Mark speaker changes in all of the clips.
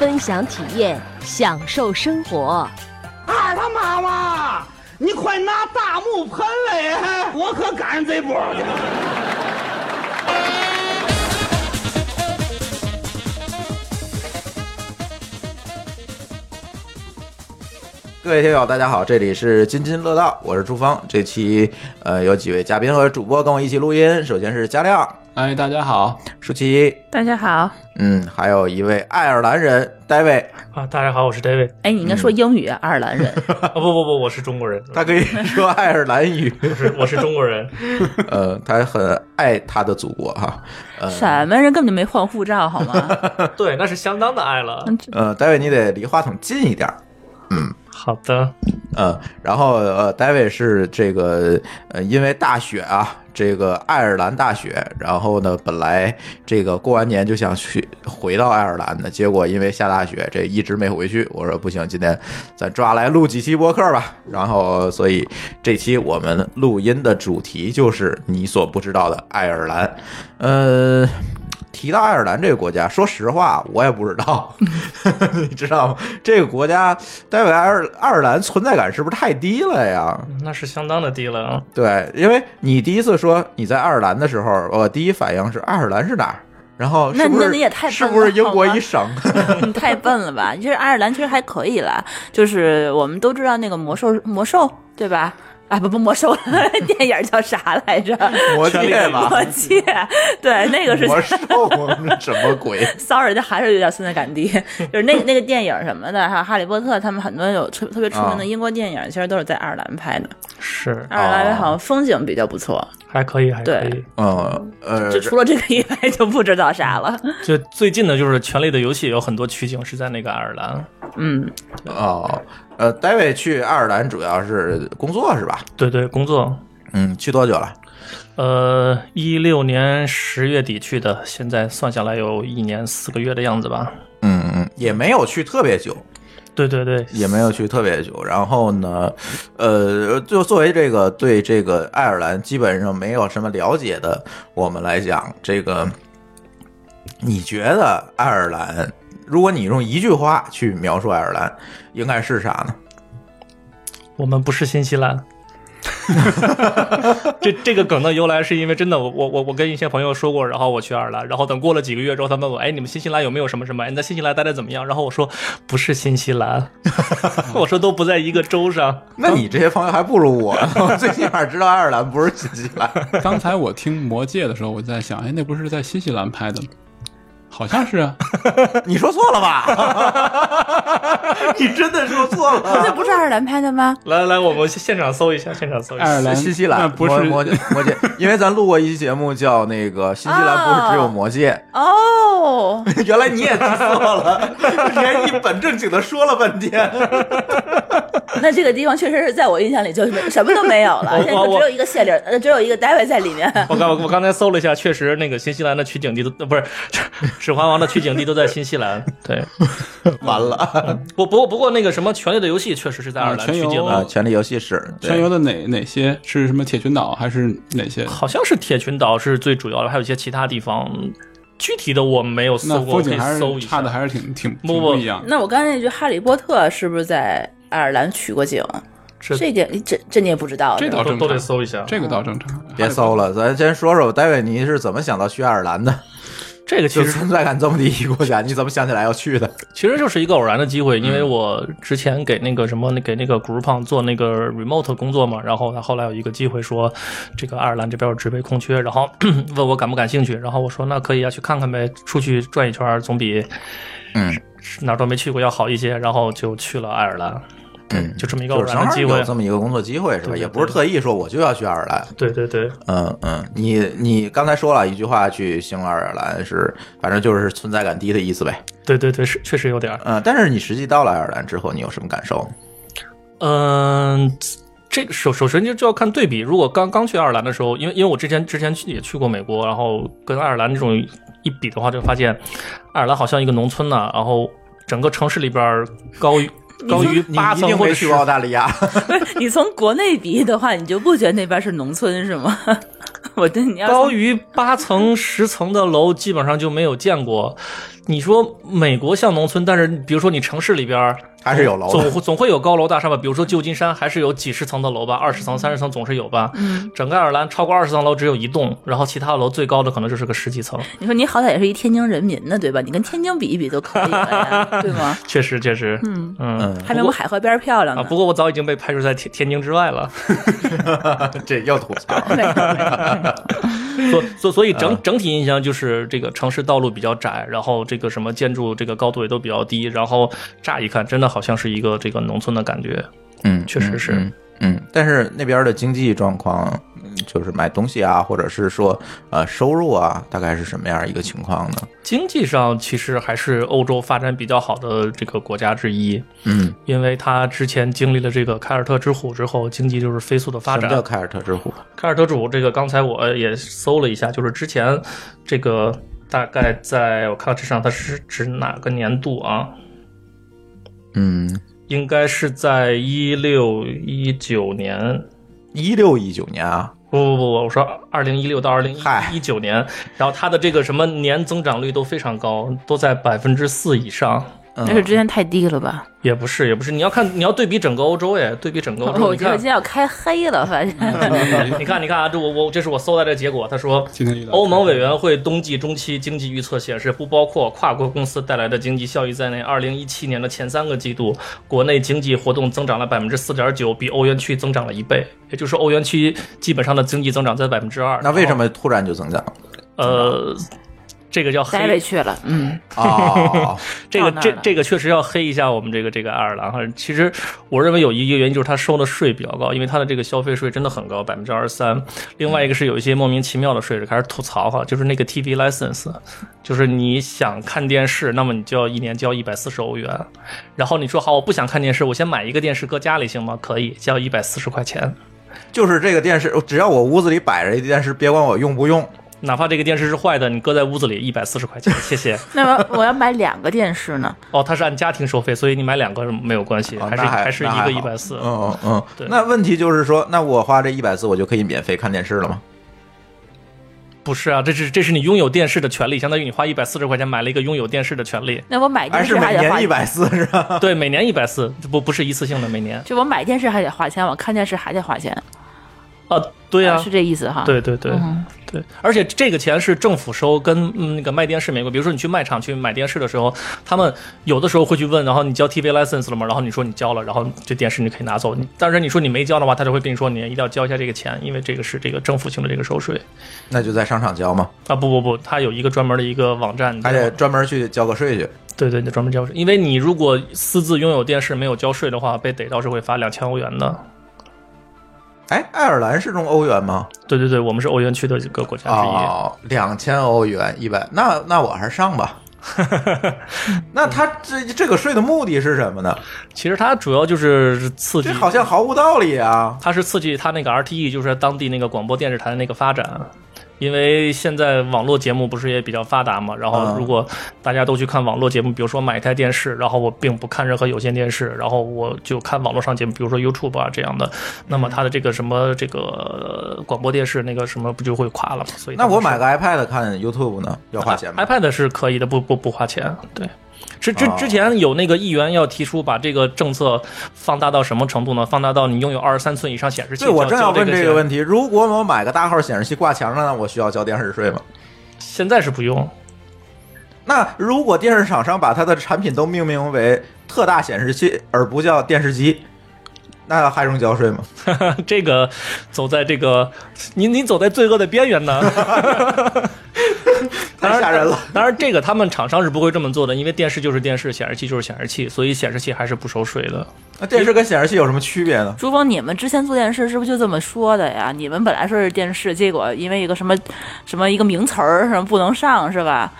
Speaker 1: 分享体验，享受生活。
Speaker 2: 二他妈妈，你快拿大木盆来，我可赶上这波了。
Speaker 3: 各位听友，大家好，这里是津津乐道，我是朱芳。这期呃有几位嘉宾和主播跟我一起录音，首先是加亮、
Speaker 4: 哎，大家好，
Speaker 3: 舒淇，
Speaker 5: 大家好，
Speaker 3: 嗯，还有一位爱尔兰人 David，
Speaker 6: 啊，大家好，我是 David。
Speaker 5: 哎，你应该
Speaker 3: 嗯
Speaker 5: 说英语，爱尔兰 人，
Speaker 6: 啊，不不不，我是中国人，
Speaker 3: 他可以说爱尔兰语，
Speaker 6: 我是我是中国人。
Speaker 3: 呃，他很爱他的祖国哈。
Speaker 5: 什么人根本就没换护照好 吗？
Speaker 6: 对，那是相当的爱
Speaker 5: 嗯
Speaker 6: 了。
Speaker 3: 呃，David 你得离话筒近一点儿，
Speaker 6: 好的，
Speaker 3: 嗯，然后呃，David 是这个呃，因为大雪啊，这个爱尔兰大雪，然后呢，本来这个过完年就想去回到爱尔兰的，结果因为下大雪，这一直没回去。我说不行，今天咱抓来录几期播客吧。然后，所以这期我们录音的主题就是你所不知道的爱尔兰。呃，提到爱尔兰这个国家，说实话，我也不知道，
Speaker 5: 嗯
Speaker 3: 你知道吗？这个国家代表爱尔爱尔兰存在感是不是太低了呀？
Speaker 6: 那是相当的低了啊。
Speaker 3: 对，因为你第一次说你在爱尔兰的时候，我第一反应是爱尔兰是哪儿？然后是
Speaker 5: 那
Speaker 3: 不是
Speaker 5: 那你也太笨了
Speaker 3: 是不是英国一省？
Speaker 5: 你太笨了吧？其实爱尔兰其实还可以啦，就是我们都知道那个魔兽魔兽对吧？啊不不魔兽 电影叫啥来着？
Speaker 3: 魔界吧
Speaker 5: 魔，戒，对，那个是
Speaker 3: 魔兽，什么鬼？
Speaker 5: sorry，这还是有点存在 感低。就是那那个电影什么的，还有《哈利波特》，他们很多有特特别出名
Speaker 3: 啊
Speaker 5: 的英国电影，其实都是在爱尔兰拍的。
Speaker 6: 是，
Speaker 5: 爱尔
Speaker 3: 哦
Speaker 5: 兰好像风景比较不错，
Speaker 6: 啊还可以，还可以
Speaker 5: 对。
Speaker 3: 嗯呃
Speaker 5: 就，除了这个以外就不知道啥了。
Speaker 6: 就最近的就是《权力的游戏》，有很多取景是在那个爱尔兰。
Speaker 5: 嗯，
Speaker 3: 哦呃，戴维去爱尔兰主要是工作是吧？
Speaker 6: 对对，工作。
Speaker 3: 嗯，去多久了？
Speaker 6: 呃，一六年十月底去的，现在算下来有一年四个月的样子吧。
Speaker 3: 嗯嗯，也没有去特别久，
Speaker 6: 对对对，
Speaker 3: 也没有去特别久。然后呢，呃，就作为这个对这个爱尔兰基本上没有什么了解的我们来讲，这个你觉得爱尔兰，如果你用一句话去描述爱尔兰，应该是啥 呢？
Speaker 6: 我们不是新西兰。 这这个梗的由来是因为真的，我我我我跟一些朋友说过，然后我去爱尔兰，然后等过了几个月之后，他们问我，哎，你们新西兰有没有什么什么？哎你在新西兰待的怎么样？然后我说不是新西 兰，我说都不在一个州上。
Speaker 3: 那你这些朋友还不如 我，我最起码知道爱尔兰不是新西兰。
Speaker 4: 刚才我听《魔戒》的时候，我在想，哎，那不是在新西兰拍的吗？好像 是啊，
Speaker 3: 你说错了吧？ 你真的说错了。
Speaker 5: 那不是爱尔兰拍的吗？
Speaker 6: 来来来，我们现场搜一下，现场搜一
Speaker 4: 爱
Speaker 6: 下
Speaker 4: 尔。兰
Speaker 3: 新西兰
Speaker 4: 那不
Speaker 3: 魔
Speaker 4: 是
Speaker 3: 魔戒魔戒，因为咱录过一期节目叫那个新西兰不是只有魔戒，
Speaker 5: 哦，
Speaker 3: 原来你也记错了，连一本正经的说了半天。
Speaker 5: 那这个地方确实是在我印象里就是没什么都没有了，
Speaker 6: 我
Speaker 5: 现在
Speaker 6: 我
Speaker 5: 就只有一个谢林，呃，只有一个 David 在里面。
Speaker 6: 我刚我刚才搜了一下，确实那个新西兰的取景地都呃不是《 指环王》的取景地都在新西兰。 对，
Speaker 3: 完了
Speaker 6: 不不过不过那个什么《权力的游戏》确实是在爱尔兰取景
Speaker 4: 啊
Speaker 3: 啊，
Speaker 6: 的
Speaker 3: 《，权力游戏》是
Speaker 4: 全游的哪哪些是什么铁群岛还是哪些？
Speaker 6: 好像是铁群岛是最主要的，还有一些其他地方，具体的我没有
Speaker 4: 那
Speaker 6: 搜过，
Speaker 4: 风
Speaker 6: 我可
Speaker 4: 景
Speaker 6: 以
Speaker 4: 还
Speaker 6: 搜
Speaker 4: 是
Speaker 6: 一
Speaker 4: 差
Speaker 6: 下。
Speaker 4: 的还是挺挺挺
Speaker 6: 不不
Speaker 4: 不一样。
Speaker 5: 那我刚才那句《哈利波特》是不是在爱尔兰取过景？
Speaker 6: 这
Speaker 5: 这一点这这你也不知道，
Speaker 4: 这
Speaker 5: 是吧
Speaker 4: 倒
Speaker 6: 都
Speaker 4: 正
Speaker 6: 都得
Speaker 4: 常，
Speaker 6: 搜一下。
Speaker 4: 这个倒正常。
Speaker 3: 别搜了，咱先说说戴维，你是怎么想到去爱尔兰的？
Speaker 6: 这个其
Speaker 3: 就
Speaker 6: 实
Speaker 3: 存在感这么低国家，你怎么想起来要去的？
Speaker 6: 其实就是一个偶然的机会，因为我之前给那个什么给那个 Groupon 做那个 remote 工作嘛，然后他后来有一个机会说，这个爱尔兰这边有职位空缺，然后问我感不感兴趣，然后我说那可以啊，去看看呗，出去转一圈儿总比
Speaker 3: 嗯
Speaker 6: 哪儿都没去过要好一些，然后就去了爱尔兰。
Speaker 3: 嗯，
Speaker 6: 就这么一个偶
Speaker 3: 就是
Speaker 6: 然
Speaker 3: 正
Speaker 6: 的
Speaker 3: 好
Speaker 6: 机会
Speaker 3: 有。这么一个工作机会是
Speaker 6: 对
Speaker 3: 吧？
Speaker 6: 对
Speaker 3: 也不是特意说我就要去爱尔兰，
Speaker 6: 对对对，
Speaker 3: 嗯嗯，你你刚才说了一句话去形容爱尔兰是，反正就是存在感低的意思呗。
Speaker 6: 对对对，是确实有点儿。
Speaker 3: 嗯，但是你实际到了爱尔兰之后，你有什么感受？
Speaker 6: 嗯，这个首首先就就要看对比。如果刚刚去爱尔兰的时候，因为因为我之前之前去也去过美国，然后跟爱尔兰这种一比的话，就发现爱尔兰好像一个农村呐、然后整个城市里边儿高于高于
Speaker 3: 你
Speaker 6: 八
Speaker 3: 一定
Speaker 6: 层或
Speaker 3: 没
Speaker 6: 者
Speaker 3: 去
Speaker 6: 是
Speaker 3: 过澳大利亚，
Speaker 5: 你从国内比的话，你就不觉得那边是农村是吗？ 我觉得你要是
Speaker 6: 高于八层、十层的楼基本上就没有见过。你说美国像农村，但是比如说你城市里边儿
Speaker 3: 还是有楼的。
Speaker 6: 总总会有高楼大厦吧，比如说旧金山还是有几十层的楼吧，二十层、三十层总是有吧。嗯，整个爱尔兰超过二十层楼只有一栋，然后其他楼最高的可能就是个十几层。
Speaker 5: 你说你好歹也是一天津人民呢，对吧？你跟天津比一比都可以了 呀，对吗？
Speaker 6: 确实，确实，
Speaker 5: 嗯
Speaker 6: 嗯
Speaker 5: 还没我们海河边漂亮
Speaker 6: 啊，
Speaker 5: 呢。
Speaker 6: 不过我早已经被排除在天天津之外了，
Speaker 3: 这又吐槽了。
Speaker 5: 没有没有没有
Speaker 6: 所所所以
Speaker 3: 嗯
Speaker 6: 整整体印象就是这个城市道路比较窄，然后这个什么建筑这个高度也都比较低，然后乍一看真的好像是一个这个农村的感觉。
Speaker 3: 嗯，
Speaker 6: 确实是
Speaker 3: 嗯。嗯，嗯但是那边的经济状况，嗯就是买东西啊，或者是说呃收入啊，大概是什么样一个情况呢？
Speaker 6: 经济上其实还是欧洲发展比较好的这个国家之一，
Speaker 3: 嗯，
Speaker 6: 因为它之前经历了这个凯尔特之虎之后，经济就是飞速的发
Speaker 3: 什么叫
Speaker 6: 展。
Speaker 3: 凯尔特之虎？
Speaker 6: 凯尔特之虎这个，刚才我呃也搜了一下，就是之前这个大概在我看到这上它是指哪个年度啊？
Speaker 3: 嗯，
Speaker 6: 应该是在一六一九年。
Speaker 3: 一六一九年啊，
Speaker 6: 不不不，我说二零一六到二零
Speaker 3: 嗨
Speaker 6: 一九年，然后它的这个什么年增长率都非常高，都在百分之四以上。
Speaker 3: 嗯
Speaker 5: 那是之前太低了吧？
Speaker 6: 也不是，也不是，你要看，你要对比整个欧洲，哎，对比整个欧洲，
Speaker 5: 哦我
Speaker 6: 你
Speaker 5: 觉得
Speaker 6: 看
Speaker 5: 今，天要开黑了，发现。
Speaker 6: 你看，你看啊，这我我这是我搜来的结果，他说
Speaker 4: 今天遇到
Speaker 6: 欧盟委员会冬季中期经济预测显示，不包括跨国公司带来的经济效益在内，二零一七年的前三个季度，国内经济活动增长了百分之四点九，比欧元区增长了一倍，也就是欧元区基本上的经济增长在百分之二。
Speaker 3: 嗯那为什？么突然就增 长了？
Speaker 6: 呃，这个叫
Speaker 5: 待委
Speaker 6: 黑，
Speaker 5: 去了，嗯，
Speaker 3: 哦，
Speaker 6: 这
Speaker 5: 到
Speaker 6: 个
Speaker 5: 那儿
Speaker 6: 这
Speaker 5: 了
Speaker 6: 这个确实要黑一下我们这个这个爱尔兰哈。其实我认为有一个原因就是他收的税比较高，因为他的这个消费税真的很高，百分之二十三。另外一个是有一些莫名其妙的税就开始吐槽哈，就是那个 TV license，就是你想看电视，那么你就要一年交一百四十欧元。然后你说好，我不想看电视，我先买一个电视搁家里行吗？可以，交一百四十块钱。
Speaker 3: 就是这个电视，只要我屋子里摆着一电视，别管我用不用。
Speaker 6: 哪怕这个电视是坏的，你搁在屋子里一百四十块钱，谢谢。
Speaker 5: 那么我要买两个电视呢，
Speaker 6: 哦，它是按家庭收费，所以你买两个没有关系，
Speaker 3: 哦
Speaker 6: 还是
Speaker 3: 那还
Speaker 6: 是
Speaker 3: 那
Speaker 6: 一个
Speaker 3: 还
Speaker 6: 一
Speaker 3: 好
Speaker 6: 百四。
Speaker 3: 嗯嗯
Speaker 6: 对
Speaker 3: 嗯。那问题就是说，那我花这一百四，我就可以免费看电视了吗？
Speaker 6: 不是啊，这是这是你拥有电视的权利，相当于你花一百四十块钱买了一个拥有电视的
Speaker 5: 。
Speaker 6: 权利
Speaker 5: 那我买
Speaker 3: 还
Speaker 5: 电
Speaker 3: 是
Speaker 5: 视还
Speaker 3: 每
Speaker 5: 得花
Speaker 3: 年一，百四是吧？
Speaker 6: 对，每年一百四，不不是一次性的，每年
Speaker 5: 就我买电视还得花钱，我看电视还得花钱，
Speaker 6: 啊，对啊，
Speaker 5: 是这意思哈？，
Speaker 6: 对对对、
Speaker 5: 嗯
Speaker 6: 对，而且这个钱是政府收，跟、嗯、那个卖电视没关系。比如说你去卖场去买电视的时候，他们有的时候会去问，然后你交 TV license 了吗？然后你说你交了，然后这电视你可以拿走。你但是你说你没交的话，他就会跟你说你一定要交一下这个钱，因为这个是这个政府性的这个收税
Speaker 3: 那就在商场交嘛，
Speaker 6: 啊。不不不，它有一个专门的一个网站，你
Speaker 3: 还
Speaker 6: 知道吗
Speaker 3: 得专门去交个税去。
Speaker 6: 对对，你专门交税，因为你如果私自拥有电视没有交税的话，被逮到是会罚两千欧元的。
Speaker 3: 哎，爱尔兰是用欧元吗？
Speaker 6: 对对对，我们是欧元区的一个国家之一。
Speaker 3: 哦，两千欧元一百，那那我还是上 吧。那他这这个税的目的是什么呢？
Speaker 6: 其实它主要就是刺激
Speaker 3: 这，好像毫无道理啊！
Speaker 6: 它是刺激它那个 RTE，就是当地那个广播电视台的那个发展。因为现在网络节目不是也比较发达嘛，然后
Speaker 3: 嗯
Speaker 6: 如果大家都去看网络节目，比如说买一台电视，然后我并不看任何有线电视，然后我就看网络上节目，比如说 YouTube 啊这样的，那
Speaker 3: 嗯
Speaker 6: 么它的这个什么这个呃广播电视那个什么不就会垮了嘛？所以
Speaker 3: 那
Speaker 6: 它
Speaker 3: 我
Speaker 6: 是
Speaker 3: 买个 iPad 看 YouTube 呢，要花钱吗？
Speaker 6: iPad 是可以的，不不不花钱。对，之之
Speaker 3: 哦
Speaker 6: 之前有那个议员要提出把这个政策放大到什么程度呢？放大到你拥有二十三寸以上显示器。
Speaker 3: 对，我正要问这
Speaker 6: 这
Speaker 3: 个
Speaker 6: 题，
Speaker 3: 问题。如果我买个大号显示器挂墙上，那我需要交电视税吗？
Speaker 6: 现在是不用。
Speaker 3: 那如果电视厂商把它的产品都命名为特大显示器，而不叫电视机，那还用交税吗？
Speaker 6: 这个 走在这个，您您走在罪恶的边缘呢。当然
Speaker 3: 太吓人了。
Speaker 6: 当然，这个他们厂商是不会这么做的，因为电视就是电视，显示器就是显示器，所以显示器还是不收税的。
Speaker 3: 那电视跟显示器有什么区别呢？
Speaker 5: 朱峰，你们之前做电视是不是就这么说的呀？你们本来说是电视，结果因为一个什么什么一个名词儿什么不能上是吧？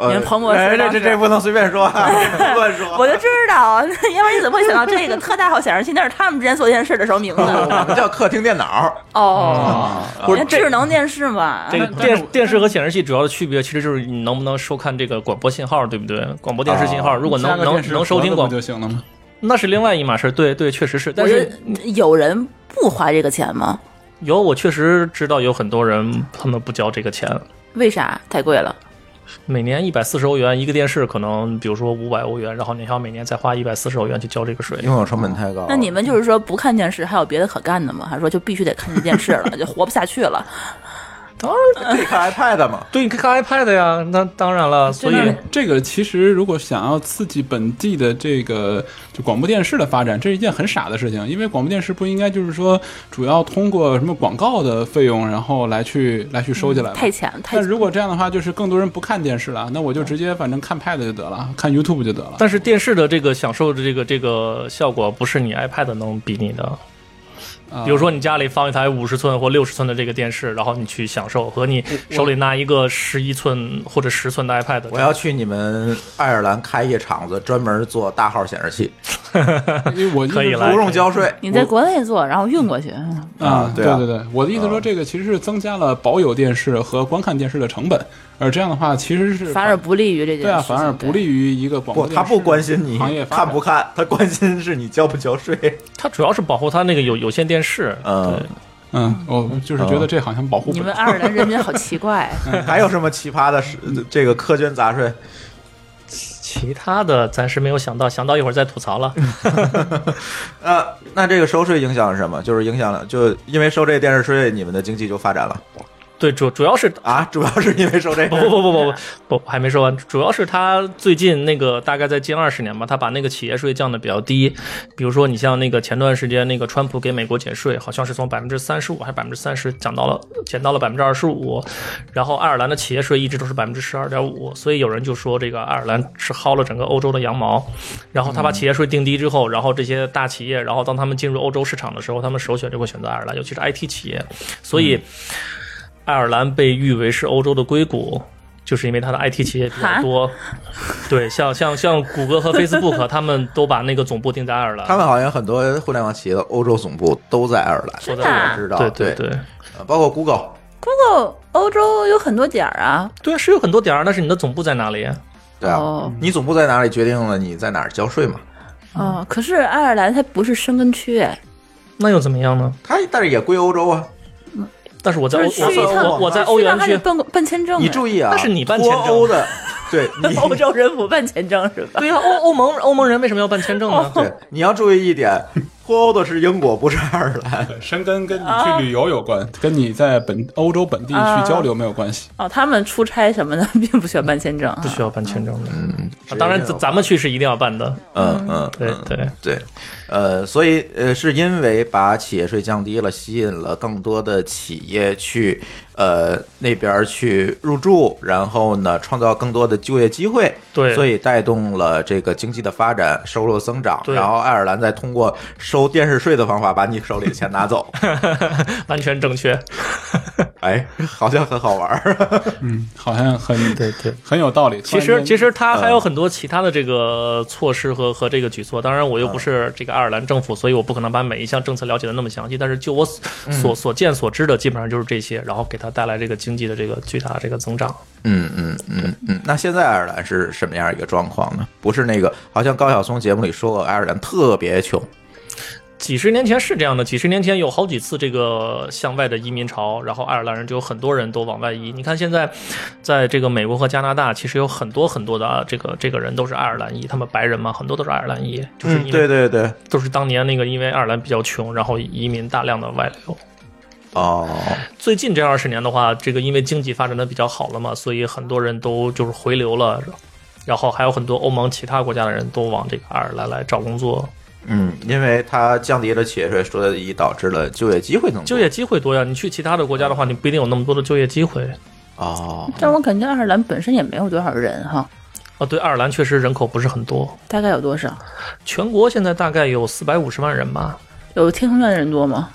Speaker 5: 你们彭博士
Speaker 3: 哎这
Speaker 5: 当
Speaker 3: 这
Speaker 5: 时
Speaker 3: 这不能随便说， 啊，不能乱说。
Speaker 5: 我就知道， 那要不然你怎么会想到这个特大号显示器？那是他们之前做电视的时候名字。
Speaker 3: 我们叫客厅电脑，
Speaker 5: 哦，
Speaker 6: 不是
Speaker 5: 人家智能电视嘛，
Speaker 6: 这个
Speaker 4: 但是
Speaker 6: 电电视和显示器主要的区别，其实就是你能不能收看这个广播信号，对不对？广播电视
Speaker 3: 哦
Speaker 6: 信号，如果
Speaker 4: 加
Speaker 6: 能
Speaker 4: 个电
Speaker 6: 能
Speaker 4: 视
Speaker 6: 能收
Speaker 4: 盒子
Speaker 6: 听
Speaker 4: 不
Speaker 6: 广，
Speaker 4: 就行了吗？
Speaker 6: 那是另外一码事儿。对对，确实是。但是
Speaker 5: 我觉得有人不花这个钱吗？
Speaker 6: 有，我确实知道有很多人他们不交这个钱，
Speaker 5: 为啥太贵了？
Speaker 6: 每年一百四十欧元一个电视，可能比如说五百欧元，然后你还要每年再花一百四十欧元去交这个税。
Speaker 3: 因为我成本太高了。
Speaker 5: 那你们就是说不看电视还有别的可干的吗？还是说就必须得看这电视了，就活不下去了？
Speaker 3: 可以看 iPad 嘛？
Speaker 6: 对，你可以看 iPad 呀，那当然了，所以
Speaker 5: 真的
Speaker 4: 这个其实如果想要刺激本地的这个就广播电视的发展，这是一件很傻的事情，因为广播电视不应该就是说主要通过什么广告的费用，然后来去来去收起来吗？
Speaker 5: 太浅，太
Speaker 4: 但
Speaker 5: 浅
Speaker 4: 如果这样的话，就是更多人不看电视了，那我就直接反正看 Pad 就得了，看 YouTube 就得了。
Speaker 6: 但是电视的这个享受的这个这个效果，不是你 iPad 能比拟的。
Speaker 4: 啊
Speaker 6: 比如说，你家里放一台五十寸或六十寸的这个电视，然后你去享受，和你手里拿一个十一寸或者十寸的 iPad，
Speaker 3: 我要去你们爱尔兰开一厂子，专门做大号显示器，
Speaker 4: 因为我
Speaker 6: 可以
Speaker 4: 了。
Speaker 6: 来
Speaker 3: 不用交税。
Speaker 5: 你在国内做，然后运过去，
Speaker 3: 啊
Speaker 4: 对
Speaker 3: 对啊
Speaker 4: 对对，我的意思说，这个其实是增加了保有电视和观看电视的成本，而这样的话，其实是
Speaker 5: 反而不利于这件事情。
Speaker 4: 对啊，反而不利于一个广播
Speaker 3: 不，
Speaker 4: 电视
Speaker 3: 他不关心
Speaker 4: 行嗯业
Speaker 3: 你
Speaker 4: 发展
Speaker 3: 看不看，他关心是你交不交税。
Speaker 6: 它主要是保护它那个有有线电视。
Speaker 3: 嗯，
Speaker 4: 嗯，我就是觉得这好像保护
Speaker 5: 你
Speaker 4: 不
Speaker 5: 们
Speaker 4: 了。
Speaker 5: 爱尔兰人民好奇怪，
Speaker 4: 嗯
Speaker 3: 还有什么奇葩的事？这个苛捐杂税？
Speaker 6: 其他的暂时没有想到，想到一会儿再吐槽了。
Speaker 3: 呃，那这个收税影响是什么？就是影响了，就因为收这电视税，你们的经济就发展了
Speaker 6: 对，主主要是
Speaker 3: 啊？主要是因为收这
Speaker 6: 不不
Speaker 4: 哦
Speaker 6: 不不不不，我还没说完。主要是他最近那个大概在近二十年吧，他把那个企业税降的比较低。比如说，你像那个前段时间那个川普给美国减税，好像是从百分之三十五还是百分之三十降到了减到了百分之二十五。然后爱尔兰的企业税一直都是百分之十二点五，所以有人就说这个爱尔兰是薅了整个欧洲的羊毛。然后他把企业税定低之后，然后这些大企业，然后当他们进入欧洲市场的时候，他们首选就会选择爱尔兰，尤其是 IT 企业。所
Speaker 3: 嗯
Speaker 6: 以，爱尔兰被誉为是欧洲的硅谷。就是因为它的 IT 企业比较多，对，像像像谷歌 和 Facebook，他们都把那个总部定在爱尔兰。
Speaker 3: 他们好像很多互联网企业的欧洲总部都在爱尔兰，
Speaker 6: 真
Speaker 5: 的啊
Speaker 3: 我知道，
Speaker 6: 对
Speaker 3: 对
Speaker 6: 对，
Speaker 3: 呃包括 Google。
Speaker 5: 哦，欧洲有很多点儿啊。
Speaker 6: 对，是有很多点儿，但是你的总部在哪里？
Speaker 3: 对啊，
Speaker 5: 哦
Speaker 3: 你总部在哪里决定了你在哪儿交税嘛？
Speaker 5: 哦，可是爱尔兰它不是申根区，哎，
Speaker 6: 那又怎么样呢？
Speaker 3: 它但是也归欧洲啊。
Speaker 6: 但是我在
Speaker 5: 就
Speaker 6: 欧
Speaker 5: 是去一
Speaker 6: 我
Speaker 5: 趟，
Speaker 6: 我我在欧元
Speaker 5: 去一趟还得
Speaker 6: 区，
Speaker 5: 办办签证哎。
Speaker 3: 你注意啊，
Speaker 6: 那是你办
Speaker 3: 脱
Speaker 6: 签证
Speaker 3: 欧的，对你
Speaker 5: 欧洲人不办签证是吧？
Speaker 6: 对呀、啊欧欧盟欧盟人为什么要办签证 呢？
Speaker 3: 哦对你要注意一 点，脱欧的是英国，不是爱尔兰。
Speaker 4: 申根跟你去旅游有关，跟你在本欧洲本地去交流没有关系。
Speaker 5: 哦，他们出差什么的并不需要办签证啊
Speaker 6: 不。需要办签证的。
Speaker 3: 嗯
Speaker 6: 啊当然，咱咱们去是一定要办的。
Speaker 3: 嗯嗯，
Speaker 6: 对
Speaker 3: 嗯
Speaker 6: 对，
Speaker 3: 对，呃，所以呃，是因为把企业税降低了，吸引了更多的企业去呃那边儿去入驻，然后呢，创造更多的就业机会，
Speaker 6: 对
Speaker 3: 所以带动了这个经济的发展，收入增长，
Speaker 6: 对
Speaker 3: 然后爱尔兰再通过收电视税的方法把你手里的钱拿走，
Speaker 6: 完全正确。
Speaker 3: 哎，好像很好玩 儿，
Speaker 4: 嗯，好像很
Speaker 6: 对对。
Speaker 4: 很有道理。
Speaker 6: 其实，其
Speaker 4: 实
Speaker 6: 实它还有很多其他的这个措施和和这个举措。当然，我又不是这个爱尔兰政府，所以我不可能把每一项政策了解的那么详细。但是就我所所所见所知的，基本上就是这些，然后给它带来这个经济的这个巨大的这个增长。
Speaker 3: 嗯嗯嗯嗯。那现在爱尔兰是什么样一个状况呢？不是那个，好像高晓松节目里说过，爱尔兰特别穷，
Speaker 6: 几十年前是这样的，几十年前有好几次这个向外的移民潮，然后爱尔兰人就有很多人都往外移。你看现在，在这个美国和加拿大，其实有很多很多的啊这个这个人都是爱尔兰裔，他们白人嘛，很多都是爱尔兰裔，就是因为、
Speaker 3: 嗯，对对对，
Speaker 6: 都是当年那个因为爱尔兰比较穷，然后移民大量的外流。
Speaker 3: 哦。
Speaker 6: 最近这二十年的话，这个因为经济发展的比较好了嘛，所以很多人都就是回流了，然后还有很多欧盟其他国家的人都往这个爱尔兰来找工作。
Speaker 3: 嗯，因为它降低了企业税，所以导致了就业机会增多。
Speaker 6: 就业机会多呀，你去其他的国家的话，你不一定有那么多的就业机会。
Speaker 3: 哦，
Speaker 5: 但我感觉爱尔兰本身也没有多少人哈，
Speaker 6: 啊，对，爱尔兰确实人口不是很多，
Speaker 5: 大概有多少？
Speaker 6: 全国现在大概有四百五十万人吧。
Speaker 5: 有天通苑的人多吗？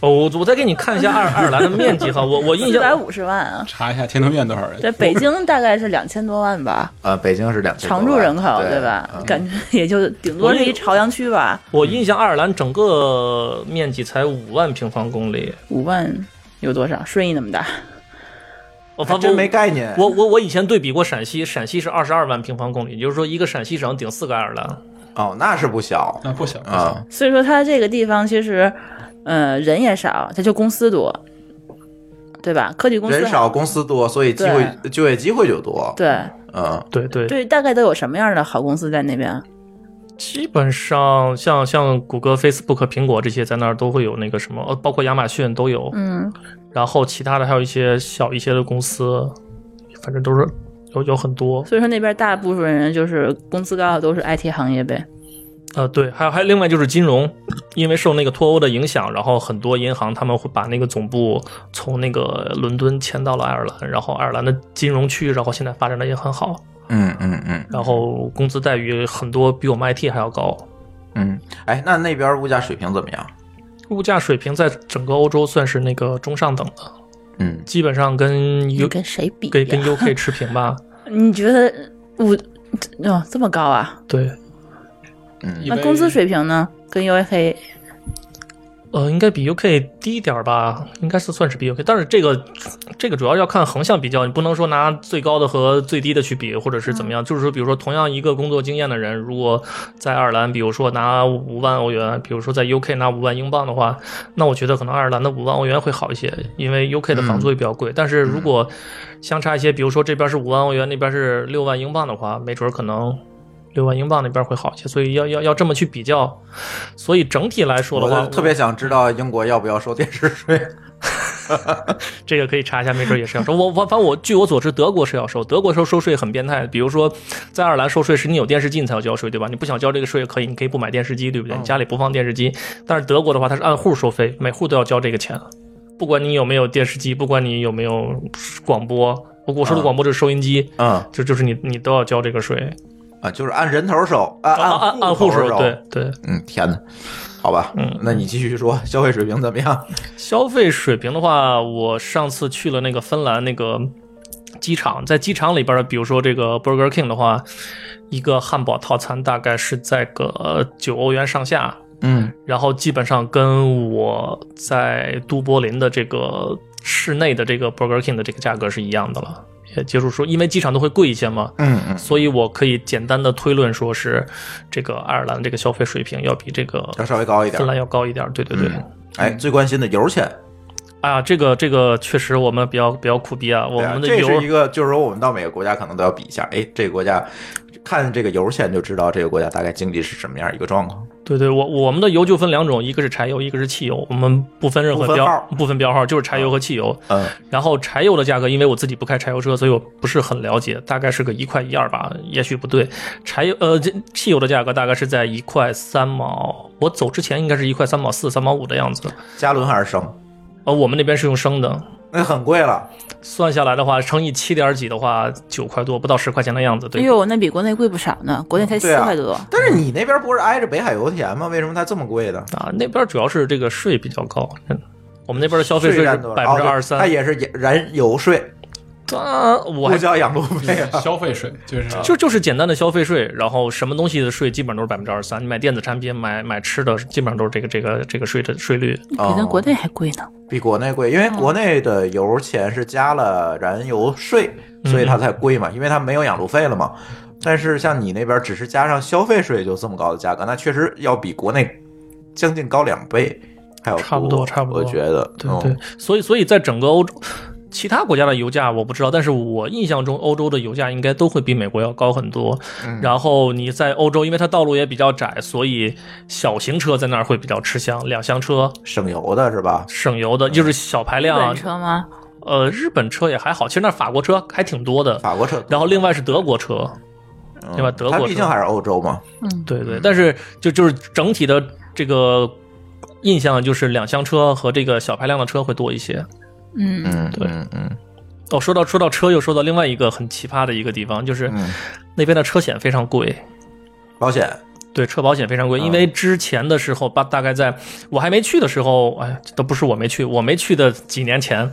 Speaker 6: 哦，我我再给你看一下爱尔爱尔兰的面积哈，我我印
Speaker 5: 四百
Speaker 6: 象
Speaker 5: 五十万啊，
Speaker 4: 查一下天通苑多少人？
Speaker 5: 在北京大概是两千多万吧，
Speaker 3: 呃，北京是两千
Speaker 5: 常住人口
Speaker 3: 对
Speaker 5: 对吧？
Speaker 3: 嗯
Speaker 5: 感觉也就顶多是一朝阳区吧，
Speaker 6: 我印象爱尔兰整个面积才五万平方公里，
Speaker 5: 五万有多少？顺义那么大，
Speaker 6: 我
Speaker 3: 还
Speaker 6: 哦发
Speaker 3: 真没概念。
Speaker 6: 我我我以前对比过陕西，陕西是二十二万平方公里，也就是说一个陕西省顶四个爱尔兰。
Speaker 3: 哦，那是不小
Speaker 4: 那不小不小
Speaker 3: 啊，
Speaker 5: 所以说它这个地方其实，呃，人也少，它就公司多，对吧？科技公司
Speaker 3: 人少公司多，所以机会就业机会就多。，
Speaker 5: 对
Speaker 3: 嗯，
Speaker 6: 对对，
Speaker 5: 对，大概都有什么样的好公司在那边？啊
Speaker 6: 基本上像像谷歌、Facebook、苹果这些在那儿都会有那个什么，呃，包括亚马逊都有。
Speaker 5: 嗯，
Speaker 6: 然后其他的还有一些小一些的公司，反正都是有有很多。
Speaker 5: 所以说那边大部分人就是工资高的都是 IT 行业呗。
Speaker 6: 呃，对，还有还有另外就是金融，因为受那个脱欧的影响，然后很多银行他们会把那个总部从那个伦敦迁到了爱尔兰，然后爱尔兰的金融区，然后现在发展的也很好，
Speaker 3: 嗯嗯嗯
Speaker 6: 然后工资待遇很多比我们 IT 还要高。
Speaker 3: 嗯，哎，那那边物价水平怎么样？
Speaker 6: 物价水平在整个欧洲算是那个中上等的，
Speaker 3: 嗯，
Speaker 6: 基本上跟 U
Speaker 5: 你跟谁比、呀
Speaker 6: 跟跟 UK 持平吧。
Speaker 5: 你觉得我哦这么高啊？
Speaker 6: 对，
Speaker 3: 嗯
Speaker 4: 一
Speaker 5: 那
Speaker 4: 杯
Speaker 5: 工资水平呢？跟 U A K
Speaker 6: 呃，应该比 UK 低一点儿吧，应该是算是比 UK，但是这个这个主要要看横向比较，你不能说拿最高的和最低的去比，或者是怎么样。就是说，比如说同样一个工作经验的人，如果在爱尔兰，比如说拿五万欧元，比如说在 UK 拿五万英镑的话，那我觉得可能爱尔兰的五万欧元会好一些，因为 UK 的房
Speaker 3: 嗯
Speaker 6: 租也比较贵。但是如果相差一些，比如说这边是五万欧元，那边是六万英镑的话，没准儿可能。六万英镑那边会好一些，所以要要要这么去比较，所以整体来说的话，
Speaker 3: 我特别想知道英国要不要收电视 税。
Speaker 6: 这个可以查一下，没准也是要收。我我反正我据我所知，德国是要收，德国收收税很变态。比如说，在爱尔兰收税是你有电视机你才要交税，对吧？你不想交这个税可以，你可以不买电视机，对不对？你家里不放电视机。但是德国的话，它是按户收费，每户都要交这个钱，不管你有没有电视机，不管你有没有广播，我我说
Speaker 3: 嗯
Speaker 6: 的广播就是收音机，
Speaker 3: 嗯
Speaker 6: 就就是你你都要交这个税，
Speaker 3: 啊，就是按人头收，啊按
Speaker 6: 按按啊按
Speaker 3: 户
Speaker 6: 户
Speaker 3: 头
Speaker 6: 收，对。对。
Speaker 3: 嗯，天哪，好吧，
Speaker 6: 嗯
Speaker 3: 那你继续说消费水平怎么样？
Speaker 6: 消费水平的话，我上次去了那个芬兰那个机场，在机场里边儿，比如说这个 Burger King 的话，一个汉堡套餐大概是在个九欧元上下，
Speaker 3: 嗯
Speaker 6: 然后基本上跟我在都柏林的这个室内的这个 Burger King 的这个价格是一样的了。也就是说，因为机场都会贵一些嘛，
Speaker 3: 嗯嗯，
Speaker 6: 所以我可以简单的推论说是，这个爱尔兰这个消费水平要比这个
Speaker 3: 要稍微高一点
Speaker 6: 芬。兰要高一点儿。对对对。
Speaker 3: 嗯哎，最关心的油钱，
Speaker 6: 啊，这个这个确实我们比较比较苦逼啊，我
Speaker 3: 对啊
Speaker 6: 们的
Speaker 3: 这
Speaker 6: 油
Speaker 3: 是一个，就是说我们到每个国家可能都要比一下，哎，这个国家看这个油钱就知道这个国家大概经济是什么样一个状况。
Speaker 6: 对对，我我们的油就分两种，一个是柴油，一个是汽油，我们不分任
Speaker 3: 不
Speaker 6: 何
Speaker 3: 分
Speaker 6: 标
Speaker 3: 号
Speaker 6: 不分标号，就是柴油和汽油。
Speaker 3: 嗯
Speaker 6: 然后柴油的价格，因为我自己不开柴油车，所以我不是很了解，大概是个一块一二吧，也许不对。柴油呃，这汽油的价格大概是在一块三毛，我走之前应该是一块三毛四、三毛五的样子。
Speaker 3: 加仑还是升，
Speaker 6: 呃，我们那边是用升的，
Speaker 3: 那很贵了。
Speaker 6: 算下来的话，乘以七点几的话，九块多，不到十块钱的样子。
Speaker 5: 哎
Speaker 6: 对，
Speaker 5: 呦，那比国内贵不少呢，国内才
Speaker 3: 对
Speaker 5: 四
Speaker 3: 啊
Speaker 5: 块多。
Speaker 3: 但是你那边不是挨着北海油田吗？为什么它这么贵呢？
Speaker 6: 啊，那边主要是这个税比较高，真的我们那边的消费税是
Speaker 3: 占多少
Speaker 6: 百分之
Speaker 3: 哦对
Speaker 6: 二十
Speaker 3: 它
Speaker 6: 三。
Speaker 3: 也是燃油税，
Speaker 6: 啊，我
Speaker 3: 不
Speaker 6: 还嗯
Speaker 3: 交养路费啊。
Speaker 4: 消费税就是
Speaker 6: 就就是简单的消费税，然后什么东西的税基本都是百分之二十三，你买电子产品、买买吃的，基本上都是这个这个这个税的税率。
Speaker 3: 哦
Speaker 5: 比咱国内还贵呢，
Speaker 3: 比国内贵，因为国内的油钱是加了燃油税，
Speaker 6: 嗯
Speaker 3: 所以它才贵嘛，因为它没有养路费了嘛。但是像你那边只是加上消费税就这么高的价格，那确实要比国内将近高两倍，还有
Speaker 6: 差不多差不多
Speaker 3: 我觉得，
Speaker 6: 对
Speaker 3: 嗯
Speaker 6: 对，所以所以在整个欧洲，其他国家的油价我不知道，但是我印象中欧洲的油价应该都会比美国要高很多。
Speaker 3: 嗯
Speaker 6: 然后你在欧洲，因为它道路也比较窄，所以小型车在那儿会比较吃香，两厢车
Speaker 3: 省油的是吧？
Speaker 6: 省油的就是小排
Speaker 5: 日
Speaker 6: 量啊
Speaker 5: 本，车吗？
Speaker 6: 呃，日本车也还好，其实那法国车还挺多的。
Speaker 3: 法国车，
Speaker 6: 然后另外是德国车，
Speaker 3: 嗯
Speaker 6: 对吧德
Speaker 3: 它
Speaker 6: 国
Speaker 3: 毕
Speaker 6: 车
Speaker 3: 竟还是欧洲嘛，
Speaker 6: 对
Speaker 3: 嗯
Speaker 6: 对，但是就就是整体的这个印象就是两厢车和这个小排量的车会多一些。
Speaker 5: 嗯，
Speaker 3: 嗯，
Speaker 6: 对
Speaker 3: 嗯嗯。
Speaker 6: 哦，说到说到车，又说到另外一个很奇葩的一个地方，就是
Speaker 3: 嗯，
Speaker 6: 那边的车险非常贵。
Speaker 3: 保险
Speaker 6: 对，车保险非常贵，因为之前的时候，大大概在我还没去的时候，哎，都不是我没去，我没去的几年前，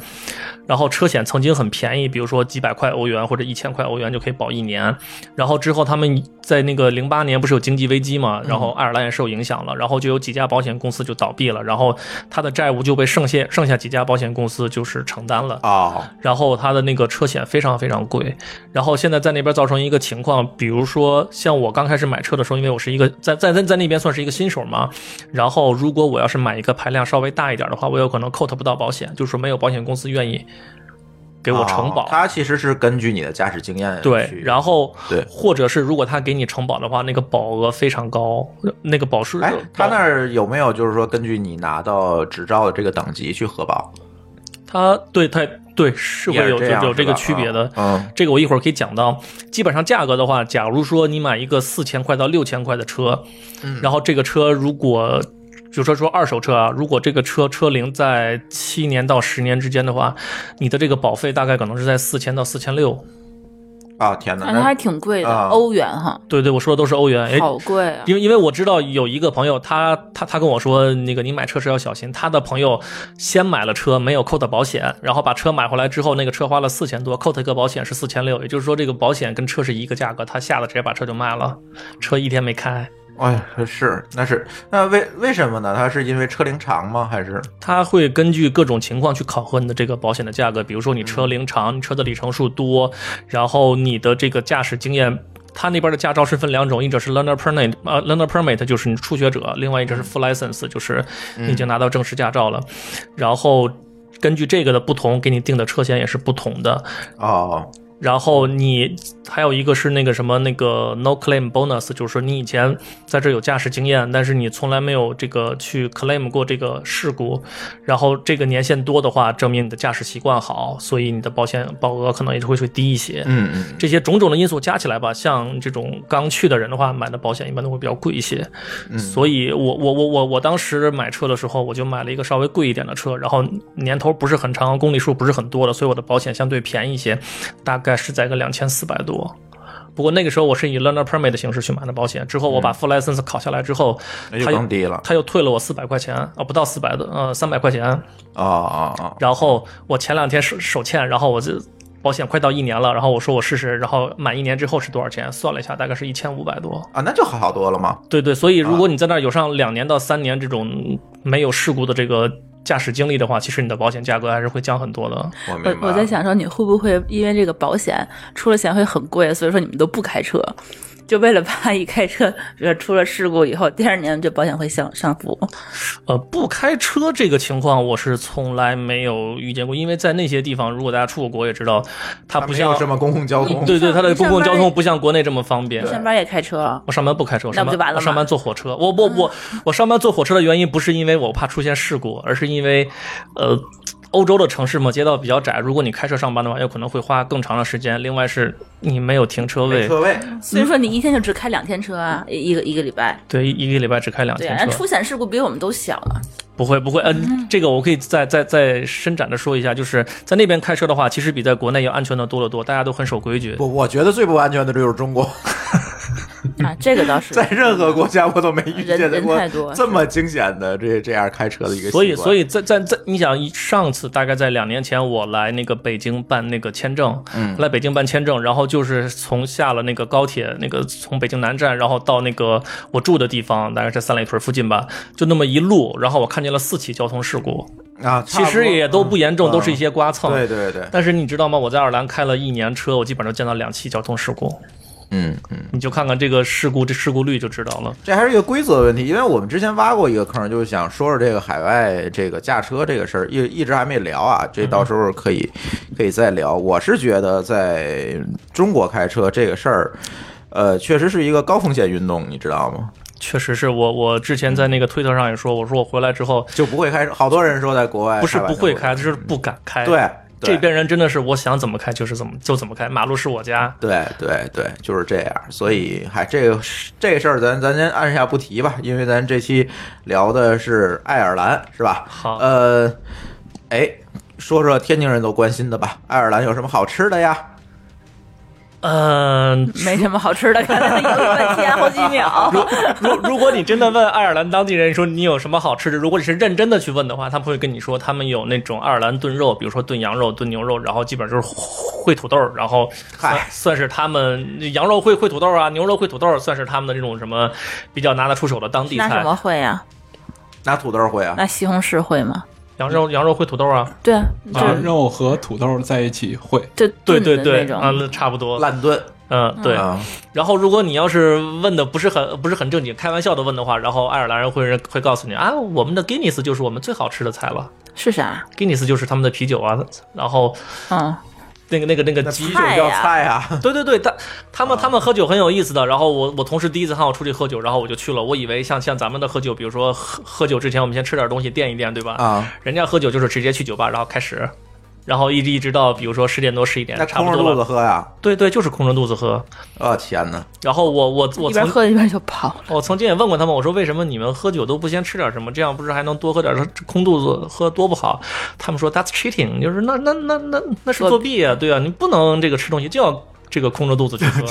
Speaker 6: 然后车险曾经很便宜，比如说几百块欧元或者一千块欧元就可以保一年。然后之后他们在那个零八年不是有经济危机嘛，然后爱尔兰也受影响了，然后就有几家保险公司就倒闭了，然后他的债务就被剩下剩下几家保险公司就是承担了。
Speaker 3: 哦，
Speaker 6: 然后它的那个车险非常非常贵，然后现在在那边造成一个情况，比如说像我刚开始买车的时候，因为我是一个在在在在那边算是一个新手嘛，然后如果我要是买一个排量稍微大一点的话，我有可能 quote 不到保险，就是说没有保险公司愿意
Speaker 3: 给
Speaker 6: 给我承保。
Speaker 3: 哦它其实是根据你的驾驶经验
Speaker 6: 对，
Speaker 3: 去
Speaker 6: 然后
Speaker 3: 对
Speaker 6: 或者是如果他给你承保的话，那个保额非常高，那个保数
Speaker 3: 哎，他那
Speaker 6: 保
Speaker 3: 儿有没有就是说根据你拿到执照的这个等级去核保？
Speaker 6: 他对他对是会
Speaker 3: 也是
Speaker 6: 有
Speaker 3: 这样
Speaker 6: 有这个
Speaker 3: 是吧
Speaker 6: 区别的，
Speaker 3: 嗯，
Speaker 6: 这个我一会儿可以讲到。基本上价格的话，假如说你买一个四千块到六千块的车，然后这个车如果就说说二手车啊，如果这个车车龄在七年到十年之间的话，你的这个保费大概可能是在四千到四千六。
Speaker 3: 啊，天哪，
Speaker 5: 反正还挺贵的，
Speaker 3: 啊
Speaker 5: 欧元哈，
Speaker 6: 对对，我说的都是欧元。哎，
Speaker 5: 好贵啊！
Speaker 6: 因为因为我知道有一个朋友，他他他跟我说，那个你买车时要小心。他的朋友先买了车，没有扣的保险，然后把车买回来之后，那个车花了四千多，扣他一个保险是四千六，也就是说这个保险跟车是一个价格。他吓得直接把车就卖了，车一天没开。
Speaker 3: 哎呀，是那是那为为什么呢？它是因为车龄长吗？还是
Speaker 6: 他会根据各种情况去考核你的这个保险的价格，比如说你车龄长，你车的里程数多，然后你的这个驾驶经验。他那边的驾照是分两种，一种是 learner permit，呃，learner permit 就是你初学者，另外一种是 full license，就是你已经拿到正式驾照了。然后根据这个的不同，给你定的车险也是不同的。
Speaker 3: 哦，
Speaker 6: 然后你还有一个是那个什么那个 no claim bonus，就是说你以前在这有驾驶经验，但是你从来没有这个去 claim 过这个事故，然后这个年限多的话，证明你的驾驶习惯好，所以你的保险保额可能也就会会低一些。
Speaker 3: 嗯嗯，
Speaker 6: 这些种种的因素加起来吧，像这种刚去的人的话，买的保险一般都会比较贵一些。
Speaker 3: 嗯
Speaker 6: 所以我我我我我当时买车的时候，我就买了一个稍微贵一点的车，然后年头不是很长，公里数不是很多的，所以我的保险相对便宜一些，大概是在个两千四百多。不过那个时候我是以 learner permit 的形式去买的保险，之后我把 full license 考下来之后，
Speaker 3: 嗯那就
Speaker 6: 他
Speaker 3: 更
Speaker 6: 又
Speaker 3: 低了。
Speaker 6: 他又退了我四百块钱啊、不到四百的，呃，三百块钱。
Speaker 3: 哦哦哦，
Speaker 6: 然后我前两天手手欠，然后我就保险快到一年了，然后我说我试试，然后满一年之后是多少钱？算了一下，大概是一千五百多。
Speaker 3: 啊，那就好多了嘛。
Speaker 6: 对对，所以如果
Speaker 3: 啊
Speaker 6: 你在那儿有上两年到三年这种没有事故的这个驾驶经历的话，其实你的保险价格还是会降很多的。
Speaker 3: 我明
Speaker 5: 我
Speaker 3: 白。
Speaker 5: 我在，想说，你会不会因为这个保险出了险会很贵，所以说你们都不开车， 就为了怕一开车呃出了事故以后，第二年这保险会上上浮。
Speaker 6: 呃，不开车这个情况我是从来没有遇见过，因为在那些地方，如果大家出过国也知道，它
Speaker 3: 它
Speaker 6: 不
Speaker 3: 没有
Speaker 6: 像
Speaker 3: 什么公共交通。
Speaker 6: 对对，它的
Speaker 5: 你
Speaker 6: 公
Speaker 5: 上
Speaker 6: 共
Speaker 5: 班
Speaker 6: 交通不像国内这么方便。
Speaker 5: 上班也开车啊？
Speaker 6: 我上班不开车，我
Speaker 5: 那
Speaker 6: 上
Speaker 5: 不
Speaker 6: 班
Speaker 5: 就完了吗嗯
Speaker 6: 我上班坐火车。我我我我上班坐火车的原因不是因为我怕出现事故，而是因为，呃，欧洲的城市嘛，街道比较窄，如果你开车上班的话，有可能会花更长的时间。另外是你没有停车
Speaker 3: 没
Speaker 6: 位，
Speaker 3: 车位，
Speaker 5: 所以说你一天就只开两天车啊，
Speaker 3: 嗯
Speaker 5: 一一个一个礼拜。
Speaker 6: 对，一一个礼拜只开两
Speaker 5: 对
Speaker 6: 天
Speaker 5: 啊，人家
Speaker 6: 车
Speaker 5: 出。险事故比我们都小啊。
Speaker 6: 不会不会，嗯、这个我可以再再再伸展的说一下，就是在那边开车的话，其实比在国内要安全的多得多，大家都很守规矩。
Speaker 3: 不，我觉得最不安全的就是中国，
Speaker 5: 啊，这个倒 是。
Speaker 3: 在任何国家我都没遇
Speaker 5: 人
Speaker 3: 见
Speaker 5: 人
Speaker 3: 过
Speaker 5: 太多
Speaker 3: 这么惊险的这这样开车的一个习惯。
Speaker 6: 所以，所以在在在，你想上次大概在两年前，我来那个北京办那个签证，嗯，来北京办签证，然后就是从下了那个高铁，那个从北京南站，然后到那个我住的地方，大概是三里屯附近吧，就那么一路，然后我看见了四起交通事故，
Speaker 3: 啊，差
Speaker 6: 其
Speaker 3: 不
Speaker 6: 实
Speaker 3: 多
Speaker 6: 也都不严重，
Speaker 3: 嗯
Speaker 6: 都是一些刮蹭。
Speaker 3: 对对对，
Speaker 6: 但是你知道吗？我在爱尔兰开了一年车，我基本上见到两起交通事故，
Speaker 3: 嗯嗯。
Speaker 6: 你就看看这个事故这事故率就知道了。
Speaker 3: 这还是一个规则问题，因为我们之前挖过一个坑，就是想说说这个海外这个驾车这个事儿，一一直还没聊
Speaker 6: 嗯
Speaker 3: 啊，这到时候可以可以再聊。我是觉得在中国开车这个事儿，呃，确实是一个高风险运动，你知道吗？
Speaker 6: 确实是我我之前在那个推特上也说，我说我回来之后
Speaker 3: 就不会开车，好多人说在国外
Speaker 6: 不是
Speaker 3: 开完
Speaker 6: 不
Speaker 3: 车
Speaker 6: 会开，就是不敢开。
Speaker 3: 对。对
Speaker 6: 这边人真的是我想怎么开就是怎么就怎么开，马路是我家。
Speaker 3: 对对对，就是这样。所以，嗨，这个这个事儿咱咱先按下不提吧，因为咱这期聊的是爱尔兰，是吧？
Speaker 6: 好
Speaker 3: 呃，哎，说说天津人都关心的吧，爱尔兰有什么好吃的呀？
Speaker 6: 嗯，
Speaker 5: 没什么好吃的，可能犹豫半天好几秒。
Speaker 6: 如 如果你真的问爱尔兰当地人说你有什么好吃的，如果你是认真的去问的话，他们会跟你说他们有那种爱尔兰炖肉，比如说炖羊肉、炖牛肉，然后基本就是烩土豆，然后算
Speaker 3: 嗨
Speaker 6: 算是他们羊肉烩烩土豆啊，牛肉烩土豆，算是他们的这种什么比较拿得出手的当地
Speaker 5: 那什
Speaker 6: 菜
Speaker 5: 么。会啊呀、
Speaker 3: 拿土豆会啊？
Speaker 6: 哎
Speaker 5: 那西红柿会吗？
Speaker 6: 羊肉羊肉烩土豆啊，
Speaker 5: 对啊，
Speaker 4: 把
Speaker 5: 就
Speaker 4: 肉和土豆在一起烩，
Speaker 5: 就
Speaker 6: 对对
Speaker 5: 炖的
Speaker 6: 对
Speaker 5: 那，种
Speaker 6: 啊，那差不多。
Speaker 3: 烂炖
Speaker 6: 嗯，对。
Speaker 3: 啊，
Speaker 6: 然后，如果你要是问的不是很不是很正经，开玩笑的问的话，然后爱尔兰人会会告诉你啊，我们的 Guinness 就是我们最好吃的菜了
Speaker 5: 是啥？
Speaker 6: ，Guinness 就是他们的啤酒啊，然后
Speaker 5: 嗯，
Speaker 6: 那个那个那个鸡
Speaker 3: 啤酒啊
Speaker 5: 菜
Speaker 3: 叫
Speaker 5: 呀
Speaker 3: 菜 啊，
Speaker 6: 对对对，他他们他们喝酒很有意思的。然后我我同事第一次喊我出去喝酒，然后我就去了。我以为像像咱们的喝酒，比如说喝喝酒之前我们先吃点东西垫一垫，对吧？
Speaker 3: 啊，
Speaker 6: 人家喝酒就是直接去酒吧，然后开始，然后一直一直到比如说十点多十一点
Speaker 3: 那，
Speaker 6: 哎差
Speaker 3: 空着
Speaker 6: 不多
Speaker 3: 肚
Speaker 6: 了。
Speaker 3: 子喝呀？
Speaker 6: 对对，就是空着肚子喝。
Speaker 3: 哦天哪，
Speaker 6: 然后我我我
Speaker 5: 一边
Speaker 6: 曾
Speaker 5: 喝一边就跑了。
Speaker 6: 我曾经也问过他们，我说为什么你们喝酒都不先吃点什么，这样不是还能多喝点？空肚子喝多不好。他们说 that's cheating，就是那那那那那是作弊啊，对啊，你不能这个吃东西就要这个空着肚子去喝。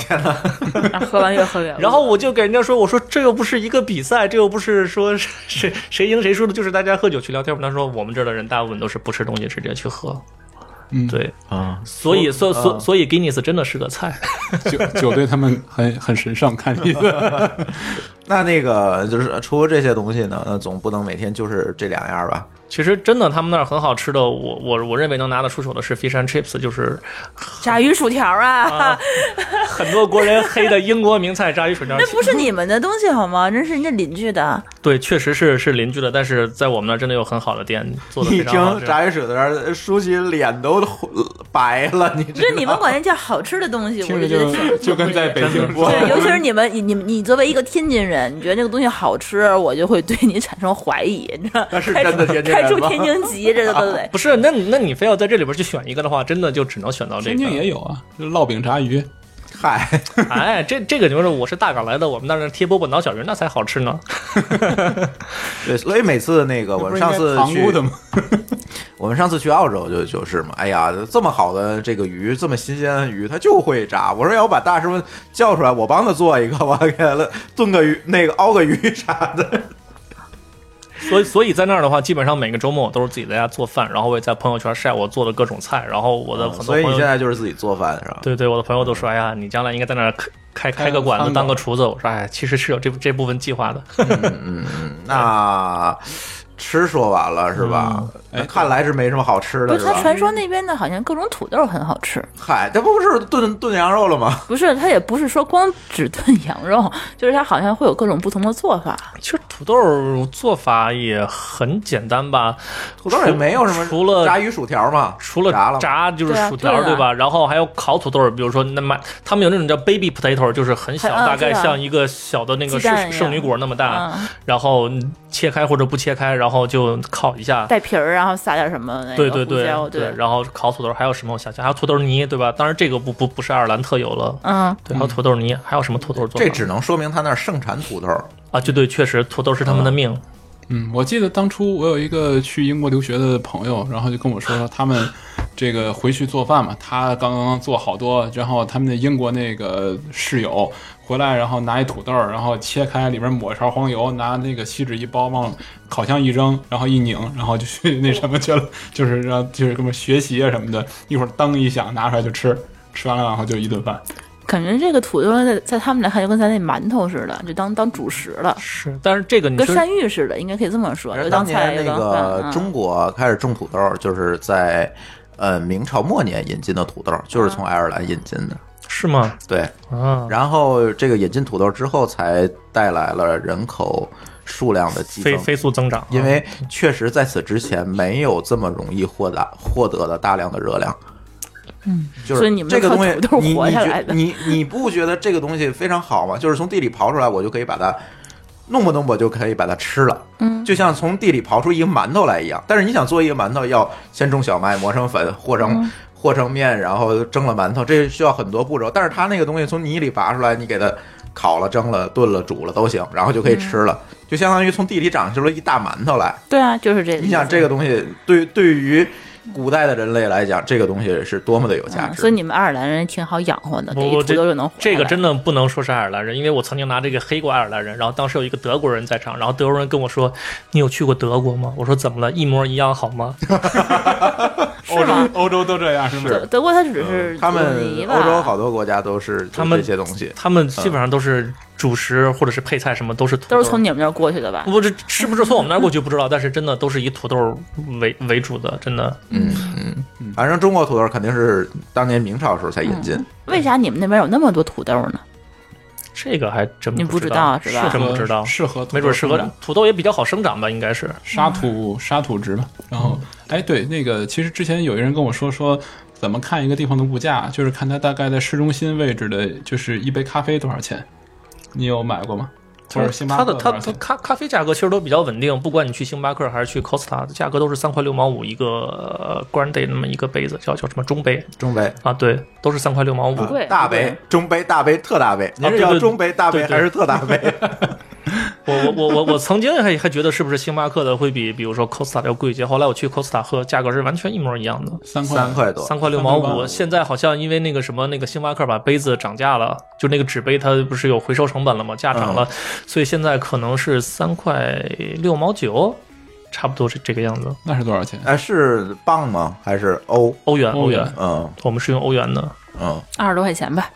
Speaker 5: 啊喝完越喝越饿，
Speaker 6: 然后我就给人家说，我说这又不是一个比赛，这又不是说是谁谁赢谁输的，就是大家喝酒去聊天嘛。他说我们这儿的人大部分都是不吃东西直接去喝，
Speaker 4: 嗯，，
Speaker 6: 对，
Speaker 3: 啊，
Speaker 6: 所以所所
Speaker 3: 啊
Speaker 6: 所以 Guinness 真的是个菜。
Speaker 4: 酒酒对他们很很神圣，看意思。
Speaker 3: 那那个就是除了这些东西呢，那总不能每天就是这两样吧？
Speaker 6: 其实真的他们那儿很好吃的，我我我认为能拿得出手的是 fish and chips，就是
Speaker 5: 炸鱼薯条啊，
Speaker 6: 很多国人黑的英国名菜炸鱼 薯条。
Speaker 5: 那不是你们的东西好吗？那是人家邻居的。
Speaker 6: 对，确实是是邻居的，但是在我们那儿真的有很好的店做的
Speaker 3: 一
Speaker 6: 非常好
Speaker 3: 听
Speaker 6: 吃。
Speaker 3: 炸鱼薯条，舒淇脸都白了，你
Speaker 5: 就是你们管那叫好吃的东西，我
Speaker 4: 听着
Speaker 5: 就觉得挺
Speaker 4: 就就跟在北京
Speaker 3: 我
Speaker 5: 对，尤其是你们，你你们你作为一个天津人，你觉得这个东西好吃，我就会对你产生怀疑，你知道
Speaker 3: 那是真的天津人
Speaker 5: 开出
Speaker 3: 吗
Speaker 5: 天津籍，这都得
Speaker 6: 不是，那你那你非要在这里边去选一个的话，真的就只能选到这个。
Speaker 4: 天津也有啊，就烙饼炸鱼，
Speaker 3: 嗨，
Speaker 6: 哎，这这个就是我是大港来的，我们那儿贴饽饽挠小鱼那才好吃呢。
Speaker 3: 对，所以每次那个我们上次
Speaker 4: 那不是
Speaker 3: 去
Speaker 4: 应该塘沽的吗？
Speaker 3: 我们上次去澳洲就就是嘛，哎呀，这么好的这个鱼，这么新鲜的鱼，它就会炸。我说要不把大师傅叫出来，我帮他做一个，我给他炖个鱼，那个熬个鱼啥的。
Speaker 6: 所以所以在那儿的话，基本上每个周末我都是自己在家做饭，然后我也在朋友圈晒哎我做的各种菜，然后我的很多
Speaker 3: 啊所以你
Speaker 6: 朋
Speaker 3: 现
Speaker 6: 友。
Speaker 3: 在就是自己做饭是吧？
Speaker 6: 对对，我的朋友都说：“哎呀，你将来应该在那儿开开开个馆
Speaker 4: 开
Speaker 6: 子，
Speaker 4: 个
Speaker 6: 当个厨子。”我说：“哎，其实是有这这部分计划的。
Speaker 3: 嗯那吃说完了是吧？
Speaker 6: 嗯
Speaker 4: 哎
Speaker 3: 那看来是没什么好吃的
Speaker 5: 不是，
Speaker 3: 是
Speaker 5: 他
Speaker 3: 吧？
Speaker 5: 传说那边的好像各种土豆很好吃，
Speaker 3: 嗨，这不是炖炖羊肉了吗？
Speaker 5: 不是，他也不是说光只炖 羊肉，就是他好像会有各种不同的做法。
Speaker 6: 其实土豆做法也很简单吧，
Speaker 3: 土豆也没有什么，
Speaker 6: 除了
Speaker 3: 炸鱼薯条嘛，
Speaker 6: 除了
Speaker 3: 炸了嘛
Speaker 6: 炸就是
Speaker 5: 对啊
Speaker 6: 薯条
Speaker 5: 对啊
Speaker 6: 对吧？然后还有烤土豆，比如说那买他们有那种叫 baby potato，就是很小，
Speaker 5: 还啊
Speaker 6: 大
Speaker 5: 对
Speaker 6: 概
Speaker 5: 啊
Speaker 6: 像一个小的那个
Speaker 5: 鸡蛋
Speaker 6: 圣
Speaker 5: 一样
Speaker 6: 圣女果那么大。
Speaker 5: 嗯，
Speaker 6: 然后切开或者不切开，然后就烤一下。
Speaker 5: 带皮儿，然后撒点什么那
Speaker 6: 对
Speaker 5: 个
Speaker 6: 对
Speaker 5: 胡
Speaker 6: 对
Speaker 5: 椒，
Speaker 6: 然后烤土豆还有什么？我想想，还有土豆泥，对吧？当然这个不不不是爱尔兰特有了，
Speaker 5: 嗯，
Speaker 6: 对，还有土豆泥，还有什么土豆做法？
Speaker 3: 这只能说明他那儿盛产土豆。
Speaker 6: 啊，就对，确实土豆是他们的命。
Speaker 4: 嗯，我记得当初我有一个去英国留学的朋友，然后就跟我说他们这个回去做饭嘛，他刚刚做好多，然后他们的英国那个室友回来，然后拿一土豆儿，然后切开里边抹一勺黄油，拿那个锡纸一包，往烤箱一扔，然后一拧，然后就去那什么去了，就是让就是什么学习啊什么的，一会儿当一响拿出来就吃。吃完了，然后就一顿饭。
Speaker 5: 感觉这个土豆在在他们来看就跟咱那馒头似的，就当当主食了，
Speaker 6: 是，但是这个你
Speaker 5: 跟
Speaker 6: 说
Speaker 5: 山芋似的，应该可以这么说，又
Speaker 3: 当
Speaker 5: 当菜
Speaker 3: 年
Speaker 5: 又
Speaker 3: 那
Speaker 5: 当
Speaker 3: 个
Speaker 5: 饭。嗯
Speaker 3: 中国开始种土豆，就是在呃明朝末年引进的土豆，就是
Speaker 5: 嗯
Speaker 3: 从爱尔兰引进的。
Speaker 6: 是吗？
Speaker 3: 对，
Speaker 6: 啊，
Speaker 3: 然后这个引进土豆之后，才带来了人口数量的激
Speaker 6: 飞
Speaker 3: 增。
Speaker 6: 飞嗯速增长，啊
Speaker 3: 因为确实在此之前没有这么容易获得获得的大量的热量，嗯，就
Speaker 5: 所
Speaker 3: 是
Speaker 5: 以你们
Speaker 3: 这个
Speaker 5: 靠
Speaker 3: 东西
Speaker 5: 土豆，
Speaker 3: 你
Speaker 5: 活
Speaker 3: 你
Speaker 5: 下
Speaker 3: 觉
Speaker 5: 来的
Speaker 3: 你你不觉得这个东西非常好吗？就是从地里刨出来，我就可以把它弄吧弄吧就可以把它吃了，嗯，就像从地里刨出一个馒头来一样。但是你想做一个馒头，要先种小麦，磨成粉，和成。
Speaker 5: 嗯
Speaker 3: 和成面，然后蒸了馒头，这需要很多步骤。但是它那个东西从泥里拔出来，你给它烤了、蒸了、炖了、煮了都行，然后就可以吃了，
Speaker 5: 嗯
Speaker 3: 就相当于从地里长出了一大馒头来。
Speaker 5: 对啊，就是这个意思。
Speaker 3: 你想这个东西对对于古代的人类来讲，这个东西是多么的有价
Speaker 5: 嗯
Speaker 3: 值。
Speaker 5: 所以你们爱尔兰人挺好养活的，给一
Speaker 6: 不，
Speaker 5: 土
Speaker 6: 这
Speaker 5: 豆就能活
Speaker 6: 这个
Speaker 5: 了
Speaker 6: 真的不能说是爱尔兰人，因为我曾经拿这个黑过爱尔兰人，然后当时有一个德国人在场，然后德国人跟我说：“你有去过德国吗？”我说：“怎么了？一模一样好吗
Speaker 4: 欧洲欧洲都这样是吗？
Speaker 3: 是
Speaker 5: 德国它只是
Speaker 3: 嗯他们
Speaker 5: 土泥吧
Speaker 3: 欧洲好多国家都是
Speaker 6: 他们
Speaker 3: 这些东西？”，
Speaker 6: 他们基本上都是主食或者是配菜什么都是土豆
Speaker 5: 都是从你们那儿过去的吧？
Speaker 6: 不这是不是从我们那儿过去不知道，但是真的都是以土豆为为主的，真的。
Speaker 3: 嗯嗯，反正中国土豆肯定是当年明朝时候才引进，
Speaker 5: 为啥你们那边有那么多土豆呢？
Speaker 6: 这个还真
Speaker 5: 你不知
Speaker 6: 知道
Speaker 5: 道是吧
Speaker 6: 是真不知道，
Speaker 4: 适合土豆
Speaker 6: 没准适
Speaker 4: 生
Speaker 6: 合
Speaker 4: 长
Speaker 6: 土豆也比较好生长吧，应该是。
Speaker 4: 沙土沙土值嘛。然后，哎，对，那个其实之前有一人跟我说说。怎么看一个地方的物价？就是看它大概在市中心位置的，就是一杯咖啡多少钱？你有买过吗？或者星巴
Speaker 6: 它
Speaker 4: 克
Speaker 6: 的它
Speaker 4: 多少
Speaker 6: 它
Speaker 4: 钱？
Speaker 6: 咖咖啡价格其实都比较稳定，不管你去星巴克还是去 Costa，价格都是三块六毛五一个呃 grande 那么一个杯子，叫叫什么中杯
Speaker 3: 中杯、
Speaker 6: 啊？对，都是三块六毛五。
Speaker 4: 啊
Speaker 5: 不贵
Speaker 3: 啊大杯、中杯、大杯、特大杯，您是
Speaker 6: 对
Speaker 3: 要
Speaker 6: 对
Speaker 3: 中杯、大杯
Speaker 6: 对对
Speaker 3: 还是特大 杯？
Speaker 6: 我我我我我曾经还还觉得是不是星巴克的会比比如说 Costa 的要贵一些，后来我去 Costa 喝，价格是完全一模一样的。
Speaker 4: 三块
Speaker 3: 三块多，
Speaker 6: 三块六毛
Speaker 4: 三块六毛
Speaker 6: 五，
Speaker 4: 五
Speaker 6: 现在好像因为那个什么那个星巴克把杯子涨价了，就那个纸杯它不是有回收成本了吗？价涨了，
Speaker 4: 嗯
Speaker 6: 所以现在可能是三块六毛九，差不多是这个样子。
Speaker 4: 那是多少钱？
Speaker 3: 哎，是磅吗？还是欧？
Speaker 6: 欧元，
Speaker 4: 欧
Speaker 6: 欧
Speaker 4: 元
Speaker 6: 元，
Speaker 3: 嗯
Speaker 6: 我们是用欧元的。
Speaker 3: 嗯
Speaker 5: 二十多块钱吧，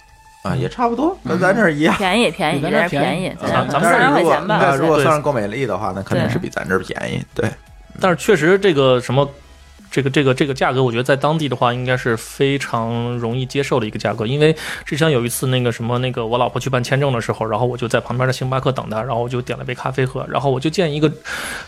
Speaker 5: 嗯
Speaker 3: 啊，也差不多，跟咱这儿一样。
Speaker 5: 便宜便宜，
Speaker 4: 比咱
Speaker 5: 有
Speaker 4: 这儿
Speaker 5: 点便宜
Speaker 4: 便宜，
Speaker 5: 咱
Speaker 6: 咱咱
Speaker 3: 但
Speaker 6: 们
Speaker 5: 三
Speaker 3: 是
Speaker 5: 十
Speaker 3: 如
Speaker 5: 块
Speaker 3: 果
Speaker 5: 钱吧。
Speaker 3: 那
Speaker 5: 对
Speaker 3: 如果算上购买力的话，那肯定
Speaker 5: 对
Speaker 3: 是比咱这儿便宜。对，
Speaker 6: 但是确实这个什么。这个这个这个价格，我觉得在当地的话，应该是非常容易接受的一个价格。因为之前有一次那个什么那个，我老婆去办签证的时候，然后我就在旁边的星巴克等她，然后我就点了杯咖啡喝，然后我就见一个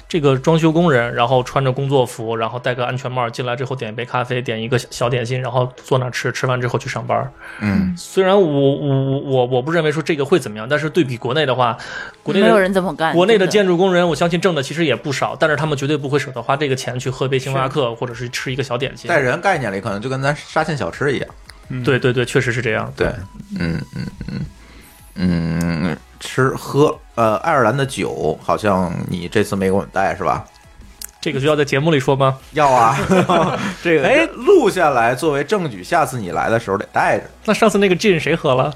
Speaker 6: 这个装修工人，然后穿着工作服，然后戴个安全帽进来之后，点一杯咖啡，点一个小点心，然后坐那儿吃，吃完之后去上班。
Speaker 3: 嗯，
Speaker 6: 虽然我我我我我不认为说这个会怎么样，但是对比国内的话，国内
Speaker 5: 没
Speaker 6: 的
Speaker 5: 有人这么干。
Speaker 6: 国内的
Speaker 5: 真
Speaker 6: 建筑工人，我相信挣的其实也不少，但是他们绝对不会舍得花这个钱去喝杯星巴克，或者是吃一个小点心
Speaker 3: 在。人概念里，可能就跟咱沙县小吃一样。
Speaker 6: 对对对，确实是这样。
Speaker 3: 对，嗯嗯嗯嗯，吃喝，呃，爱尔兰的酒好像你这次没给我们带是吧？
Speaker 6: 这个就要在节目里说吗？
Speaker 3: 要啊， 这个哎，录下来作为证据，下次你来的时候得带着
Speaker 6: 那上次那个 gin 谁喝了？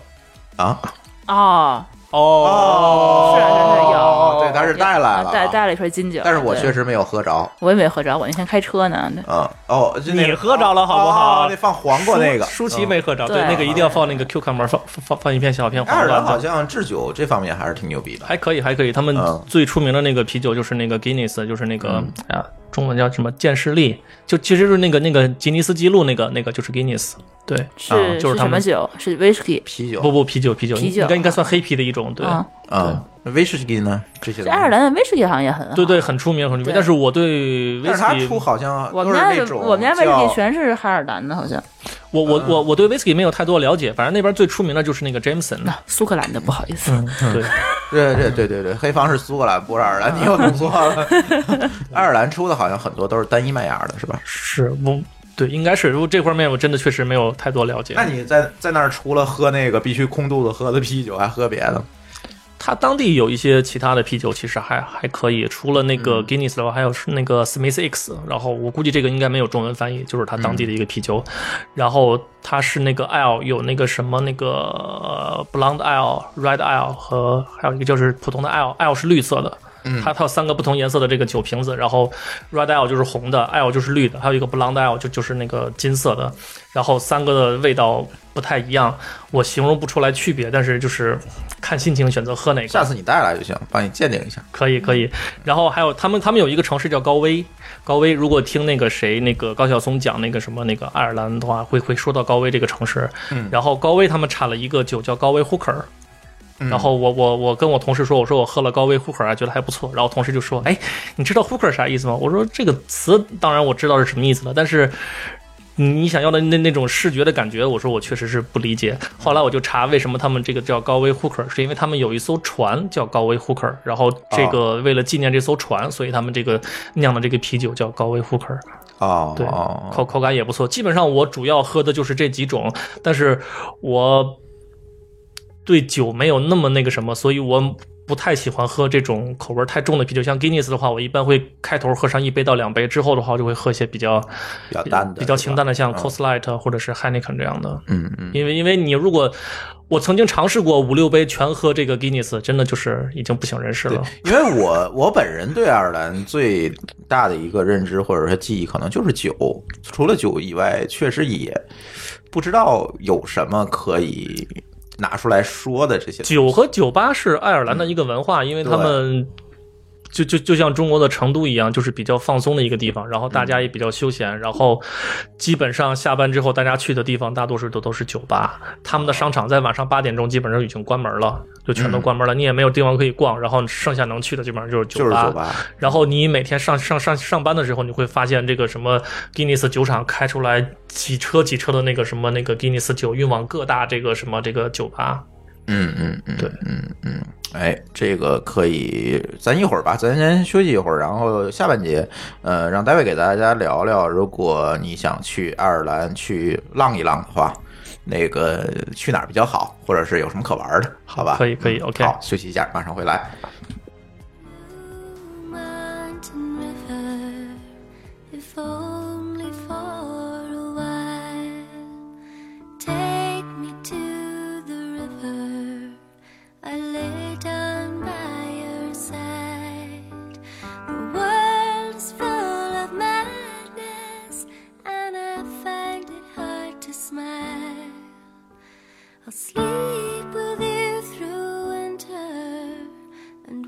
Speaker 3: 啊。
Speaker 5: 哦，
Speaker 3: 哦
Speaker 5: 是啊是是有，
Speaker 3: 对，他是带来了，啊
Speaker 5: 带带了一瓶金酒，
Speaker 3: 但是我
Speaker 5: 对
Speaker 3: 确实没有喝着。
Speaker 5: 我也没喝着，我那天开车呢。对
Speaker 3: 嗯，哦，就那个
Speaker 6: 你喝着了好不好
Speaker 3: 哦那放黄瓜那个，嗯
Speaker 6: 舒舒淇没喝着，
Speaker 5: 对
Speaker 6: 对，那个一定要放那个 cucumber，放放放一片小片
Speaker 3: 爱
Speaker 6: 黄
Speaker 3: 尔兰好
Speaker 6: 瓜。
Speaker 3: 像制酒这方面还是挺牛逼的。
Speaker 6: 还可以，还可以。他们
Speaker 3: 嗯
Speaker 6: 最出名的那个啤酒就是那个 Guinness，就是那个啊，中文叫什么健士力，就其实就是那个那个吉尼斯纪录那个那个就是 Guinness。对，
Speaker 5: 是
Speaker 6: 啊就是
Speaker 5: 是什
Speaker 6: 他们
Speaker 5: 么酒？是 whisky
Speaker 3: 啤酒，
Speaker 6: 不不，啤酒啤酒，
Speaker 5: 啤酒
Speaker 6: 应该应该算黑啤的一种。对，
Speaker 5: 啊。
Speaker 3: 啊，那威士忌呢？这些
Speaker 5: 这
Speaker 3: 东西
Speaker 5: 爱尔，兰的威士忌好像也很好。
Speaker 6: 对对，很出名，很出名。
Speaker 5: 对
Speaker 6: 但是我对威
Speaker 3: 但
Speaker 6: 士
Speaker 3: 是它
Speaker 6: 忌
Speaker 3: 出，好像
Speaker 5: 我
Speaker 3: 都是
Speaker 5: 们家
Speaker 3: 那
Speaker 5: 的
Speaker 3: 种
Speaker 5: 我们家威士忌
Speaker 3: 叫
Speaker 5: 全是爱尔兰的，好像
Speaker 6: 我我
Speaker 3: 嗯
Speaker 6: 我我对威士忌没有太多了解。反正那边最出名的就是那个 Jameson 的。
Speaker 5: 苏格兰的，不好意思。
Speaker 6: 嗯，对，
Speaker 3: 对对对对对，黑方是苏格兰，不是爱尔 兰，你又弄错了。 爱尔兰出的好像很多都是单一麦芽的，是吧？
Speaker 6: 是我对，应该是。如果这方面我真的确实没有太多了解
Speaker 3: 那。你在在那儿除了喝那个必须空肚子喝的啤酒，还喝别的？
Speaker 6: 他当地有一些其他的啤酒，其实还还可以。除了那
Speaker 3: 嗯
Speaker 6: 个 Guinness 的话，还有是那个 Smith X。然后我估计这个应该没有中文翻译，就是他当
Speaker 3: 嗯
Speaker 6: 地的一个啤酒。然后它是那个 L 有那个什么那个呃 Blonde L、Red L 和还有一个就是普通的 L。L 是绿色的，它它有三个不同颜色的这个酒瓶子，然后 red ale 就是红的，ale 就是绿的，还有一个 blonde ale 就就是那个金色的，然后三个的味道不太一样，我形容不出来区别，但是就是看心情选择喝哪个。
Speaker 3: 下次你带来就行，帮你鉴定一下。
Speaker 6: 可以可以，然后还有他们他们有一个城市叫高威，高威如果听那个谁那个高晓松讲那个什么那个爱尔兰的话，会会说到高威这个城市。
Speaker 3: 嗯
Speaker 6: 然后高威他们产了一个酒叫高威 Hooker，然
Speaker 3: 嗯
Speaker 6: 后我我我跟我同事说，我说我喝了高威 Hooker 啊，觉得还不错。然后同事就说，哎，你知道 Hooker 啥意思吗？我说这个词当然我知道是什么意思了，但是。你想要的那那种视觉的感觉，我说我确实是不理解。后来我就查为什么他们这个叫高威 Hooker，是因为他们有一艘船叫高威 Hooker，然后这个为了纪念这艘船，所以他们这个酿的这个啤酒叫高威 Hooker。
Speaker 3: 哦，
Speaker 6: 对，
Speaker 3: 哦
Speaker 6: 口口感也不错。基本上我主要喝的就是这几种，但是我对酒没有那么那个什么，所以我不太喜欢喝这种口味太重的啤酒，像 Guinness 的话，我一般会开头喝上一杯到两杯，之后的话就会喝一些比较
Speaker 3: 比较淡的
Speaker 6: 比较清淡的，像
Speaker 3: 嗯
Speaker 6: Coors Light 或者是 Heineken 这样的。
Speaker 3: 嗯嗯，
Speaker 6: 因为因为你如果我曾经尝试过五六杯全喝这个 Guinness，真的就是已经不省人事
Speaker 3: 对
Speaker 6: 了。，
Speaker 3: 因为我我本人对爱尔兰最大的一个认知或者说记忆，可能就是酒。除了酒以外，确实也不知道有什么可以拿出来说的这些东西。
Speaker 6: 酒和酒吧是爱尔兰的一个文化，因为他们就就就像中国的成都一样，就是比较放松的一个地方，然后大家也比较休闲，然后基本上下班之后大家去的地方大多数都都是酒吧，他们的商场在晚上八点钟基本上已经关门了，就全都关门了，你也没有地方可以逛，然后剩下能去的基本上就是
Speaker 3: 就是酒吧，
Speaker 6: 然后你每天上上上上班的时候，你会发现这个什么吉尼斯酒厂开出来几车几车的那个什么那个吉尼斯酒运往各大这个什么这个酒吧。
Speaker 3: 嗯嗯嗯，
Speaker 6: 对
Speaker 3: 嗯嗯，哎，这个可以，咱一会儿吧，咱先休息一会儿，然后下半节，呃，让大卫给大家聊聊，如果你想去爱尔兰去浪一浪的话，那个去哪儿比较好，或者是有什么可玩的，好吧？
Speaker 6: 可以可以
Speaker 3: 嗯
Speaker 6: OK
Speaker 3: 好，休息一下，马上回来。
Speaker 7: mountain river, if only for a while. Take me to the river, I lay down by your side. The world is full of madness, and I find it hard to smile.
Speaker 6: 嗯
Speaker 7: I'll sleep with you through winter and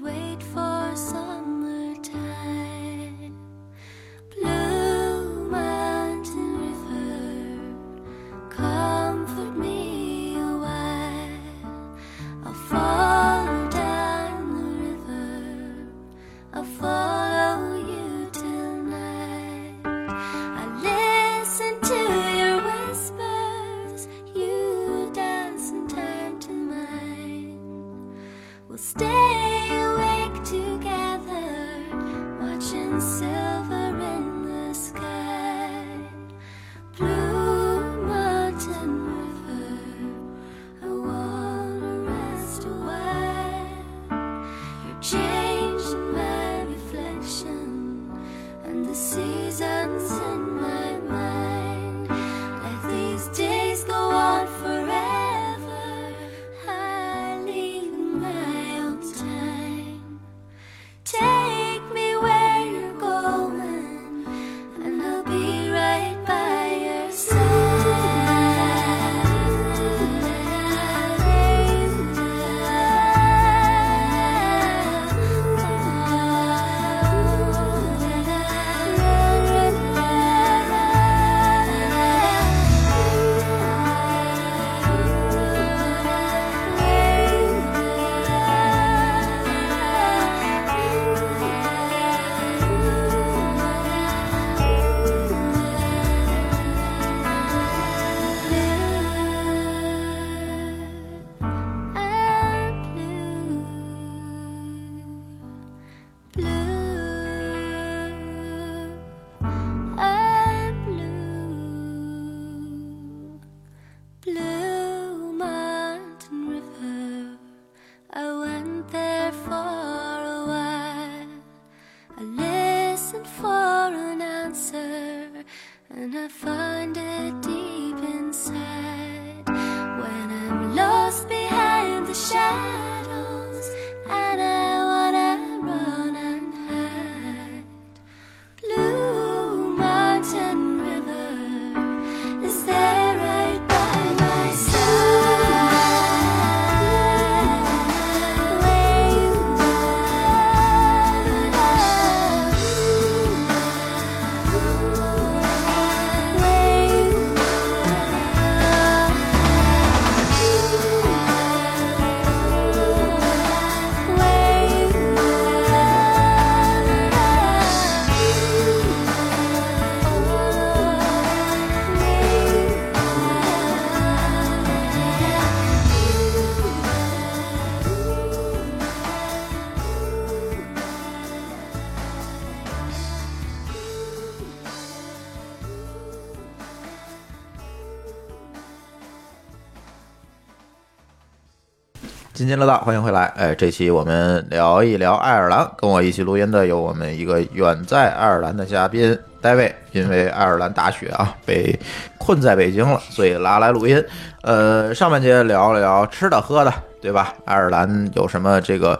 Speaker 3: 津津乐道，欢迎回来。哎，这期我们聊一聊爱尔兰，跟我一起录音的有我们一个远在爱尔兰的嘉宾 David，因为爱尔兰大雪啊被困在北京了，所以拉来录音。呃，上半节聊了聊吃的喝的，对吧？爱尔兰有什么这个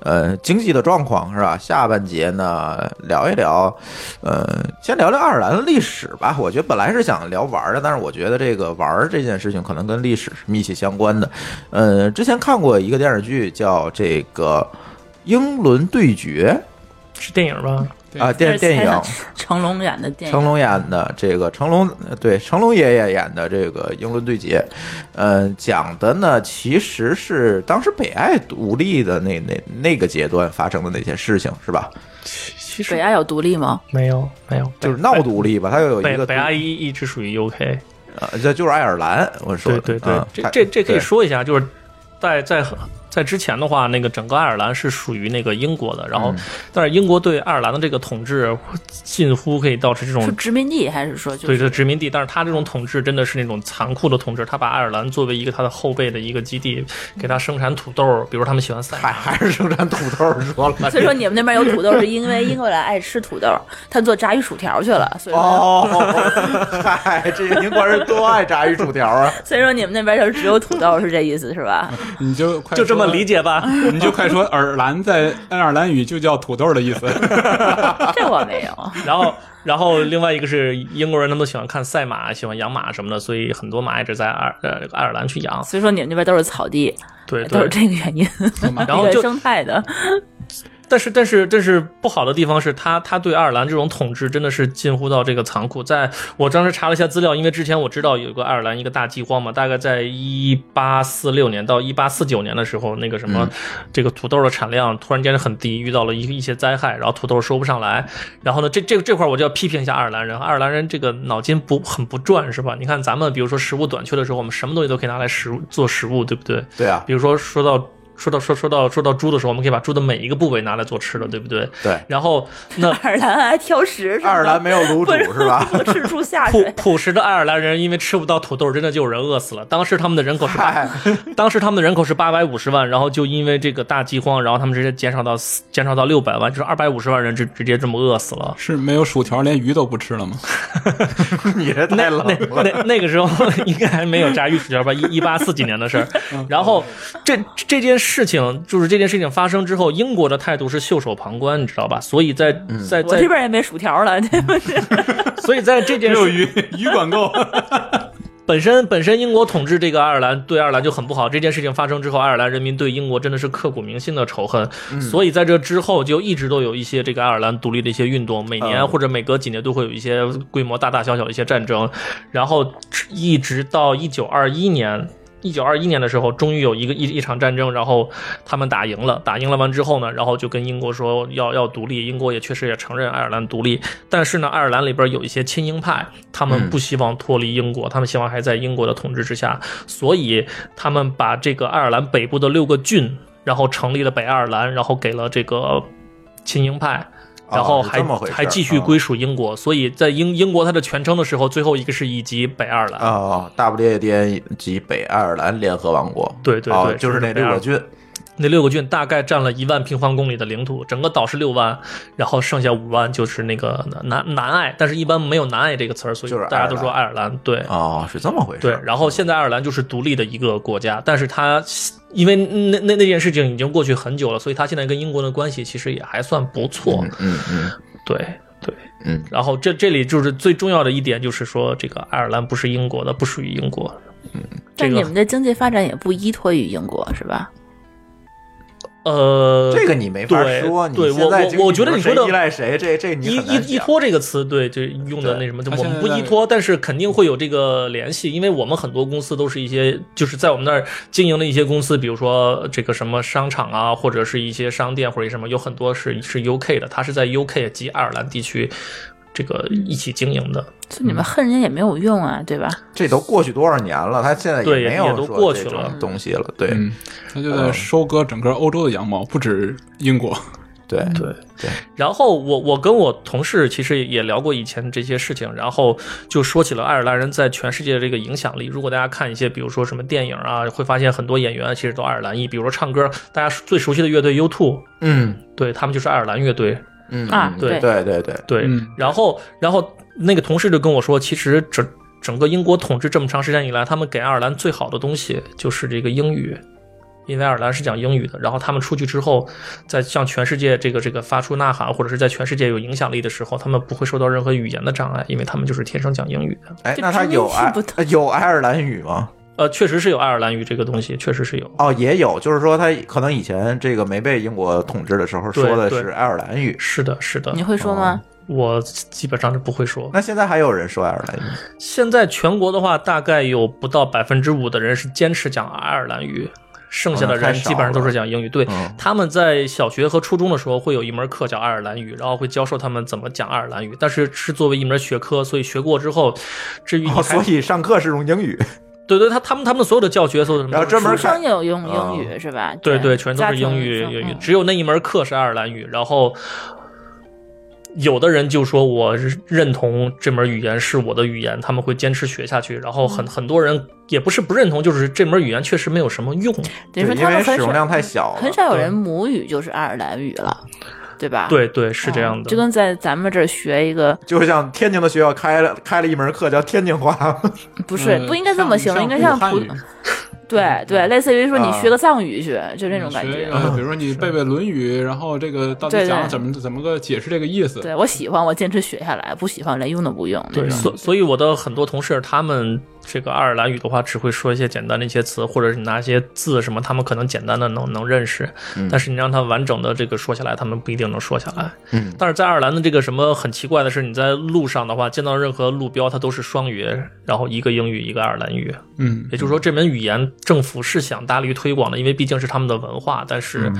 Speaker 3: 呃经济的状况是吧？下半节呢聊一聊，呃，先聊聊爱尔兰的历史吧。我觉得本来是想聊玩儿的，但是我觉得这个玩儿这件事情可能跟历史是密切相关的。呃，之前看过一个电视剧叫这个《英伦对决
Speaker 6: 是电影吧？》
Speaker 3: 啊、电电影，
Speaker 5: 成龙演的电
Speaker 3: 成
Speaker 5: 影，
Speaker 3: 龙演的这个成龙，呃对成龙爷爷演的这个《英伦对决》，嗯，讲的呢其实是当时北爱独立的那那那个阶段发生的那些事情，是吧？
Speaker 6: 其
Speaker 5: 北
Speaker 6: 实
Speaker 5: 爱有独立吗？
Speaker 6: 没有没有，
Speaker 3: 就是闹独立吧，它又有一
Speaker 6: 北
Speaker 3: 个
Speaker 6: 北阿姨一直属于 UK，
Speaker 3: 呃，这就是爱尔兰，我说的
Speaker 6: 对对对
Speaker 3: 嗯，
Speaker 6: 这
Speaker 3: 它
Speaker 6: 这这可以
Speaker 3: 对
Speaker 6: 说一下，就是在在在之前的话，那个整个爱尔兰是属于那个英国的，然后
Speaker 3: 嗯
Speaker 6: 但是英国对爱尔兰的这个统治近乎可以到是这
Speaker 5: 是
Speaker 6: 种。
Speaker 5: 殖民地还是说就
Speaker 6: 对，
Speaker 5: 是
Speaker 6: 这殖民地，但是他这种统治真的是那种残酷的统治，他把爱尔兰作为一个他的后备的一个基地，给他生产土豆，比如他们喜欢赛
Speaker 3: 还还是生产土豆说了，
Speaker 5: 所以说你们那边有土豆，是因为英格兰爱吃土豆，他们做炸鱼薯条去了。所以说，
Speaker 3: 哦， 嗨，这英国人多爱炸鱼薯条啊！
Speaker 5: 所以说你们那边就只有土豆，是这意思是吧？
Speaker 4: 你就快
Speaker 6: 就这么
Speaker 4: 说
Speaker 6: 理，解吧。
Speaker 4: 你就快说，尔兰在 爱尔兰语就叫土豆的意思。
Speaker 5: 这我没有。
Speaker 6: 然后，然后另外一个是英国人，他们都喜欢看赛马，喜欢养马什么的，所以很多马一直在爱尔呃爱尔兰去养。
Speaker 5: 所以说你们那边都是草地，
Speaker 6: 对
Speaker 5: 都
Speaker 6: 对
Speaker 5: 是，这个原因，
Speaker 6: 然后
Speaker 5: 原
Speaker 6: 就
Speaker 5: 生态的。
Speaker 6: 但是但是但是不好的地方是他他对爱尔兰这种统治真的是近乎到这个残酷。在我当时查了一下资料，因为之前我知道有个爱尔兰一个大饥荒嘛，大概在一八四六年到一八四九年的时候，那个什么、这个土豆的产量突然间很低，遇到了一一些灾害，然后土豆收不上来。然后呢，这这这块我就要批评一下爱尔兰人，爱尔兰人这个脑筋不很不转是吧？你看咱们比如说食物短缺的时候，我们什么东西都可以拿来食物做食物，对不对？
Speaker 3: 对啊
Speaker 6: 比，如说说到说到说说到说到猪的时候，我们可以把猪的每一个部位拿来做吃的，对不对？
Speaker 3: 对，
Speaker 6: 然后那
Speaker 5: 爱尔兰还挑食是吧，
Speaker 3: 爱尔兰没有卤
Speaker 5: 不
Speaker 3: 煮是吧？
Speaker 5: 不吃出下
Speaker 6: 朴
Speaker 5: 水。
Speaker 6: 朴实的爱尔兰人因为吃不到土豆，真的就有人饿死了。当时他们的人口是八， 当时他们的人口是八百五十万，然后就因为这个大饥荒，然后他们直接减少到四减少到六百万，就是二百五十万人直直接这么饿死了。
Speaker 4: 是没有薯条，连鱼都不吃了 吗？
Speaker 3: 你这太
Speaker 6: 那
Speaker 3: 冷
Speaker 6: 那
Speaker 3: 了。
Speaker 6: 那那个时候应该还没有炸鱼薯条吧？一一八四几年的事儿。然后这这件事情，就是这件事情发生之后，英国的态度是袖手旁观，你知道吧？所以在在
Speaker 5: 我
Speaker 6: 在
Speaker 5: 这边也没薯条了，对 不对？
Speaker 6: 所以在这件
Speaker 4: 只有
Speaker 6: 事
Speaker 4: 鱼，鱼管够。
Speaker 6: 本身本身英国统治这个爱尔兰对爱尔兰就很不好，这件事情发生之后，爱尔兰人民对英国真的是刻骨铭心的仇恨，所以在这之后就一直都有一些这个爱尔兰独立的一些运动，每年
Speaker 3: 嗯
Speaker 6: 或者每隔几年都会有一些规模大大小小的一些战争，然后一直到一九二一年。一九二一年的时候，终于有一个一一场战争，然后他们打赢了，打赢了完之后呢，然后就跟英国说要要独立，英国也确实也承认爱尔兰独立，但是呢，爱尔兰里边有一些亲英派，他们
Speaker 3: 嗯
Speaker 6: 不希望脱离英国，他们希望还在英国的统治之下，所以他们把这个爱尔兰北部的六个郡，然后成立了北爱尔兰，然后给了这个亲英派。然后
Speaker 3: 哦是
Speaker 6: 还、
Speaker 3: 这么回事儿
Speaker 6: 还继续
Speaker 3: 嗯
Speaker 6: 归属英国，所以在英英国它的全称的时候，最后一个是以及北爱尔兰。
Speaker 3: 哦，WADN 及北爱尔兰联合王国，
Speaker 6: 对对
Speaker 3: 哦
Speaker 6: 对，
Speaker 3: 就是那
Speaker 6: 北爱
Speaker 3: 六
Speaker 6: 尔
Speaker 3: 个郡，
Speaker 6: 那六个郡大概占了一万平方公里的领土，整个岛是六万，然后剩下五万就是那个南南爱，但是一般没有南爱这个词儿，所以
Speaker 3: 就是
Speaker 6: 大家都说
Speaker 3: 爱
Speaker 6: 爱尔兰。对，
Speaker 3: 哦，是这么回事
Speaker 6: 对
Speaker 3: 儿。，
Speaker 6: 然后现在爱尔兰就是独立的一个国家，但是它因为那那那件事情已经过去很久了，所以它现在跟英国的关系其实也还算不错。
Speaker 3: 嗯嗯嗯
Speaker 6: 对对，
Speaker 3: 嗯，
Speaker 6: 然后这这里就是最重要的一点，就是说这个爱尔兰不是英国的，不属于英国。
Speaker 3: 嗯
Speaker 6: 这
Speaker 5: 但
Speaker 6: 个
Speaker 5: 你们的经济发展也不依托于英国，是吧？
Speaker 6: 呃，
Speaker 3: 这个你没法
Speaker 6: 对
Speaker 3: 说。你
Speaker 6: 对
Speaker 3: 现在
Speaker 6: 我我
Speaker 3: 经济
Speaker 6: 我觉得你
Speaker 3: 谁
Speaker 6: 说的
Speaker 3: 依赖谁，这这你
Speaker 6: 依
Speaker 3: 很难
Speaker 6: 依依
Speaker 3: 讲
Speaker 6: 托这个词，对，就用的那什么，就
Speaker 4: 他
Speaker 6: 我们
Speaker 4: 现
Speaker 6: 不
Speaker 4: 在
Speaker 6: 依托，但是肯定会有这个联系，因为我们很多公司都是一些就是在我们那儿经营的一些公司，比如说这个什么商场啊，或者是一些商店或者什么，有很多是是 UK 的，它是在 UK 及爱尔兰地区这个一起经营的，
Speaker 5: 就你们恨人也没有用啊，对吧？
Speaker 3: 这都过去多少年了，他现在
Speaker 6: 对也
Speaker 3: 没有
Speaker 6: 也都
Speaker 3: 说
Speaker 6: 过
Speaker 3: 这
Speaker 6: 去
Speaker 3: 种
Speaker 6: 了嗯
Speaker 3: 东西了。对，
Speaker 4: 嗯，他就在收割整个欧洲的羊毛，不止英国。
Speaker 3: 对
Speaker 6: 对
Speaker 3: 对。
Speaker 6: 然后我我跟我同事其实也聊过以前这些事情，然后就说起了爱尔兰人在全世界的这个影响力。如果大家看一些，比如说什么电影啊，会发现很多演员其实都爱尔兰裔，比如说唱歌，大家最熟悉的乐队 U2，
Speaker 3: 嗯
Speaker 6: 对他们就是爱尔兰乐队。
Speaker 3: 嗯
Speaker 5: 啊
Speaker 3: 嗯
Speaker 6: 对
Speaker 3: 对对对，
Speaker 6: 对，
Speaker 4: 嗯
Speaker 6: 然后然后那个同事就跟我说，其实整整个英国统治这么长时间以来，他们给爱尔兰最好的东西就是这个英语。因为爱尔兰是讲英语的，然后他们出去之后，在向全世界这个这个发出呐喊，或者是在全世界有影响力的时候，他们不会受到任何语言的障碍，因为他们就是天生讲英语的。
Speaker 3: 哎，
Speaker 5: 这
Speaker 3: 那他
Speaker 5: 殖民
Speaker 3: 有
Speaker 5: 地
Speaker 3: 爱
Speaker 5: 不同
Speaker 3: 有爱尔兰语吗？
Speaker 6: 呃，确实是有爱尔兰语这个东西，确实是有。
Speaker 3: 哦，也有，就是说他可能以前这个没被英国统治的时候说的
Speaker 6: 对
Speaker 3: 是爱尔兰语，
Speaker 6: 是的，是的
Speaker 5: 你，会说吗？
Speaker 6: 我基本上是不会说。
Speaker 3: 那现在还有人说爱尔兰语？
Speaker 6: 现在全国的话，大概有不到百分之五的人是坚持讲爱尔兰语，剩下的人基本上都是讲英语。对
Speaker 3: 嗯，
Speaker 6: 他们在小学和初中的时候会有一门课叫爱尔兰语，然后会教授他们怎么讲爱尔兰语，但是是作为一门学科，所以学过之后，至于你
Speaker 3: 哦，
Speaker 6: 还
Speaker 3: 所以上课是用英语，
Speaker 6: 对对，他他们他们所有的教学，所有什么
Speaker 3: 然后专门
Speaker 5: 出
Speaker 3: 看
Speaker 5: 生有用
Speaker 3: 哦
Speaker 5: 英语是吧？
Speaker 6: 对对，全都
Speaker 5: 家
Speaker 6: 是
Speaker 5: 庭
Speaker 6: 英语
Speaker 5: 生
Speaker 6: 英语
Speaker 5: 嗯，
Speaker 6: 只有那一门课是爱尔兰语。然后有的人就说我是认同这门语言是我的语言，他们会坚持学下去。然后很很多人也不是不认同，就是这门语言确实没有什么用。
Speaker 5: 等于
Speaker 3: 对
Speaker 5: 说
Speaker 3: 因
Speaker 5: 他
Speaker 3: 为
Speaker 5: 们很
Speaker 3: 使用量
Speaker 5: 少嗯
Speaker 3: 太小了，
Speaker 5: 很少有
Speaker 6: 对
Speaker 5: 人母语就是爱尔兰语了，对吧？
Speaker 6: 对对，是这样
Speaker 5: 嗯
Speaker 6: 的。
Speaker 5: 就跟在咱们这儿学一个，
Speaker 3: 就像天津的学校开了开了一门课叫天津话，
Speaker 5: 不是
Speaker 4: 呃
Speaker 5: 不应该这么形容，应该嗯像
Speaker 4: 武汉
Speaker 5: 普
Speaker 4: 语
Speaker 5: 对对，类似于说你
Speaker 3: 啊
Speaker 5: 学个藏语去，就这种
Speaker 4: 嗯
Speaker 5: 感
Speaker 4: 学一
Speaker 5: 觉。
Speaker 4: 个比如说你背背《论语》，然后这个到
Speaker 5: 对
Speaker 4: 底
Speaker 5: 对
Speaker 4: 讲怎么怎么个解释这个意思？嗯
Speaker 5: 对我喜欢，我坚持学下来；不喜欢，连用都不用。
Speaker 6: 对，
Speaker 5: 那种
Speaker 6: 所所以我的很多同事，他们这个爱尔兰语的话，只会说一些简单的一些词，或者是你拿一些字什么，他们可能简单的能能认识，但是你让他完整的这个说下来，他们不一定能说下来。
Speaker 3: 嗯
Speaker 6: 但是在爱尔兰的这个什么很奇怪的是，你在路上的话，见到任何路标，它都是双语，然后一个英语，一个爱尔兰语。
Speaker 4: 嗯，
Speaker 6: 也就是说，这门语言政府是想大力推广的，因为毕竟是他们的文化，但是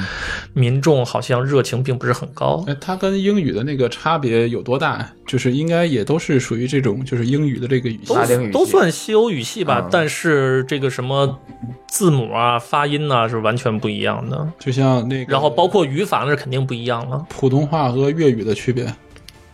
Speaker 6: 民众好像热情并不是很高。
Speaker 4: 哎，它跟英语的那个差别有多大？就是应该也都是属于这种，就是英语的这个语系
Speaker 6: 都
Speaker 3: 拉丁语系
Speaker 6: 都算西欧语系吧，
Speaker 3: 嗯
Speaker 6: 但是这个什么字母啊、发音呐、是完全不一样的。
Speaker 4: 就像那个，
Speaker 6: 然后包括语法那是肯定不一样了。
Speaker 4: 普通话和粤语的区别。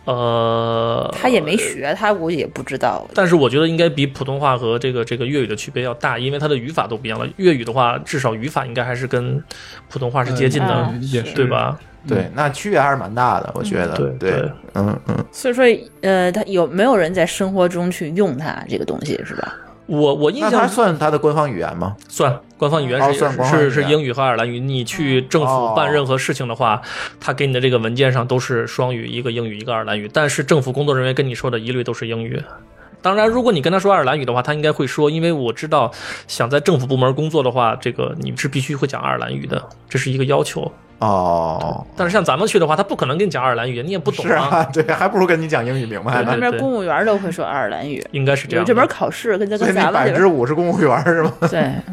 Speaker 6: 呃，
Speaker 5: 他也没学，他估计也不知道。
Speaker 6: 但是我觉得应该比普通话和这个这个粤语的区别要大，因为它的语法都不一样了。粤语的话，至少语法应该还是跟普通话是接近的，
Speaker 5: 嗯
Speaker 4: 呃也是
Speaker 6: 对？吧？
Speaker 3: 对，那区别还是蛮大的，我觉得，
Speaker 6: 嗯对
Speaker 3: 对
Speaker 6: 对
Speaker 3: 嗯嗯，
Speaker 5: 所以说，呃，他有没有人在生活中去用它这个东西是吧？
Speaker 6: 我我印
Speaker 3: 那它
Speaker 6: 象
Speaker 3: 算它的官方语言吗？
Speaker 6: 算官方语言
Speaker 3: 哦
Speaker 6: 是、
Speaker 3: 算官方语
Speaker 6: 是
Speaker 3: 言哦
Speaker 6: 是英语和爱尔兰语。你去政府办任何事情的话，他给你的这个文件上都是双语，一个英语，一个爱尔兰语。但是政府工作人员跟你说的一律都是英语。当然，如果你跟他说爱尔兰语的话，他应该会说，因为我知道，想在政府部门工作的话，这个你是必须会讲爱尔兰语的，这是一个要求。
Speaker 3: 哦，
Speaker 6: 但是像咱们去的话，他不可能跟你讲爱尔兰语，你也不懂
Speaker 3: 是啊， 对，还不如跟你讲英语明白
Speaker 6: 对
Speaker 3: 呢
Speaker 6: 对。
Speaker 5: 那边公务员都会说爱尔兰语，
Speaker 6: 应该是这
Speaker 5: 有
Speaker 6: 样的。
Speaker 5: 这门考试跟咱
Speaker 3: 所以
Speaker 5: 跟
Speaker 3: 那
Speaker 5: 咱
Speaker 3: 百
Speaker 5: 们
Speaker 3: 分之五是公务员是吗？
Speaker 5: 这边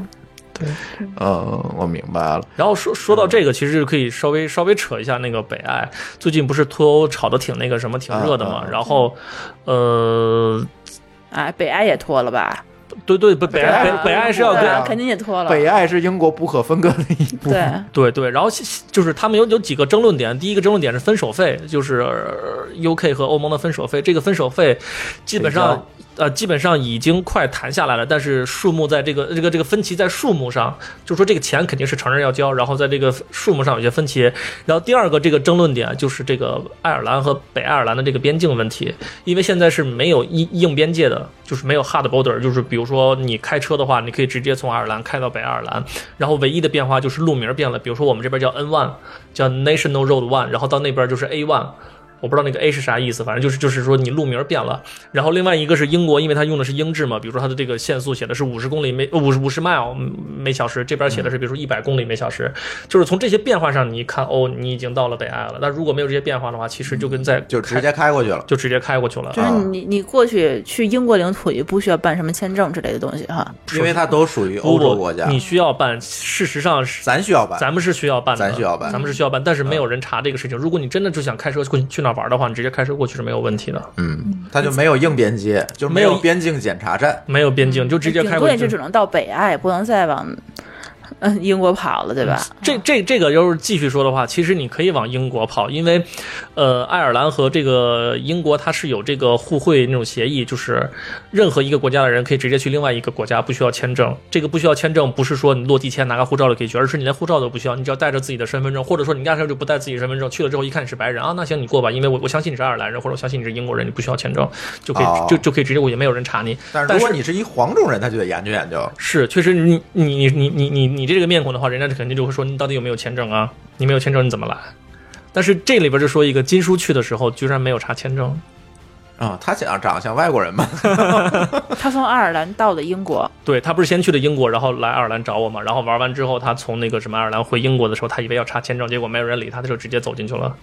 Speaker 3: 嗯，我明白了。
Speaker 6: 然后说说到这个，其实就可以稍微稍微扯一下那个北爱，最近不是脱欧吵得挺那个什么，挺热的嘛
Speaker 3: 嗯。嗯
Speaker 6: 然后，呃，
Speaker 5: 对，啊，北爱也脱了吧？
Speaker 6: 对对，北北
Speaker 3: 爱
Speaker 6: 爱北北爱是要
Speaker 5: 对啊
Speaker 6: 跟
Speaker 3: 跟
Speaker 5: 肯定也脱了。
Speaker 3: 北爱是英国不可分割的一部分。
Speaker 5: 对，
Speaker 6: 对对，然后西西就是他们有有几个争论点，第一个争论点是分手费，就是呃 UK 和欧盟的分手费，这个分手费基本上呃基本上已经快谈下来了，但是数目在这个这个这个分歧在数目上，就说这个钱肯定是承认要交，然后在这个数目上有些分歧。然后第二个这个争论点就是这个爱尔兰和北爱尔兰的这个边境问题，因为现在是没有硬硬边界的，就是没有 hard border，就是比如说你开车的话，你可以直接从爱尔兰开到北爱尔兰，然后唯一的变化就是路名变了，比如说我们这边叫 N one，叫 National Road One，然后到那边就是 A one。我不知道那个 A 是啥意思，反正就是就是说你路名变了。然后另外一个是英国，因为它用的是英制嘛，比如说它的这个限速写的是五十公里每五十五十 mile 每小时，这边
Speaker 3: 嗯
Speaker 6: 写的是比如说一百公里每小时，就是从这些变化上你一看哦，你已经到了北爱了。那如果没有这些变化的话，其实就跟在
Speaker 3: 就直接开过去了。
Speaker 6: 就直接开过去了。
Speaker 5: 就是你你过去去英国领土也不需要办什么签证之类的东西哈。
Speaker 3: 因为它都属于
Speaker 6: 不
Speaker 3: 欧洲
Speaker 6: 不，
Speaker 3: 国家，
Speaker 6: 哦你需要办。事实上是，
Speaker 3: 咱需要办。
Speaker 6: 咱们是需要办的，
Speaker 3: 咱需要办嗯
Speaker 6: 咱们是需要办，但是没有人查这个事情。如果你真的就想开车过去去哪儿玩的话，你直接开车过去是没有问题的，
Speaker 3: 嗯，它就没有硬边界，就没
Speaker 6: 没
Speaker 3: 有
Speaker 6: 有
Speaker 3: 边境检查站。
Speaker 6: 没有边境，就直接
Speaker 5: 顶
Speaker 6: 开
Speaker 5: 多
Speaker 6: 过
Speaker 5: 也就
Speaker 6: 去
Speaker 5: 只。能到北爱，不能再往 嗯，英国跑了，对吧？
Speaker 6: 这这这个要是继续说的话，其实你可以往英国跑，因为，呃，爱尔兰和这个英国它是有这个互惠那种协议，就是任何一个国家的人可以直接去另外一个国家，不需要签证。这个不需要签证，不是说你落地签拿个护照就可以去，而是你连护照都不需要，你只要带着自己的身份证，或者说你压根儿就不带自己身份证，去了之后一看你是白人啊，那行你过吧，因为我我相信你是爱尔兰人，或者我相信你是英国人，你不需要签证就可以、
Speaker 3: 哦
Speaker 6: 就就可以直接过去，没有人查你。
Speaker 3: 但是
Speaker 6: 但
Speaker 3: 如
Speaker 6: 是啊
Speaker 3: 果你是一黄种人，他就得研究研究。
Speaker 6: 是，确实你，你你你你你你这个面孔的话，人家肯定就会说你到底有没有签证啊？你没有签证你怎么来？但是这里边就说一个金叔去的时候居然没有查签证，
Speaker 3: 啊、他想长得像外国人嘛？
Speaker 5: 他从爱尔兰到了英国，
Speaker 6: 对他不是先去的英国，然后来爱尔兰找我嘛，然后玩完之后他从那个什么爱尔兰回英国的时候，他以为要查签证，结果没有人理他，他就直接走进去了。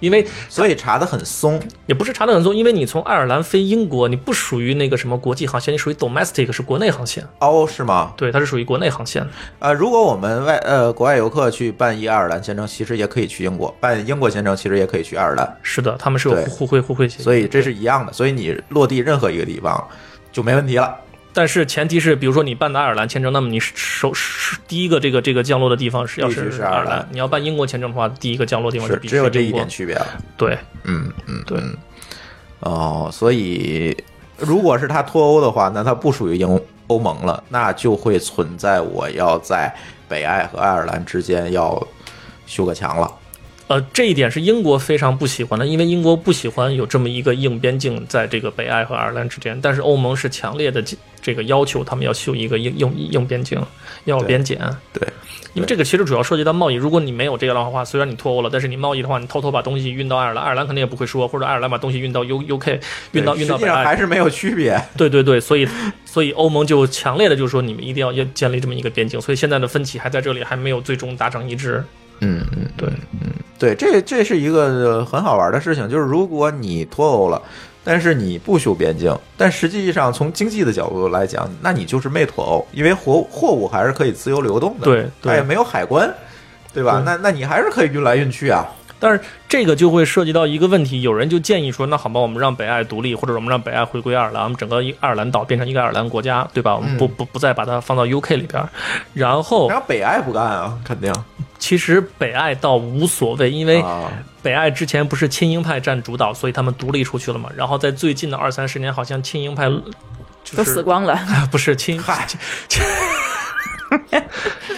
Speaker 6: 因为
Speaker 3: 所以查的很松。
Speaker 6: 也不是查得很松，因为你从爱尔兰飞英国，你不属于那个什么国际航线，你属于 domestic 是国内航线，
Speaker 3: 哦，是吗？
Speaker 6: 对，它是属于国内航线。
Speaker 3: 呃，如果我们外呃国外游客去办一爱尔兰签证，其实也可以去英国；办英国签证，其实也可以去爱尔兰，
Speaker 6: 是的，他们是有
Speaker 3: 对
Speaker 6: 互惠互惠协议的，
Speaker 3: 所以这是一样的。所以你落地任何一个地方就没问题了。
Speaker 6: 但是前提是，比如说你办的爱尔兰签证，那么你首首第一个这个这个降落的地方是要
Speaker 3: 必须是
Speaker 6: 爱
Speaker 3: 爱尔
Speaker 6: 尔
Speaker 3: 兰
Speaker 6: 你要办英国签证的话，第一个降落地方就是必须
Speaker 3: 只有这
Speaker 6: 英
Speaker 3: 一
Speaker 6: 国
Speaker 3: 点。区别了。
Speaker 6: 对，
Speaker 3: 嗯嗯，
Speaker 6: 对
Speaker 3: 嗯哦，所以如果是他脱欧的话，那他不属于英欧盟了，那就会存在我要在北爱和爱尔兰之间要修个墙了。
Speaker 6: 呃，这一点是英国非常不喜欢的，因为英国不喜欢有这么一个硬边境在这个北爱和爱尔兰之间。但是欧盟是强烈的这个要求，他们要修一个硬硬硬边境，要有边检。
Speaker 3: 对，
Speaker 6: 因为这个其实主要涉及到贸易。如果你没有这个的话，虽然你脱欧了，但是你贸易的话，你偷偷把东西运到爱尔兰，爱尔兰肯定也不会说，或者爱尔兰把东西运到 U U K，运到
Speaker 3: 对
Speaker 6: 运到
Speaker 3: 实际
Speaker 6: 北
Speaker 3: 上
Speaker 6: 爱
Speaker 3: 还。是没有区别。
Speaker 6: 对对对，所以所以欧盟就强烈的就说你们一定要要建立这么一个边境，所以现在的分歧还在这里，还没有最终达成一致。
Speaker 3: 嗯嗯，
Speaker 6: 对，
Speaker 3: 对，这这是一个呃很好玩的事情，就是如果你脱欧了。但是你不修边境，但实际上从经济的角度来讲，那你就是没脱欧，因为货货物还是可以自由流动的，
Speaker 6: 对对
Speaker 3: 它也没有海关，对吧？
Speaker 6: 对
Speaker 3: 那那你还是可以运来运去啊，
Speaker 6: 但是这个就会涉及到一个问题，有人就建议说，那好吧，我们让北爱独立，或者我们让北爱回归爱尔兰，我们整个一爱尔兰岛变成一个爱尔兰国家，对吧？我们不不不再把它放到 UK 里边儿。然后
Speaker 3: 然后北爱不干啊，肯定
Speaker 6: 其实北爱倒无所谓，因为
Speaker 3: 啊，
Speaker 6: 北爱之前不是亲英派占主导，所以他们独立出去了嘛。然后在最近的二三十年，好像亲英派就是
Speaker 5: 都死光了，
Speaker 6: 不是亲
Speaker 3: 嗨，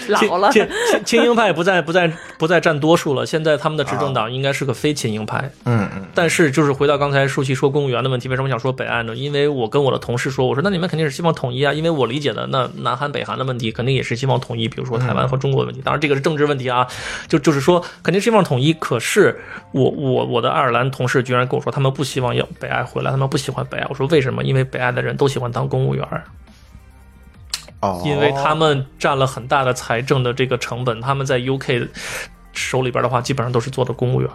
Speaker 5: 老了。
Speaker 6: 亲亲亲英派不再不再不再占多数了，现在他们的执政党应该是个非亲英派。
Speaker 3: 啊嗯嗯，
Speaker 6: 但是就是回到刚才舒淇说公务员的问题，为什么想说北岸呢？因为我跟我的同事说，我说那你们肯定是希望统一啊，因为我理解的那南韩北韩的问题肯定也是希望统一，比如说台
Speaker 3: 嗯
Speaker 6: 湾和中国的问题，当然这个是政治问题啊，就就是说肯定是希望统一。可是我我我的爱尔兰同事居然跟我说，他们不希望要北爱回来，他们不喜欢北爱。我说为什么？因为北爱的人都喜欢当公务员儿。
Speaker 3: 哦，
Speaker 6: 因为他们占了很大的财政的这个成本，他们在 UK 手里边的话，基本上都是做的公务员。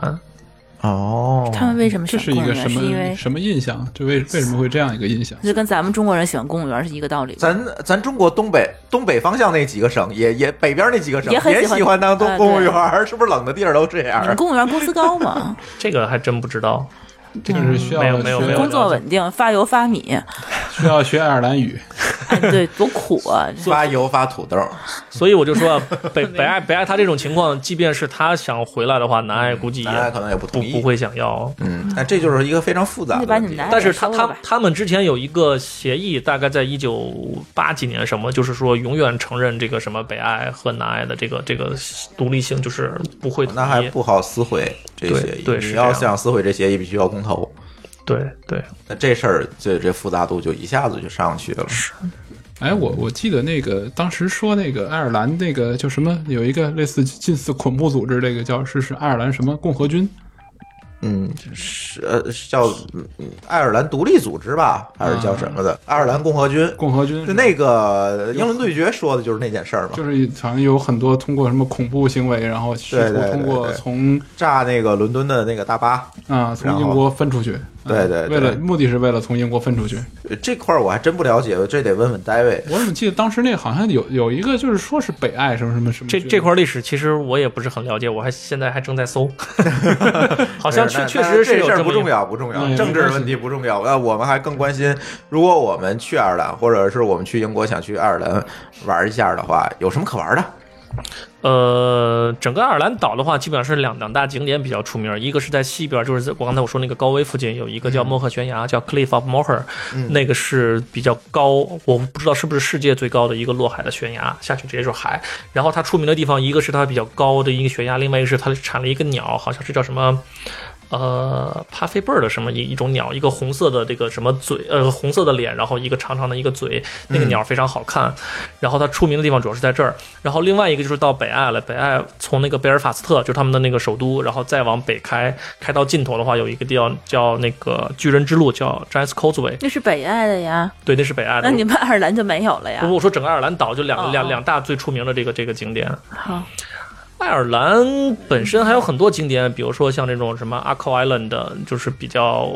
Speaker 3: 哦，
Speaker 5: 他们为什么
Speaker 4: 这
Speaker 5: 选
Speaker 4: 是
Speaker 5: 公
Speaker 4: 一
Speaker 5: 务
Speaker 4: 个
Speaker 5: 员？
Speaker 4: 什
Speaker 5: 是因
Speaker 4: 么
Speaker 5: 为
Speaker 4: 什么印象？就为为什么会这样一个印象？
Speaker 5: 就跟咱们中国人喜欢公务员是一个道理吧。
Speaker 3: 咱咱中国东北东北方向那几个省，也也北边那几个省
Speaker 5: 也很喜欢
Speaker 3: 喜欢当
Speaker 5: 啊
Speaker 3: 公
Speaker 5: 对
Speaker 3: 公务员儿，是不是冷的地儿都这
Speaker 5: 你们
Speaker 3: 样？
Speaker 5: 嗯公务员工资高嘛，
Speaker 6: 这个还真不知道，
Speaker 4: 这
Speaker 5: 嗯
Speaker 4: 就是需要
Speaker 6: 没有没有
Speaker 4: 学
Speaker 6: 没有
Speaker 5: 工作稳定，发油发米，
Speaker 4: 需要学爱尔兰语。
Speaker 5: 哎，对，多苦啊！
Speaker 3: 发油发土豆，
Speaker 6: 所以我就 说啊，北北爱北爱他这种情况，即便是他想回来的话，南爱估计
Speaker 3: 大家
Speaker 6: 也
Speaker 3: 可能也不
Speaker 6: 不
Speaker 3: 同意。
Speaker 6: 不会想要。
Speaker 3: 嗯，但这就是一个非常复杂
Speaker 5: 那
Speaker 3: 的
Speaker 5: 就把
Speaker 3: 问
Speaker 5: 你
Speaker 3: 题
Speaker 5: 们。拿
Speaker 6: 但是他
Speaker 5: 收了
Speaker 6: 他
Speaker 5: 吧
Speaker 6: 他们之前有一个协议，大概在一九八几年什么，就是说永远承认这个什么北爱和南爱的这个这个独立性，就是不会统一
Speaker 3: 哦那还不好撕毁这
Speaker 6: 对
Speaker 3: 协议，
Speaker 6: 对
Speaker 3: 你
Speaker 6: 是这
Speaker 3: 要
Speaker 6: 样
Speaker 3: 想撕毁这协议，必须要公投。
Speaker 6: 对对，
Speaker 3: 那这事儿，这这复杂度就一下子就上去了。
Speaker 4: 哎，我我记得那个当时说那个爱尔兰那个叫什么，有一个类似近似恐怖组织，这个叫是是爱尔兰什么共和军，
Speaker 3: 嗯，是呃是叫嗯爱尔兰独立组织吧，还是叫什
Speaker 6: 嗯
Speaker 3: 么的？爱尔兰共和军。
Speaker 4: 共和军
Speaker 3: 就那个英伦对决说的就是那件事儿嘛，
Speaker 4: 就是好像有很多通过什么恐怖行为，然后试
Speaker 3: 对
Speaker 4: 图
Speaker 3: 对对
Speaker 4: 通
Speaker 3: 对
Speaker 4: 过
Speaker 3: 对
Speaker 4: 从
Speaker 3: 炸那个伦敦的那个大巴。
Speaker 4: 啊、从
Speaker 3: 然后
Speaker 4: 英国分出去，啊
Speaker 3: 对对对
Speaker 4: 为了目的是为了从英国分出去。
Speaker 3: 呃这块儿我还真不了解，这得问问 David。
Speaker 4: 我怎么记得当时那好像有有一个就是说是北爱什么什么什么
Speaker 6: 这
Speaker 4: 军
Speaker 6: 这块历史其实我也不是很了解，我还现在还正 在搜，好像确
Speaker 3: 那
Speaker 6: 确
Speaker 3: 那
Speaker 6: 实是
Speaker 3: 这
Speaker 6: 有
Speaker 3: 事儿
Speaker 6: 这
Speaker 3: 不
Speaker 6: 么一
Speaker 3: 重
Speaker 6: 个。
Speaker 3: 要，不重要，
Speaker 4: 嗯
Speaker 3: 政治问题不重要。那我们还更关心，如果我们去爱尔兰，或者是我们去英国想去爱尔兰玩一下的话，有什么可玩的？
Speaker 6: 呃，整个爱尔兰岛的话，基本上是两两大景点比较出名，一个是在西边，就是在我刚才我说那个高威附近有一个叫莫赫悬崖，叫 Cliff of Moher，、那个是比较高，我不知道是不是世界最高的一个落海的悬崖，下去直接就是海。然后它出名的地方，一个是它比较高的一个悬崖，另外一个是它产了一个鸟，好像是叫什么。呃，帕菲贝尔的什么一一种鸟，一个红色的这个什么嘴，呃，红色的脸，然后一个长长的一个嘴，那个鸟非常好看。然后它出名的地方主要是在这儿。然后另外一个就是到北爱了，北爱从那个贝尔法斯特，就是他们的那个首都，然后再往北开，开到尽头的话，有一个地方叫那个巨人之路，叫 Giant's Causeway，
Speaker 5: 那是北爱的呀，
Speaker 6: 对，那是北爱的。
Speaker 5: 那你们爱尔兰就没有了呀
Speaker 6: 不？过我说整个爱尔兰岛就两个
Speaker 5: 哦
Speaker 6: 两
Speaker 5: 哦
Speaker 6: 两大最出名的这个这个景点。
Speaker 5: 好，
Speaker 6: 爱尔兰本身还有很多景点，比如说像这种什么阿克 Island，就是比较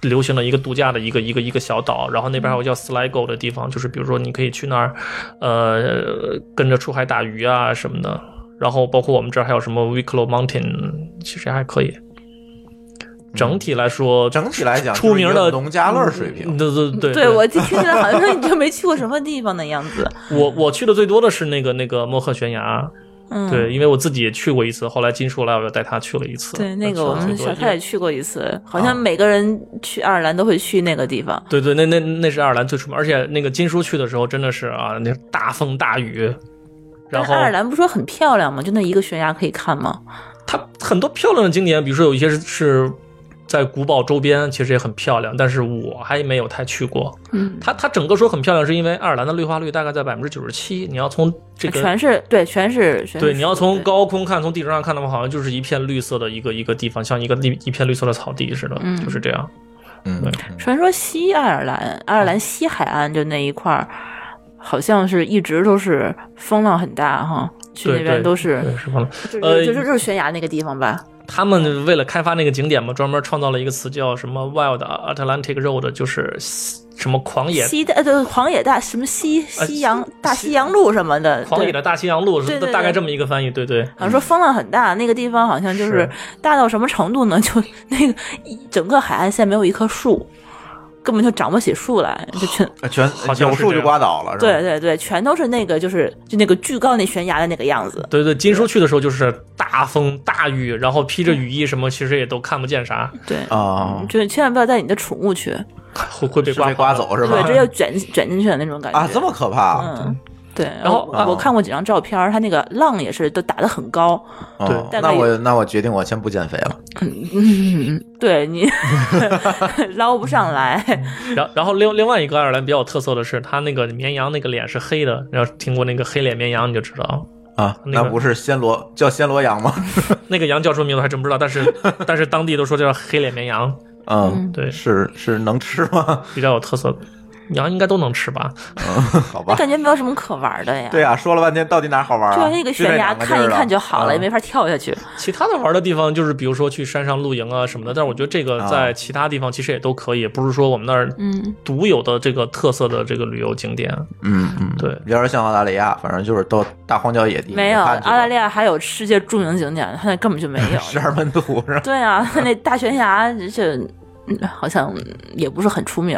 Speaker 6: 流行的一个度假的一个一个一个小岛。然后那边还有叫 Sligo 的地方，就是比如说你可以去那儿，呃，跟着出海打鱼啊什么的。然后包括我们这儿还有什么 Wicklow Mountain，其实还可以。整体来说，
Speaker 3: 整体来讲，
Speaker 6: 出名的嗯
Speaker 3: 农家乐嗯水平。
Speaker 6: 对对对
Speaker 5: 对我听起来好像说你就没去过什么地方的样子。
Speaker 6: 我我去的最多的是那个那个莫赫悬崖，
Speaker 5: 嗯，
Speaker 6: 对，因为我自己也去过一次，后来金叔来我又带他去了一次。
Speaker 5: 对，那个我们小
Speaker 6: 太
Speaker 5: 太也去过一次，好
Speaker 6: 啊
Speaker 5: 像每个人去爱尔兰都会去那个地方。
Speaker 6: 对对，那那那是爱尔兰最出名，而且那个金叔去的时候真的是啊，那大风大雨，然
Speaker 5: 但是
Speaker 6: 后
Speaker 5: 爱尔兰不是说很漂亮吗？就那一个悬崖可以看吗？
Speaker 6: 它很多漂亮的景点，比如说有一些是是在古堡周边，其实也很漂亮，但是我还没有太去过。
Speaker 5: 嗯，
Speaker 6: 它它整个说很漂亮，是因为爱尔兰的绿化率大概在百分之九十七，你要从这个
Speaker 5: 全是对，全是全是
Speaker 6: 对，你要
Speaker 5: 树
Speaker 6: 从
Speaker 5: 对
Speaker 6: 高空看，从地图上看的话，好像就是一片绿色的一个一个地方，像一个一一片绿色的草地似的，
Speaker 5: 嗯
Speaker 6: 就是这样。
Speaker 3: 嗯，
Speaker 5: 传说西爱尔兰，爱尔兰西海岸就那一块儿，好像是一直都是风浪很大哈，去
Speaker 6: 对
Speaker 5: 那边
Speaker 6: 对
Speaker 5: 都是
Speaker 6: 对，是吧？
Speaker 5: 就是
Speaker 6: 呃
Speaker 5: 就是就是悬崖那个地方吧。
Speaker 6: 他们为了开发那个景点嘛，专门创造了一个词叫什么 “Wild Atlantic Road”，就是西什么狂野
Speaker 5: 西的呃，对，狂野大什么西
Speaker 6: 呃
Speaker 5: 西洋大西洋路什么的，
Speaker 6: 狂野
Speaker 5: 对
Speaker 6: 的大西洋路，
Speaker 5: 对对对啊
Speaker 6: 大概这么一个翻译。对对，
Speaker 5: 好
Speaker 3: 嗯
Speaker 5: 像说风浪很大，那个地方好像就是
Speaker 6: 是
Speaker 5: 大到什么程度呢？ 就那个一整个海岸线没有一棵树，根本就长不起树来，就全
Speaker 3: 啊全
Speaker 6: 好像
Speaker 3: 有
Speaker 6: 是
Speaker 3: 树
Speaker 6: 这
Speaker 3: 就
Speaker 6: 样
Speaker 3: 刮倒了，是吧？
Speaker 5: 对对对，全都是那个就是就那个巨高那悬崖的那个样
Speaker 3: 哦
Speaker 5: 子。
Speaker 6: 对对，金叔去的时候就是大风大雨，然后披着雨衣什么，其实也都看不 见啥，
Speaker 5: 对，嗯
Speaker 3: 啊，
Speaker 5: 就是千万不要带你的宠物
Speaker 3: 哦
Speaker 5: 去，
Speaker 6: 会会被
Speaker 3: 是被刮
Speaker 6: 刮
Speaker 3: 走
Speaker 6: 跑的。
Speaker 3: 是
Speaker 5: 对，
Speaker 3: 吧？
Speaker 5: 这要卷卷进去的那种感觉
Speaker 3: 啊，这么可怕？
Speaker 5: 嗯，对。
Speaker 6: 然后
Speaker 5: 我
Speaker 6: 啊
Speaker 5: 我看过几张照片儿，它那个浪也是都打得很高。
Speaker 3: 嗯
Speaker 6: 对
Speaker 5: 大概
Speaker 3: 那我那我决定我先不减肥了。
Speaker 5: 嗯，对你捞不上来。
Speaker 6: 然然后另另外一个爱尔兰比较有特色的是，它那个绵羊那个脸是黑的，要是听过那个黑脸绵羊你就知道，
Speaker 3: 啊，
Speaker 6: 那
Speaker 3: 那
Speaker 6: 个
Speaker 3: 不是暹罗叫暹罗羊吗？
Speaker 6: 那个羊叫什么名字我还真不知道，但是 但是当地都说这叫黑脸绵羊，
Speaker 3: 嗯，
Speaker 6: 对
Speaker 3: 是是能吃吗？
Speaker 6: 比较有特色。羊应该都能吃吧？
Speaker 3: 好吧。
Speaker 5: 感觉没有什么可玩的呀。
Speaker 3: 啊对啊，说了半天到底哪儿好玩啊？
Speaker 5: 就像那个悬崖
Speaker 3: 就这两个
Speaker 5: 看一看
Speaker 3: 地
Speaker 5: 就
Speaker 3: 儿了
Speaker 5: 好了，
Speaker 3: 嗯
Speaker 5: 也没法跳下去。
Speaker 6: 其他的玩的地方就是，比如说去山上露营啊什么的，但是我觉得这个
Speaker 3: 啊
Speaker 6: 在其他地方其实也都可以，不是说我们那儿
Speaker 5: 嗯，
Speaker 6: 独有的这个特色的这个旅游景点。
Speaker 3: 嗯嗯，
Speaker 6: 对，
Speaker 3: 有点像澳大利亚，反正就是到大荒郊野地，
Speaker 5: 没有，
Speaker 3: 你看
Speaker 5: 澳
Speaker 3: 这个
Speaker 5: 大利亚还有世界著名景点，它那根本就没 有。
Speaker 3: 十二门徒是吧？
Speaker 5: 对 啊，那大悬崖这嗯好像也不是很出名。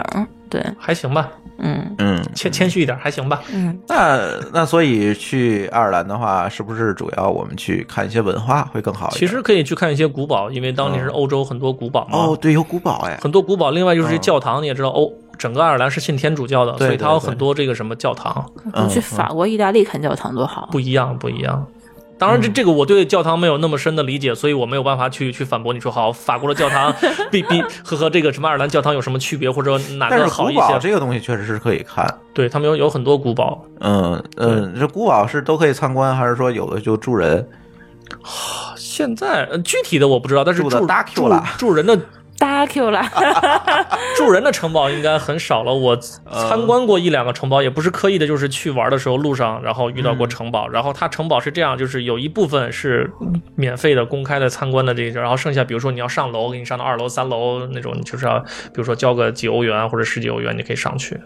Speaker 5: 对，
Speaker 6: 还行吧，
Speaker 5: 嗯
Speaker 3: 嗯，
Speaker 6: 谦谦虚一点，还行吧。
Speaker 5: 嗯，
Speaker 3: 那那所以去爱尔兰的话，是不是主要我们去看一些文化会更好一点？
Speaker 6: 其实可以去看一些古堡，因为当年是欧洲很多古堡嘛，
Speaker 3: 哦，对，有古堡哎，
Speaker 6: 很多古堡。另外就是这
Speaker 3: 嗯
Speaker 6: 教堂，你也知道，哦，整个爱尔兰是信天主教的，
Speaker 3: 对
Speaker 6: 所以它有
Speaker 3: 对对
Speaker 6: 很多这个什么教堂，
Speaker 3: 嗯
Speaker 5: 去法国、意大利看教堂多好。
Speaker 6: 不一样，不一样。当然，这
Speaker 3: 嗯
Speaker 6: 这个我对教堂没有那么深的理解，所以我没有办法去去反驳你说好法国的教 堂比比和和这个什么爱尔兰教堂有什么区别，或者哪
Speaker 3: 但是
Speaker 6: 个好
Speaker 3: 古
Speaker 6: 一
Speaker 3: 堡
Speaker 6: 些？
Speaker 3: 这个东西确实是可以看，
Speaker 6: 对他们有有很多古堡，
Speaker 3: 嗯嗯，这古堡是都可以参观，还是说有的就住人？
Speaker 6: 现在呃具体的我不知道，但是
Speaker 3: 住
Speaker 6: 住
Speaker 3: 的大 Q
Speaker 6: 住
Speaker 3: 了
Speaker 6: 住人的
Speaker 5: 搭 Q 了，
Speaker 6: 住人的城堡应该很少了，我参观过一两个城堡，也不是刻意的，就是去玩的时候路上然后遇到过城堡，然后它城堡是这样，就是有一部分是免费的、公开的参观的这些，然后剩下比如说你要上楼，给你上到二楼、三楼那种，你就是要比如说交个几欧元或者十几欧元，你可以上去。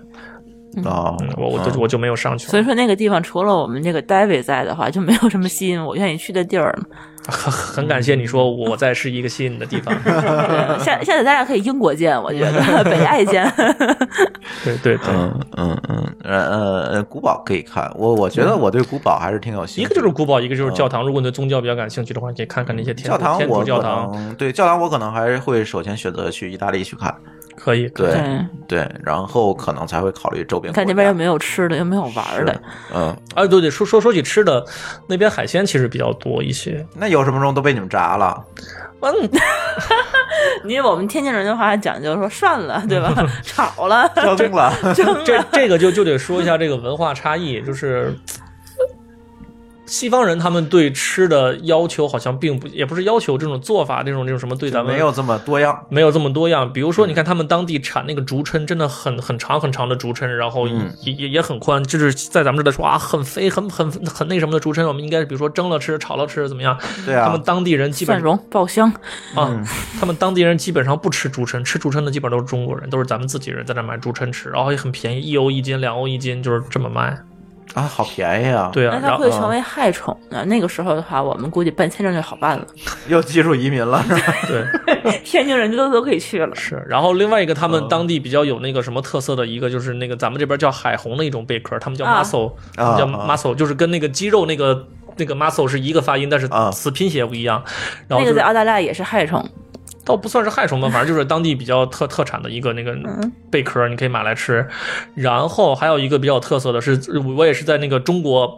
Speaker 3: 哦
Speaker 6: 嗯，我我就我就没有上去，
Speaker 5: 所以说那个地方除了我们这个 David 在的话，就没有什么吸引我愿意去的 地儿了。
Speaker 6: 很很感谢你说我在是一个吸引你的地方。
Speaker 3: 嗯
Speaker 5: 对下下次咱俩可以英国见，我觉得 北爱见。
Speaker 6: 对对对，
Speaker 3: 嗯嗯嗯，呃呃呃，古堡可以看，我我觉得我对古堡还是挺有兴趣
Speaker 6: 一
Speaker 3: 的。
Speaker 6: 个就是古堡，一个就是教堂。如果你对宗教比较感兴趣的话，你可以看看那些天
Speaker 3: 教堂
Speaker 6: 天
Speaker 3: 我
Speaker 6: 主
Speaker 3: 可
Speaker 6: 教堂，
Speaker 3: 能对教堂我可能还是会首先选择去意大利去看，
Speaker 6: 可以。
Speaker 3: 对
Speaker 5: 对，
Speaker 3: 对，然后可能才会考虑周边国
Speaker 5: 你
Speaker 3: 家。
Speaker 5: 看那边又没有吃的，又没有玩儿的
Speaker 3: 是，，嗯，
Speaker 6: 啊，对对，说说说起吃的，那边海鲜其实比较多一些。
Speaker 3: 那有什么中都被你们炸 了，
Speaker 6: 嗯，
Speaker 5: 因为我们天津人的话讲究说涮了，对吧？炒了，
Speaker 3: 蒸了，
Speaker 6: 这这个就就得说一下这个文化差异，就是西方人他们对吃的要求好像并不，也不是要求这种做法，这种这种什么对咱 们
Speaker 3: 没有嗯这么多样。
Speaker 6: 没有这么多样。比如说，你看他们当地产那个竹蛏，真的很很长很长的竹蛏，然后也、
Speaker 3: 嗯
Speaker 6: 也也很宽，就是在咱们这里说啊，很肥很很很那什么的竹蛏，我们应该比如说蒸了吃、炒了吃怎么样？
Speaker 3: 对
Speaker 6: 他
Speaker 3: 啊
Speaker 6: 们，当地人基
Speaker 5: 蒜
Speaker 6: 本
Speaker 5: 蓉爆香，
Speaker 6: 啊，他们当地人基本上不吃竹蛏，吃竹蛏的基本都是中国人，都是咱们自己人在那买竹蛏吃，然后也很便宜，一欧一斤、两欧一斤，就是这么卖。
Speaker 3: 啊，好便宜啊！，
Speaker 6: 对啊
Speaker 5: 那，它
Speaker 6: 然后
Speaker 5: 会成为害虫的。那个时候的话，我们估计办签证就好办了，
Speaker 3: 又技术移民了是吧？
Speaker 6: 对。
Speaker 5: 天津人都都可以去了。
Speaker 6: 是，然后另外一个他们当地比较有那个什么特色的一个，就是那个咱们这边叫海虹的一种贝壳，他们叫
Speaker 5: 啊
Speaker 6: muscle，、他
Speaker 3: 啊
Speaker 6: 们叫
Speaker 3: 啊
Speaker 6: muscle，就是跟那个肌肉那个那个 muscle 是一个发音，但是
Speaker 3: 啊
Speaker 6: 词拼写不一样。然
Speaker 5: 那
Speaker 6: 后、
Speaker 5: 个
Speaker 6: 就是
Speaker 5: 在澳大利亚也是害虫，
Speaker 6: 倒不算是害虫吧，反正就是当地比较特特产的一个那个贝壳，你可以买来吃。然后还有一个比较有特色的是，呃我也是在那个中国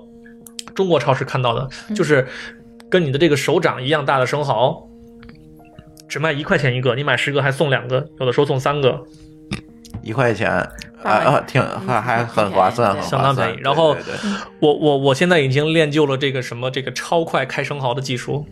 Speaker 6: 中国超市看到的，就是跟你的这个手掌一样大的生蚝，只卖一块钱一个，你买十个还送两个，有的时候送三个。
Speaker 3: 一块钱，啊
Speaker 5: 大
Speaker 3: 啊
Speaker 5: 碗，
Speaker 3: 挺还还很划算，很划算
Speaker 6: 相当便宜然后
Speaker 3: 对对对
Speaker 6: 我我我现在已经练就了这个什么这个超快开生蚝的技术，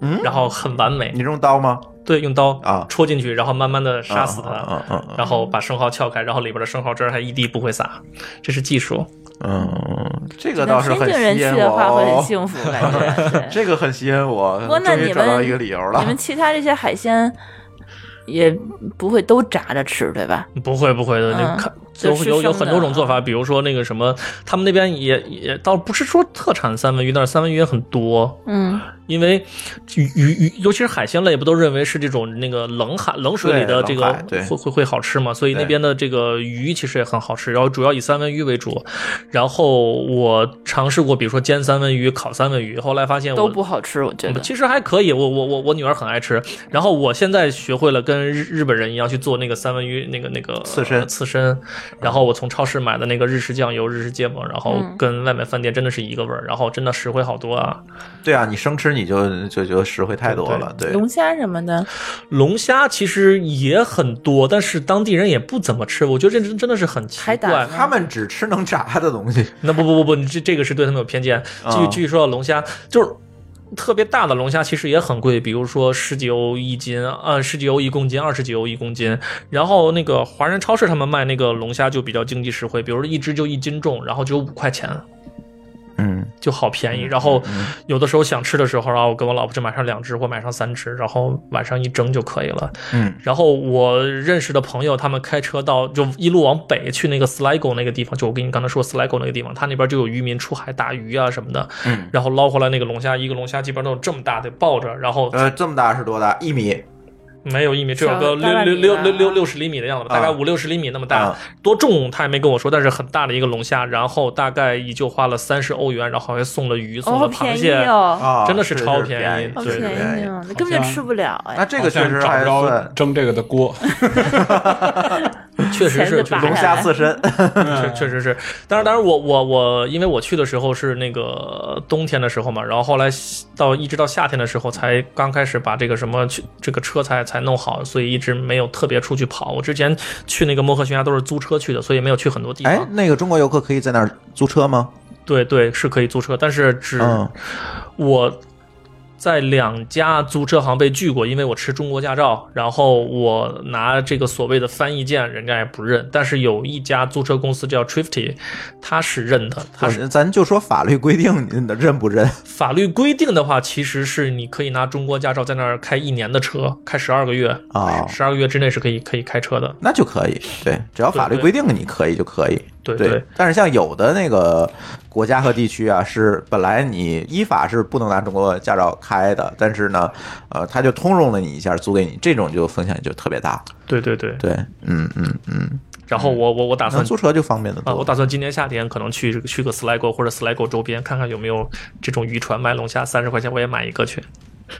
Speaker 3: 嗯
Speaker 6: 然后很完美
Speaker 3: 你。用刀吗？
Speaker 6: 对，用刀
Speaker 3: 啊
Speaker 6: 戳进去，然后慢慢的杀死它，
Speaker 3: 嗯嗯嗯
Speaker 6: 然后把生蚝撬开，然后里边的生蚝汁儿还一滴不会洒，这是技术。
Speaker 3: 嗯嗯，这个
Speaker 5: 那
Speaker 3: 倒是
Speaker 5: 天
Speaker 3: 很
Speaker 5: 津人
Speaker 3: 吸
Speaker 5: 去
Speaker 3: 引
Speaker 5: 的
Speaker 3: 我
Speaker 5: 话会很
Speaker 3: 哦。
Speaker 5: 幸福，感 觉。对
Speaker 3: 这个很吸引我，
Speaker 5: 过那
Speaker 3: 终于
Speaker 5: 你
Speaker 3: 找到
Speaker 5: 们
Speaker 3: 一个理由了
Speaker 5: 你。们其他这些海鲜也不会都炸着吃，对吧？
Speaker 6: 不会不会的，
Speaker 5: 嗯
Speaker 6: 那看
Speaker 5: 就
Speaker 6: 有
Speaker 5: 吃
Speaker 6: 有有
Speaker 5: 生的啊
Speaker 6: 很多种做法，比如说那个什么，他们那边也也倒不是说特产三文鱼，但是三文鱼也很多，
Speaker 5: 嗯，
Speaker 6: 因为鱼鱼鱼，尤其是海鲜类，不都认为是这种那个冷海冷水里的
Speaker 3: 对
Speaker 6: 这
Speaker 3: 冷
Speaker 6: 个
Speaker 3: 海对
Speaker 6: 会会会好吃嘛？所以
Speaker 3: 对
Speaker 6: 那边的这个鱼其实也很好吃，然后主要以三文鱼为主。然后我尝试过，比如说煎三文鱼、烤三文鱼，后来发现
Speaker 5: 都
Speaker 6: 我
Speaker 5: 不好吃，我觉得。
Speaker 6: 嗯其实还可以，我我我我女儿很爱吃，然后我现在学会了跟日日本人一样去做那个三文鱼那个那个
Speaker 3: 刺身
Speaker 6: 呃刺身，然后我从超市买的那个日式酱油、日式芥末，然后
Speaker 5: 嗯
Speaker 6: 跟外面饭店真的是一个味儿，然后真的实惠好多啊。
Speaker 3: 对啊，你生吃你就就就实惠太多了。对，
Speaker 5: 龙虾什么的，
Speaker 6: 龙虾其实也很多，但是当地人也不怎么吃，我觉得这真真的是很奇
Speaker 5: 海胆啊
Speaker 6: 怪。
Speaker 3: 他们只吃能炸的东 西。
Speaker 6: 那不不不不，你这这个是对他们有偏见。
Speaker 3: 啊
Speaker 6: 继续继续说到龙虾，就是特别大的龙虾其实也很贵，比如说十几欧一斤，啊，十几欧一公斤，二十几欧一公斤。然后那个华人超市他们卖那个龙虾就比较经济实惠，比如说一只就一斤重，然后只有五块钱。
Speaker 3: 嗯，
Speaker 6: 就好便宜，然后有的时候想吃的时候，然后我跟我老婆就买上两只或买上三只，然后晚上一蒸就可以了。
Speaker 3: 嗯，
Speaker 6: 然后我认识的朋友，他们开车到就一路往北去那个 Sligo 那个地方，就我跟你刚才说 Sligo 那个地方，他那边就有渔民出海打鱼啊什么的，
Speaker 3: 嗯，
Speaker 6: 然后捞回来那个龙虾，一个龙虾基本上都有这么大的抱着，然后
Speaker 3: 呃，这么大是多大？一米。
Speaker 6: 没有一米，只有
Speaker 5: 小大
Speaker 6: 个六
Speaker 5: 概
Speaker 6: 六
Speaker 5: 米
Speaker 6: 六
Speaker 5: 吧
Speaker 6: 六六六十厘米的样子吧，
Speaker 3: 啊
Speaker 6: 大概五六十厘米那么大
Speaker 3: 啊，
Speaker 6: 多重他也没跟我说，但是很大的一个龙虾，然后大概也就花了三十欧元，然后还送了鱼，
Speaker 5: 哦，
Speaker 6: 送
Speaker 5: 好
Speaker 6: 了螃
Speaker 5: 便
Speaker 6: 蟹
Speaker 5: 宜，哦，
Speaker 3: 啊，
Speaker 6: 真的是超便宜
Speaker 3: 便宜，
Speaker 5: 好
Speaker 6: 对
Speaker 3: 是
Speaker 5: 便宜
Speaker 3: 宜。
Speaker 5: 哦，那根本就吃不了
Speaker 3: 那
Speaker 5: 哎。
Speaker 3: 这个
Speaker 4: 好像
Speaker 3: 确实
Speaker 4: 找
Speaker 3: 还
Speaker 4: 不着
Speaker 3: 算
Speaker 4: 蒸这个的 锅，
Speaker 6: 确实
Speaker 5: 钱
Speaker 6: 是
Speaker 5: 就
Speaker 6: 确
Speaker 5: 拔着
Speaker 6: 实
Speaker 3: 龙
Speaker 6: 是
Speaker 3: 虾刺身。
Speaker 6: 确确实是，当然当然我我我，因为我去的时候是那个冬天的时候嘛，然后后来到一直到夏天的时候才刚开始把这个什么去这个车才才弄好，所以一直没有特别出去跑。我之前去那个漠河悬崖都是租车去的，所以没有去很多地
Speaker 3: 哎
Speaker 6: 方。，
Speaker 3: 那个中国游客可以在那儿租车吗？
Speaker 6: 对对，是可以租车，但是只、
Speaker 3: 嗯
Speaker 6: 我在两家租车行被拒过，因为我持中国驾照，然后我拿这个所谓的翻译件，人家也不认。但是有一家租车公司叫 Trifty，他是认的，他
Speaker 3: 我
Speaker 6: 是
Speaker 3: 咱就说法律规定，你认不认？
Speaker 6: 法律规定的话，其实是你可以拿中国驾照在那儿开一年的车，开十二个月
Speaker 3: 哦
Speaker 6: 十二个月之内是可以可以开车的。
Speaker 3: 那就可以，对，只要法律
Speaker 6: 对对
Speaker 3: 规定你可以就可以。
Speaker 6: 对
Speaker 3: 对
Speaker 6: 对
Speaker 3: 但是像有的那个国家和地区啊，是本来你依法是不能拿中国驾照开的，但是呢，呃，他就通融了你一下，租给你，这种就风险就特别大。
Speaker 6: 对对对。
Speaker 3: 对，嗯嗯嗯，
Speaker 6: 然后我我我打
Speaker 3: 能
Speaker 6: 算
Speaker 3: 租车就方便的
Speaker 6: 啊，我
Speaker 3: 多。
Speaker 6: 打算今年夏天可能去这个去个 Sligo 或者 Sligo 周边看看有没有这种渔船卖龙虾，三十块钱我也买一个去。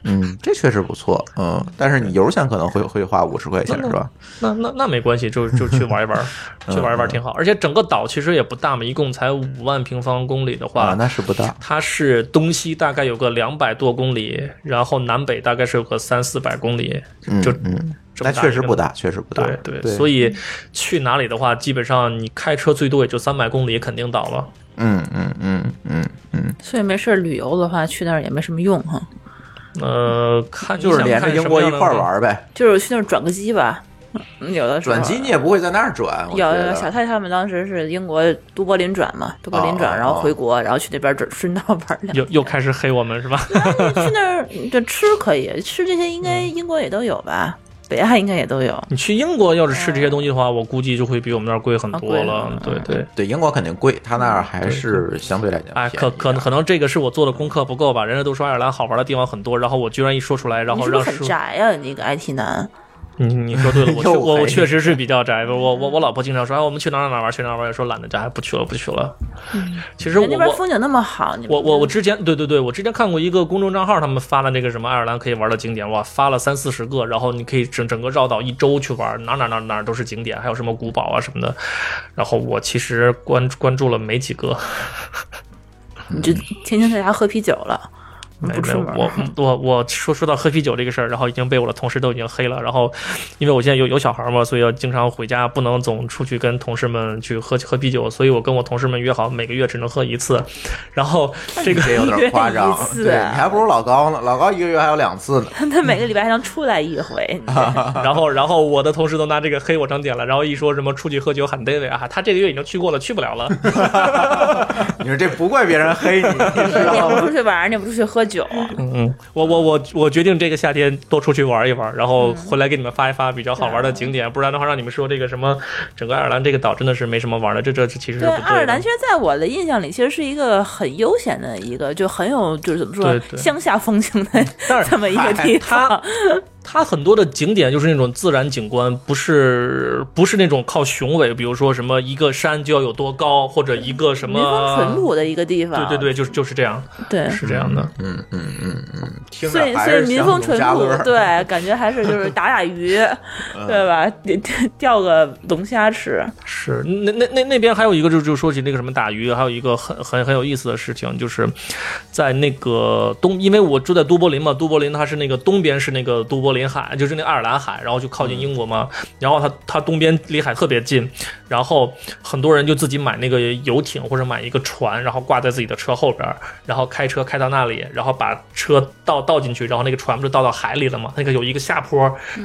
Speaker 3: 嗯，这确实不错。嗯，但是你油钱可能会会花五十块钱是吧？
Speaker 6: 那那那没关系，就就去玩 一玩，去
Speaker 3: 嗯
Speaker 6: 玩一玩挺好。而且整个岛其实也不大嘛，一共才五万平方公里的
Speaker 3: 啊
Speaker 6: 话，，
Speaker 3: 那是不大。
Speaker 6: 它是东西大概有个两百多公里，然后南北大概是有个三四百公里，
Speaker 3: 嗯
Speaker 6: 就
Speaker 3: 嗯，
Speaker 6: 这
Speaker 3: 那
Speaker 6: 么大
Speaker 3: 确实
Speaker 6: 一个
Speaker 3: 不大，确实不大
Speaker 6: 对。对，
Speaker 3: 对，
Speaker 6: 所
Speaker 3: 以
Speaker 6: 以去哪里的话，基本上你开车最多也就三百公里，肯定到了。
Speaker 3: 嗯嗯嗯嗯嗯，
Speaker 5: 所以没事儿旅游的话，去那儿也没什么用哈，
Speaker 6: 呃，看
Speaker 3: 就是连着英国一块儿。
Speaker 6: 你想看什么样的
Speaker 3: 玩呗。
Speaker 5: 就是去那儿转个机吧。嗯有的时候
Speaker 3: 转机你也不会在那儿转，我觉
Speaker 5: 有
Speaker 3: 得
Speaker 5: 有小太他们当时是英国都柏林转嘛，都柏林转，
Speaker 3: 哦
Speaker 5: 然后回国，然后去那边转顺道玩两。
Speaker 6: 又又开始黑我们是吧？
Speaker 5: 去那儿就吃可以，吃这些应该英国也都有吧，
Speaker 6: 嗯
Speaker 5: 北爱应该也都有。
Speaker 6: 你去英国要是吃这些东西的话，我估计就会比我们那儿贵很多
Speaker 5: 啊
Speaker 6: 了。
Speaker 5: 贵
Speaker 6: 对
Speaker 5: 了
Speaker 6: 对，
Speaker 3: 对英国肯定贵，它那儿还是相对来讲
Speaker 6: 嗯哎，
Speaker 3: 便宜
Speaker 6: 可可
Speaker 3: 点
Speaker 6: 可能这个是我做的功课不够吧？人家都说爱尔兰好玩的地方很多，然后我居然一说出来，然
Speaker 5: 你
Speaker 6: 后
Speaker 5: 是不
Speaker 6: 让
Speaker 5: 是很
Speaker 6: 师傅
Speaker 5: 宅呀、你个 IT 男，
Speaker 6: 你你说对了，我确
Speaker 3: 又
Speaker 6: 我
Speaker 3: 黑
Speaker 6: 我确实是比较宅，我我我老婆经常说，哎，我们去哪儿哪儿哪儿玩，去哪儿哪儿玩，也说懒得宅，不去了不去了。其实我
Speaker 5: 人那边
Speaker 6: 我
Speaker 5: 风景那么好，你
Speaker 6: 我我我之前对对对，我之前看过一个公众账号，他们发的那个什么爱尔兰可以玩的景点，哇，发了三四十个，然后你可以整整个绕岛一周去玩，哪儿哪儿哪儿哪儿都是景点，还有什么古堡啊什么的。然后我其实关关注了没几个，
Speaker 5: 你就天天在家喝啤酒了，
Speaker 6: 没
Speaker 5: 不
Speaker 6: 没
Speaker 5: 出
Speaker 6: 有
Speaker 5: 门，
Speaker 6: 我我我说说到喝啤酒这个事儿，然后已经被我的同事都已经黑了。然后，因为我现在有有小孩嘛，所以要经常回家，不能总出去跟同事们去喝喝啤酒。所以我跟我同事们约好，每个月只能喝一次。然后这个
Speaker 3: 这有点夸 张
Speaker 5: 一，次
Speaker 3: 对你还不如老高呢，老高一个月还有两次呢。
Speaker 5: 他每个礼拜还能出来一 回。
Speaker 6: 然后，然后我的同事都拿这个黑我张姐了，然后一说什么出去喝酒喊 David 啊，他这个月已经去过了，去不了了。
Speaker 3: 你说这不怪别人黑你，你知
Speaker 5: 你也
Speaker 3: 道
Speaker 5: 不
Speaker 3: 吗？
Speaker 5: 出去玩儿，你也不出去喝 酒，
Speaker 6: 嗯嗯，我我我我决定这个夏天多出去玩一玩，然后回来给你们发一发比较好玩的景点，不然的话让你们说这个什么整个爱尔兰这个岛真的是没什么玩的，这这这其实是
Speaker 5: 对，
Speaker 6: 不
Speaker 5: 爱尔兰其。
Speaker 6: 的
Speaker 5: 实在我的印象里，其实是一个很悠闲的一个，就很有就是怎么
Speaker 6: 对
Speaker 5: 说
Speaker 6: 对
Speaker 5: 乡下风情的
Speaker 6: 但 是
Speaker 5: 这么一个地
Speaker 6: 它
Speaker 5: 方。
Speaker 6: 它很多的景点就是那种自然景观，不是不是那种靠雄伟，比如说什么一个山就要有多高，或者一个什
Speaker 5: 民风淳
Speaker 6: 么。
Speaker 5: 朴的一个地方，
Speaker 6: 对对对，就是就是这样，
Speaker 5: 对
Speaker 6: 是这样的。
Speaker 3: 嗯嗯嗯嗯，听
Speaker 5: 所以
Speaker 3: 着还
Speaker 5: 所以
Speaker 3: 是
Speaker 5: 民
Speaker 3: 像
Speaker 5: 风
Speaker 3: 农
Speaker 5: 淳
Speaker 3: 家
Speaker 5: 朴
Speaker 3: 乐，
Speaker 5: 对，感觉还是就是打打鱼，对吧？钓钓个龙虾吃，
Speaker 6: 是，那那那那边还有一个，就是就说起那个什么打鱼，还有一个很很很有意思的事情，就是在那个东，因为我住在都柏林嘛，都柏林它是那个东边是那个都柏林海，就是那个爱尔兰海，然后就靠近英国嘛，然后它它东边离海特别近，然后很多人就自己买那个游艇或者买一个船，然后挂在自己的车后边儿，然后开车开到那里，然后把车倒倒进去，然后那个船不是倒到海里了吗？那个有一个下坡，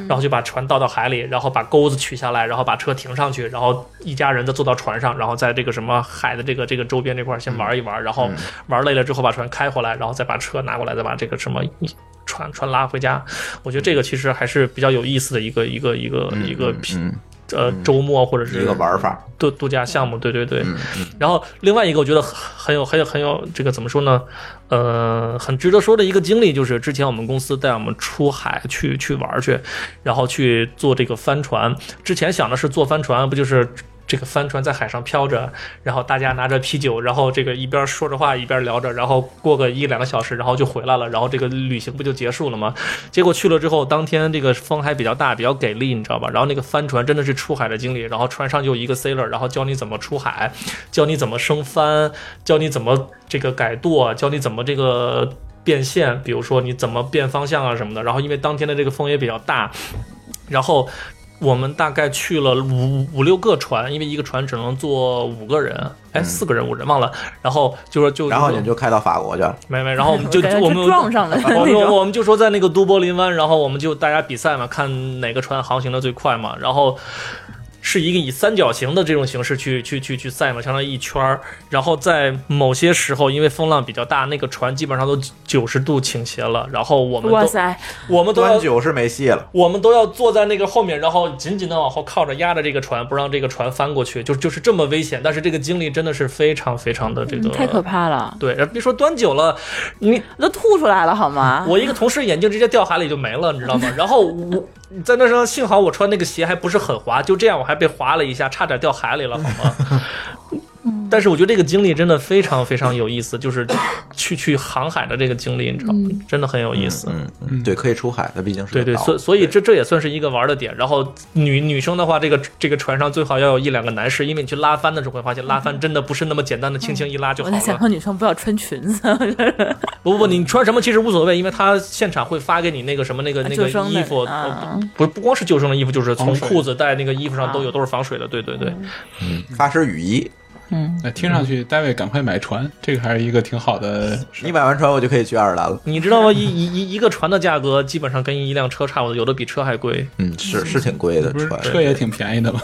Speaker 6: 然后就把船倒到海里，然后把钩子取下来，然后把车停上去，然后一家人再坐到船上，然后在这个什么海的这个这个周边这块儿先玩一玩，然后玩累了之后把船开回来，然后再把车拿过来，再把这个什么一船船拉回家。我觉得这个其实还是比较有意思的一个一个一个一个
Speaker 3: 嗯，
Speaker 6: 呃周末或者是
Speaker 3: 一个玩法。
Speaker 6: 度度假项目，对对对。然后另外一个我觉得很很有很有很有这个怎么说呢？呃，很值得说的一个经历就是之前我们公司带我们出海去去玩儿去，然后去坐这个帆船。之前想的是坐帆船，不就是。这个帆船在海上飘着，然后大家拿着啤酒，然后这个一边说着话一边聊着，然后过个一两个小时，然后就回来了，然后这个旅行不就结束了吗？结果去了之后，当天这个风还比较大，比较给力，你知道吧？然后那个帆船真的是出海的经历，然后船上就一个 sailor，然后教你怎么出海，教你怎么升帆，教你怎么这个改舵，教你怎么这个变线，比如说你怎么变方向啊什么的。然后因为当天的这个风也比较大，然后。我们大概去了五五六个船，因为一个船只能坐五个人，哎，四个人五人忘了。然后就说
Speaker 3: 嗯
Speaker 6: 就
Speaker 3: 然后你们就开到法国去了。
Speaker 6: 没没，然后我们就
Speaker 5: 感
Speaker 6: 就
Speaker 5: 觉
Speaker 6: 我们哦
Speaker 5: 撞上了 那
Speaker 6: 我们
Speaker 5: 种
Speaker 6: 我们就说在那个都柏林湾，然后我们就大家比赛嘛，看哪个船航行的最快嘛，然后。是一个以三角形的这种形式去去去去赛嘛，相当于一圈儿。然后在某些时候，因为风浪比较大，那个船基本上都九十度倾斜了。然后我们
Speaker 5: 哇
Speaker 6: 都
Speaker 5: 塞，
Speaker 6: 我们都
Speaker 3: 端
Speaker 6: 要
Speaker 3: 酒是没戏了，
Speaker 6: 我们都要坐在那个后面，然后紧紧的往后靠着，压着这个船，不让这个船翻过去，就就是这么危险。但是这个经历真的是非常非常的这个、
Speaker 5: 嗯太可。怕了，
Speaker 6: 对，呃然后别说端久了，你
Speaker 5: 都吐出来了好吗？
Speaker 6: 我一个同事眼镜直接掉海里就没了，你知道吗？然后我在那上，幸好我穿那个鞋还不是很滑，就这样我还被滑了一下，差点掉海里了，好吗？
Speaker 5: 嗯
Speaker 6: 但是我觉得这个经历真的非常非常有意思，就是去去航海的这个经历，你知道吗？
Speaker 5: 嗯
Speaker 6: 真的很有意思。
Speaker 3: 嗯，嗯对，可以出海的，毕竟是
Speaker 6: 对
Speaker 3: 个
Speaker 6: 对，
Speaker 3: 岛
Speaker 6: 所所以这这也算是一个玩的点。然后女女生的话，这个这个船上最好要有一两个男士，因为你去拉帆的时候会发现，拉帆真的不是那么简单的轻轻一拉就
Speaker 5: 嗯我
Speaker 6: 好
Speaker 5: 在想，
Speaker 6: 了。
Speaker 5: 女生不要穿裙子，
Speaker 6: 不不不，你穿什么其实无所谓，因为他现场会发给你那个什么那个那个
Speaker 5: 救生的
Speaker 6: 衣服，
Speaker 5: 啊啊
Speaker 6: 呃不不光是救生的衣服，就是从
Speaker 4: 防水
Speaker 6: 裤子带那个衣服上都有，都是防水的。对对对，
Speaker 3: 它是雨衣，
Speaker 4: 那哎听上去，大卫赶快买船，这个还是一个挺好的事
Speaker 3: 你。买完船我就可以去爱尔兰了。
Speaker 6: 你知道吗？一一一一个船的价格基本上跟一辆车差不多，有的比车还贵。
Speaker 3: 嗯，是是挺贵的
Speaker 4: 不是
Speaker 3: 船，
Speaker 4: 车也挺便宜的吗？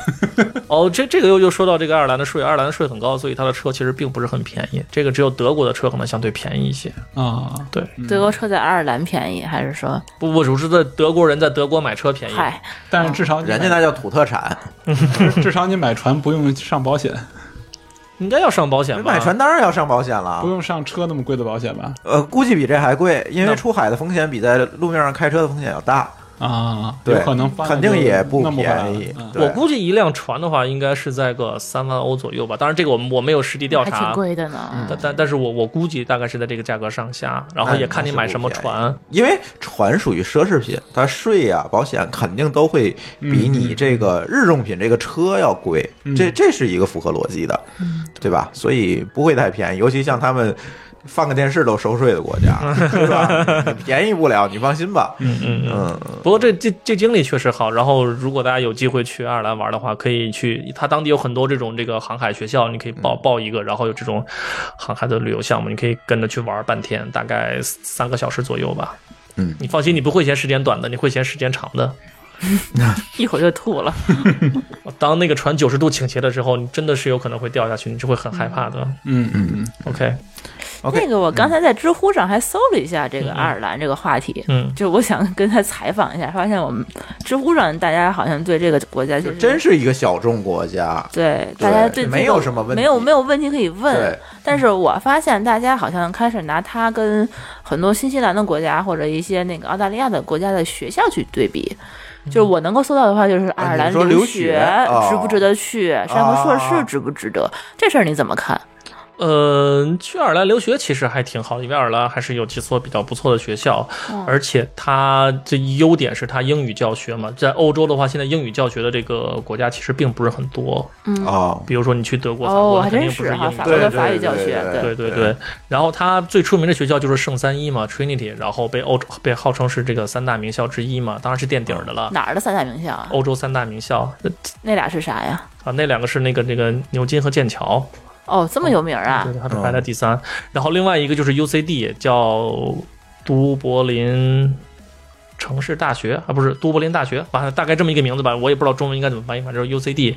Speaker 6: 哦，这这个又又说到这个爱尔兰的税，爱尔兰的税很高，所以它的车其实并不是很便宜。这个只有德国的车可能相对便宜一些。
Speaker 4: 啊，
Speaker 6: 对，
Speaker 5: 德国车在爱尔兰便宜，还是说，
Speaker 6: 不不，只是在德国人在德国买车便宜。
Speaker 5: 嗨，
Speaker 4: 但是至少你买
Speaker 3: 人家那叫土特产，
Speaker 4: 至少你买船不用上保险，
Speaker 6: 应该要上保险吧？
Speaker 3: 买船当然要上保险了
Speaker 4: 啊不。用上车那么贵的保险吧？
Speaker 3: 呃，估计比这还贵，因
Speaker 6: 那
Speaker 3: 为出海的风险比在路面上开车的风险要大，
Speaker 4: 啊，
Speaker 3: 对
Speaker 4: 有可能翻了
Speaker 3: 肯定
Speaker 4: 就
Speaker 3: 也不
Speaker 4: 弄不回来了
Speaker 3: 便宜。
Speaker 4: 嗯
Speaker 3: 对
Speaker 6: 我估计一辆船的话，应该是在个三万欧左右吧。当然，这个我们我没有实地调
Speaker 5: 还挺
Speaker 6: 查，
Speaker 5: 贵的呢。
Speaker 6: 但但但是我我估计大概是在这个价格上下，然
Speaker 3: 嗯
Speaker 6: 后
Speaker 3: 那
Speaker 6: 也看你买什么船。
Speaker 3: 因为船属于奢侈品，它税呀、保险肯定都会比你这个日用品这个车要贵，
Speaker 4: 嗯
Speaker 3: 这这是一个符合逻辑的，对吧？所以不会太便宜，尤其像他们放个电视都收税的国家， 是吧？你便宜不了，你放心吧。
Speaker 6: 嗯嗯嗯。
Speaker 3: 嗯，
Speaker 6: 不过这这这经历确实好。然后，如果大家有机会去爱尔兰玩的话，可以去他当地有很多这种这个航海学校，你可以报
Speaker 3: 嗯
Speaker 6: 报一个，然后有这种航海的旅游项目，你可以跟着去玩半天，大概三个小时左右吧。
Speaker 3: 嗯
Speaker 6: 你放心，你不会嫌时间短的，你会嫌时间长的。
Speaker 5: 一会儿就吐了。
Speaker 6: 当那个船九十度倾斜的时候，你真的是有可能会掉下去，你就会很害怕的。
Speaker 4: 嗯嗯嗯，
Speaker 6: OK，
Speaker 3: OK
Speaker 5: 那个我刚才在知乎上还搜了一下这个爱尔兰这个话题，
Speaker 6: 嗯，
Speaker 5: 就我想跟他采访一下，发现我们知乎上大家好像对这个国家就
Speaker 3: 就是真是一个小众国家。
Speaker 5: 对
Speaker 3: 对
Speaker 5: 大家对这个
Speaker 3: 没有什么问题
Speaker 5: 没有没有问题可以问
Speaker 3: 对。
Speaker 5: 但是我发现大家好像开始拿它跟很多新西兰的国家或者一些那个澳大利亚的国家的学校去对比。
Speaker 6: 嗯
Speaker 5: 就是我能够搜到的话，就是爱尔兰
Speaker 3: 啊你说留学哦
Speaker 5: 值不值得去，上个硕
Speaker 3: 啊
Speaker 5: 士值不值得，这事儿你怎么看？
Speaker 6: 呃，去爱尔兰留学其实还挺好的，因为爱尔兰还是有几所比较不错的学校，
Speaker 5: 嗯
Speaker 6: 而且它这优点是它英语教学嘛，在欧洲的话，现在英语教学的这个国家其实并不是很多，
Speaker 3: 哦，
Speaker 6: 比如说你去德国、法
Speaker 5: 哦，
Speaker 6: 国，
Speaker 5: 还
Speaker 6: 肯
Speaker 5: 真
Speaker 6: 定不
Speaker 5: 是
Speaker 6: 是英
Speaker 5: 哈，
Speaker 6: 语
Speaker 5: 法
Speaker 6: 教
Speaker 5: 国
Speaker 6: 学。
Speaker 5: 的
Speaker 3: 对
Speaker 5: 法语
Speaker 3: 对
Speaker 5: 教
Speaker 3: 对
Speaker 5: 学，
Speaker 3: 对
Speaker 6: 对对对，然后它最出名的学校就是圣三一嘛，Trinity，然后被欧被号称是这个三大名校之一嘛，当然是垫底儿的了。
Speaker 5: 哪儿的三大名校啊？
Speaker 6: 欧洲三大名校呃
Speaker 5: 那俩是啥呀？
Speaker 6: 啊，那两个是那个那个牛津和剑桥，
Speaker 5: 哦，这么有名儿啊
Speaker 6: 对，！它是排在第三。然后另外一个就是 UCD，叫都柏林城市大学啊，不是都柏林大学，反正大概这么一个名字吧，我也不知道中文应该怎么翻译，反正就是 UCD。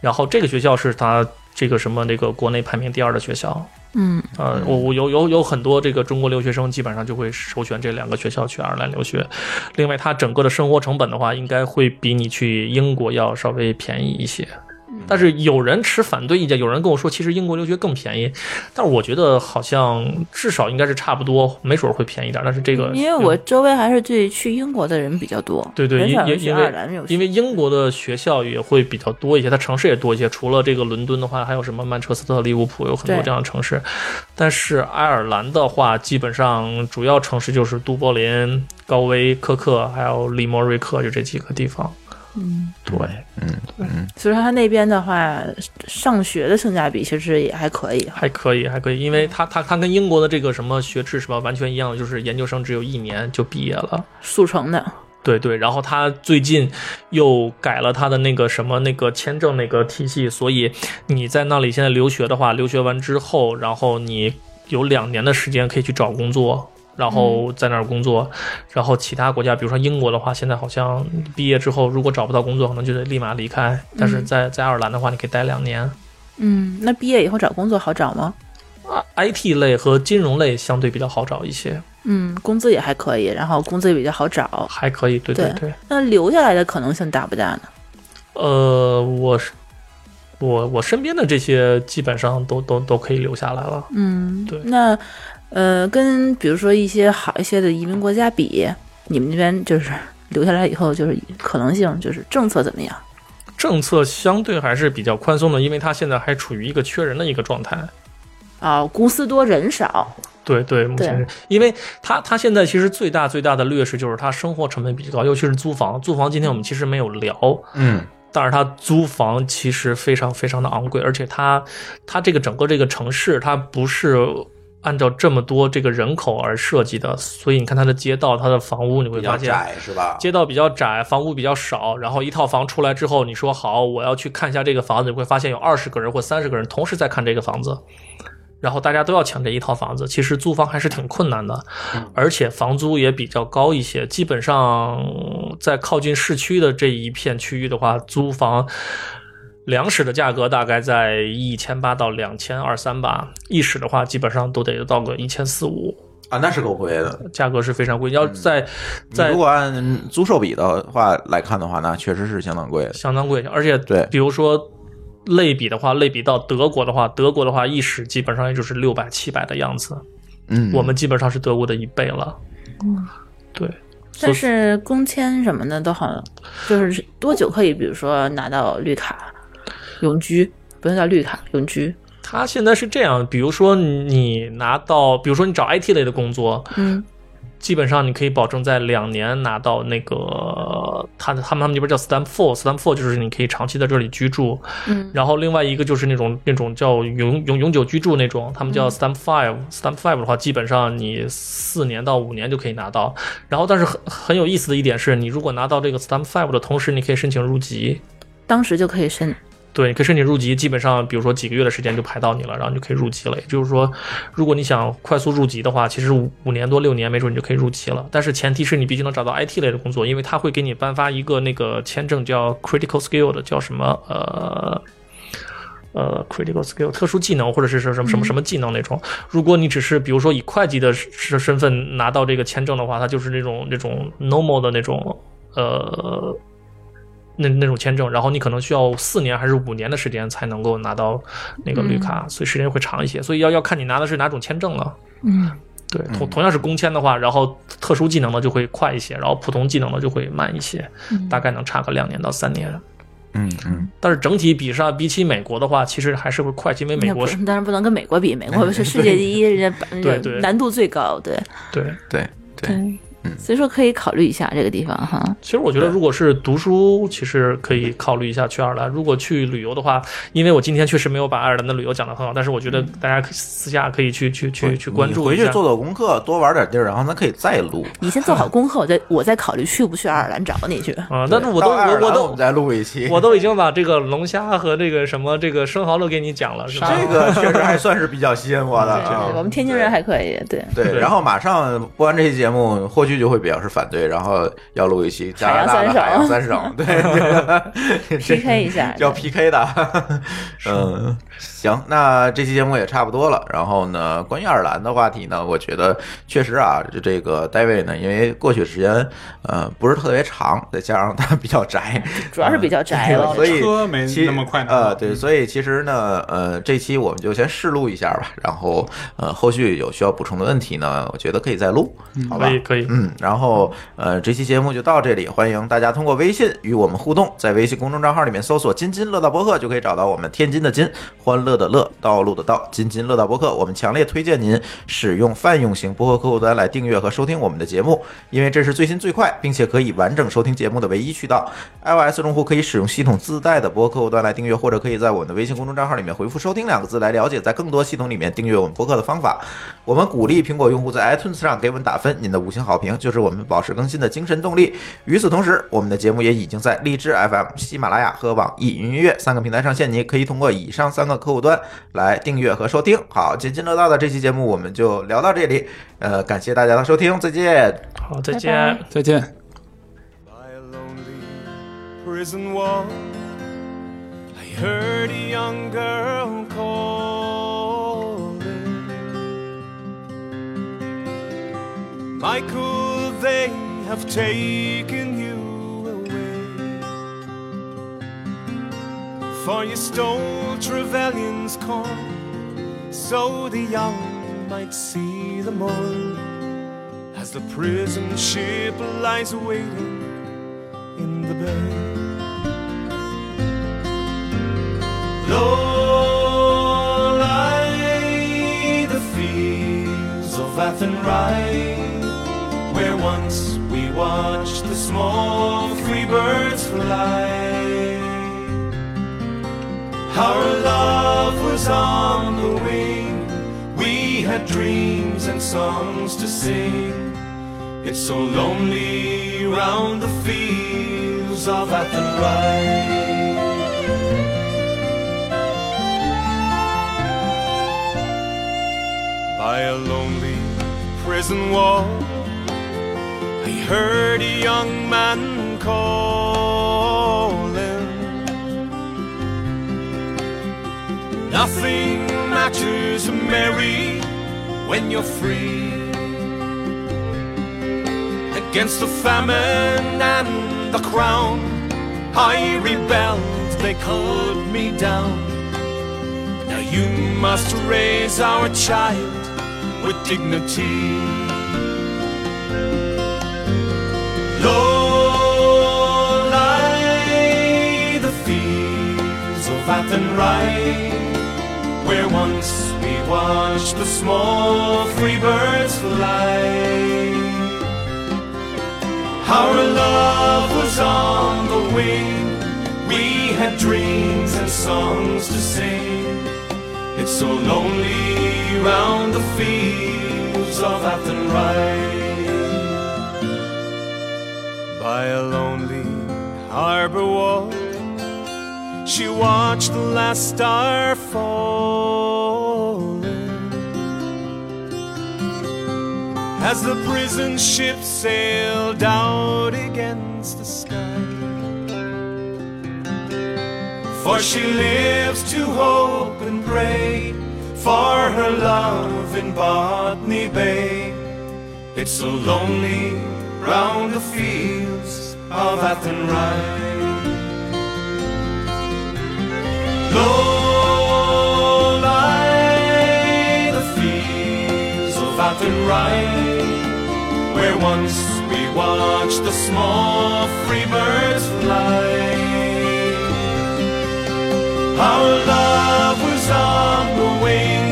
Speaker 6: 然后这个学校是它这个什么那个国内排名第二的学校。
Speaker 5: 嗯，
Speaker 6: 呃，我我有有有很多这个中国留学生，基本上就会首选这两个学校去爱尔兰留学。另外，它整个的生活成本的话，应该会比你去英国要稍微便宜一些。
Speaker 5: 嗯
Speaker 6: 但是有人持反对意见，有人跟我说，其实英国留学更便宜，但是我觉得好像至少应该是差不多，没准儿会便宜点儿。但是这个，
Speaker 5: 因为我周围还是对去英国的人比较多，
Speaker 6: 呃对对，
Speaker 5: 很
Speaker 6: 因
Speaker 5: 少
Speaker 6: 因
Speaker 5: 人去
Speaker 6: 因
Speaker 5: 爱尔
Speaker 6: 为
Speaker 5: 兰留学，
Speaker 6: 因为英国的学校也会比较多一些，它城市也多一些。除了这个伦敦的话，还有什么曼彻斯特、利物浦，有很多
Speaker 5: 对
Speaker 6: 这样的城市。但是爱尔兰的话，基本上主要城市就是都柏林、高威、科克，还有利莫瑞克，就这几个地方。嗯，对，
Speaker 5: 所以说他那边的话，上学的性价比其实也还可以哈。
Speaker 6: 还可以，还可以，因为它它它跟英国的这个什么学制是吧，完全一样，就是研究生只有一年就毕业了。
Speaker 5: 速成的，
Speaker 6: 对对，然后他最近又改了他的那个什么那个签证那个体系，所以你在那里现在留学的话，留学完之后，然后你有两年的时间可以去找工作。然后在那儿工作，然后其他国家，比如说英国的话，现在好像毕业之后如果找不到工作，可能就得立马离开。但是在在爱尔兰的话，你可以待两年。
Speaker 5: 嗯，那毕业以后找工作好找吗？
Speaker 6: 啊，IT 类和金融类相对比较好找一些，
Speaker 5: 嗯，工资也还可以，然后工资也比较好找。
Speaker 6: 还可以。对对
Speaker 5: 对
Speaker 6: 对，
Speaker 5: 那留下来的可能性大不大呢？
Speaker 6: 呃，我是我我身边的这些基本上都都都可以留下来了。
Speaker 5: 嗯，
Speaker 6: 对
Speaker 5: 那呃，跟比如说一些好一些的移民国家比，你们那边就是留下来以后，就是可能性，就是政策怎么样？
Speaker 6: 政策相对还是比较宽松的，因为它现在还处于一个缺人的一个状态。
Speaker 5: 啊、公司多人少，
Speaker 6: 对对，目前
Speaker 5: 对
Speaker 6: 是因为它它现在其实最大最大的劣势就是它生活成本比较高，尤其是租房。租房今天我们其实没有聊，
Speaker 3: 嗯，
Speaker 6: 但是它租房其实非常非常的昂贵，而且它它这个整个这个城市它不是按照这么多这个人口而设计的，所以你看它的街道、它的房屋，你会
Speaker 3: 比较
Speaker 6: 发现
Speaker 3: 窄是吧？
Speaker 6: 街道比较窄，房屋比较少，然后一套房出来之后，你说好我要去看一下这个房子，你会发现有二十个人或三十个人同时在看这个房子，然后大家都要抢这一套房子，其实租房还是挺困难的，
Speaker 3: 嗯
Speaker 6: 而且房租也比较高一些，基本上在靠近市区的这一片区域的话，租房。两室的价格大概在一千八到两千二三吧，一室的话基本上都得到个一千四五，
Speaker 3: 啊，那是够贵的。
Speaker 6: 价格是非常贵。要在
Speaker 3: 嗯你
Speaker 6: 在
Speaker 3: 如果按租售比的话来看的话，那确实是相当贵的。
Speaker 6: 相当贵，而且
Speaker 3: 对
Speaker 6: 比如说类比的话，类比到德国的话，德国的话一室基本上也就是六百七百的样子，
Speaker 3: 嗯，
Speaker 6: 我们基本上是德国的一倍了。对，
Speaker 5: 但是工签什么的都好，就是多久可以，比如说拿到绿卡、永居，不用叫绿卡，永居。
Speaker 6: 它现在是这样，比如说你拿到，比如说你找 IT 类的工作，
Speaker 5: 嗯，
Speaker 6: 基本上你可以保证在两年拿到那个他的他们他们那边叫 stamp four，stamp four 就是你可以长期在这里居住，
Speaker 5: 嗯，
Speaker 6: 然后另外一个就是那种那种叫永永永久居住那种，他们叫 stamp five，stamp five 的话，基本上你四年到五年就可以拿到。然后但是很很有意思的一点是，你如果拿到这个 stamp five 的同时，你可以申请入籍。
Speaker 5: 当时就可以申。
Speaker 6: 对，你可以申请入籍，基本上比如说几个月的时间就排到你了，然后你就可以入籍了。也就是说，如果你想快速入籍的话，其实五五年多六年没准你就可以入籍了。但是前提是你必须能找到 IT 类的工作，因为他会给你颁发一个那个签证叫 critical skill 的，叫什么呃。呃，critical skill 特殊技能或者是什么什么什么什么技能那种，如果你只是比如说以会计的身身份拿到这个签证的话，它就是那种那种 normal 的那种呃那那种签证，然后你可能需要四年还是五年的时间才能够拿到那个绿卡，所以时间会长一些，所以要要看你拿的是哪种签证了。
Speaker 5: 嗯，
Speaker 6: 对，同同样是工签的话，然后特殊技能的就会快一些，然后普通技能的就会慢一些，大概能差个两年到三年。
Speaker 3: 嗯嗯，
Speaker 6: 但是整体比上比起美国的话，其实还是会快，因为美国是
Speaker 5: 那不当然不能跟美国比，美国是世界第一，人家人家
Speaker 6: 对对
Speaker 5: 难度最高，对
Speaker 6: 对。
Speaker 3: 对对，
Speaker 5: 所以说可以考虑一下这个地方哈。
Speaker 6: 其实我觉得，如果是读书，其实可以考虑一下去爱尔兰。如果去旅游的话，因为我今天确实没有把爱尔兰的旅游讲得很好，但是我觉得大家可以私下可以去去去去关注
Speaker 3: 回
Speaker 6: 一
Speaker 3: 去
Speaker 6: 下。
Speaker 3: 做做功课，多玩点地儿，然后咱可以再录。
Speaker 5: 你先做好功课，我再我再考虑去不去爱尔兰找你去。
Speaker 6: 啊，但是我都
Speaker 3: 到爱尔
Speaker 6: 我
Speaker 3: 兰
Speaker 6: 我
Speaker 3: 我们
Speaker 6: 都
Speaker 3: 再录一期。
Speaker 6: 我都已经把这个龙虾和这个什么这个生蚝都给你讲了，是吧？
Speaker 3: 这 个确实还算是比较吸引我的啊
Speaker 5: 对，。我们天津人还可以，对，
Speaker 3: 对，
Speaker 6: 对
Speaker 3: 然后马上播完这期节目，霍炬就会表示反对，然后要录一期加拿大的海
Speaker 5: 海
Speaker 3: 洋三
Speaker 5: 洋三
Speaker 3: 省， 对这
Speaker 5: PK 一下
Speaker 3: 要 PK 的。嗯，行，那这期节目也差不多了。然后呢，关于爱尔兰的话题呢，我觉得确实啊，这这个 David 呢，因为过去时间呃不是特别长，再加上他比较宅，
Speaker 5: 主要是比较宅
Speaker 3: 对
Speaker 5: 了。
Speaker 3: 所以
Speaker 4: 车没
Speaker 3: 其
Speaker 4: 那么快拿嗯到
Speaker 3: 呃，对，所以其实呢，呃，这期我们就先试录一下吧，然后呃，后续有需要补充的问题呢，我觉得可以再录，好吧
Speaker 6: 可以？可以，
Speaker 3: 嗯，然后呃，这期节目就到这里，欢迎大家通过微信与我们互动，在微信公众账号里面搜索“津津乐道播客”就可以找到我们天津的津，欢乐的乐，道路的道，津津乐道播客。我们强烈推荐您使用泛用型播客客户端来订阅和收听我们的节目，因为这是最新最快，并且可以完整收听节目的唯一渠道。iOS 用户可以使用系统自带的播客客户端来订阅，或者可以在我们的微信公众账号里面回复“收听”两个字来了解在更多系统里面订阅我们播客的方法。我们鼓励苹果用户在 iTunes 上给我们打分，您的五星好评。评，就是我们保持更新的精神动力。与此同时，我们的节目也已经在荔枝 FM、喜马拉雅和网易云音乐三个平台上线，你可以通过以上三个客户端来订阅和收听。好，津津乐道的这期节目我们就聊到这里，呃，感谢大家的收听，再见。
Speaker 6: 好，再见。
Speaker 8: 拜拜
Speaker 4: 再见。
Speaker 9: by a lonely prison wall. I heard a young girl calling. Michael, they have taken you away. For you stole Trevelyan's corn, so the young might see the morn as the prison ship lies waiting in the bay. Low lie the fields of Athenry, where once we watched the small free birds fly. Our love was on the wing. We had dreams and songs to sing. It's so lonely round the fields of Athenry. By a lonely prison wall, I heard a young man calling. Nothing matters, Mary, when you're free. Against the famine and the crown, I rebelled, they called me down. Now you must raise our child with dignity. Low lie the fields of Athenry where once we watched the small free birds fly. Our love was on the wing. We had dreams and songs to sing. It's so lonely round the fields of Athenry. By a lonely harbor wall, she watched the last star fall As the prison ship sailed out against the sky For she lives to hope and pray For her love in Botany Bay It's so lonely round the fields of Athenry Low lie the fields of Athenry, where once we watched the small free birds fly. Our love was on the wing.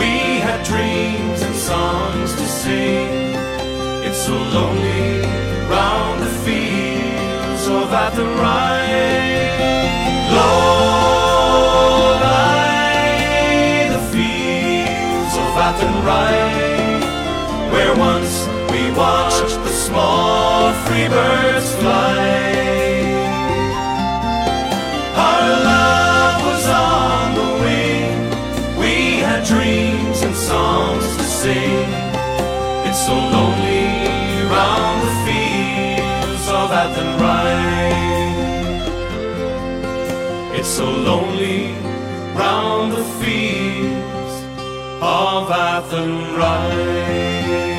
Speaker 9: We had dreams and songs to sing. It's so lonely round the fields of Athenry. Lord, I the fields of Athenry, where once we watched the small free birds fly. Our love was on the wing. We had dreams and songs to sing. It's so lonely round the fields of Athenry. It's so lonely round the fields of Athenry.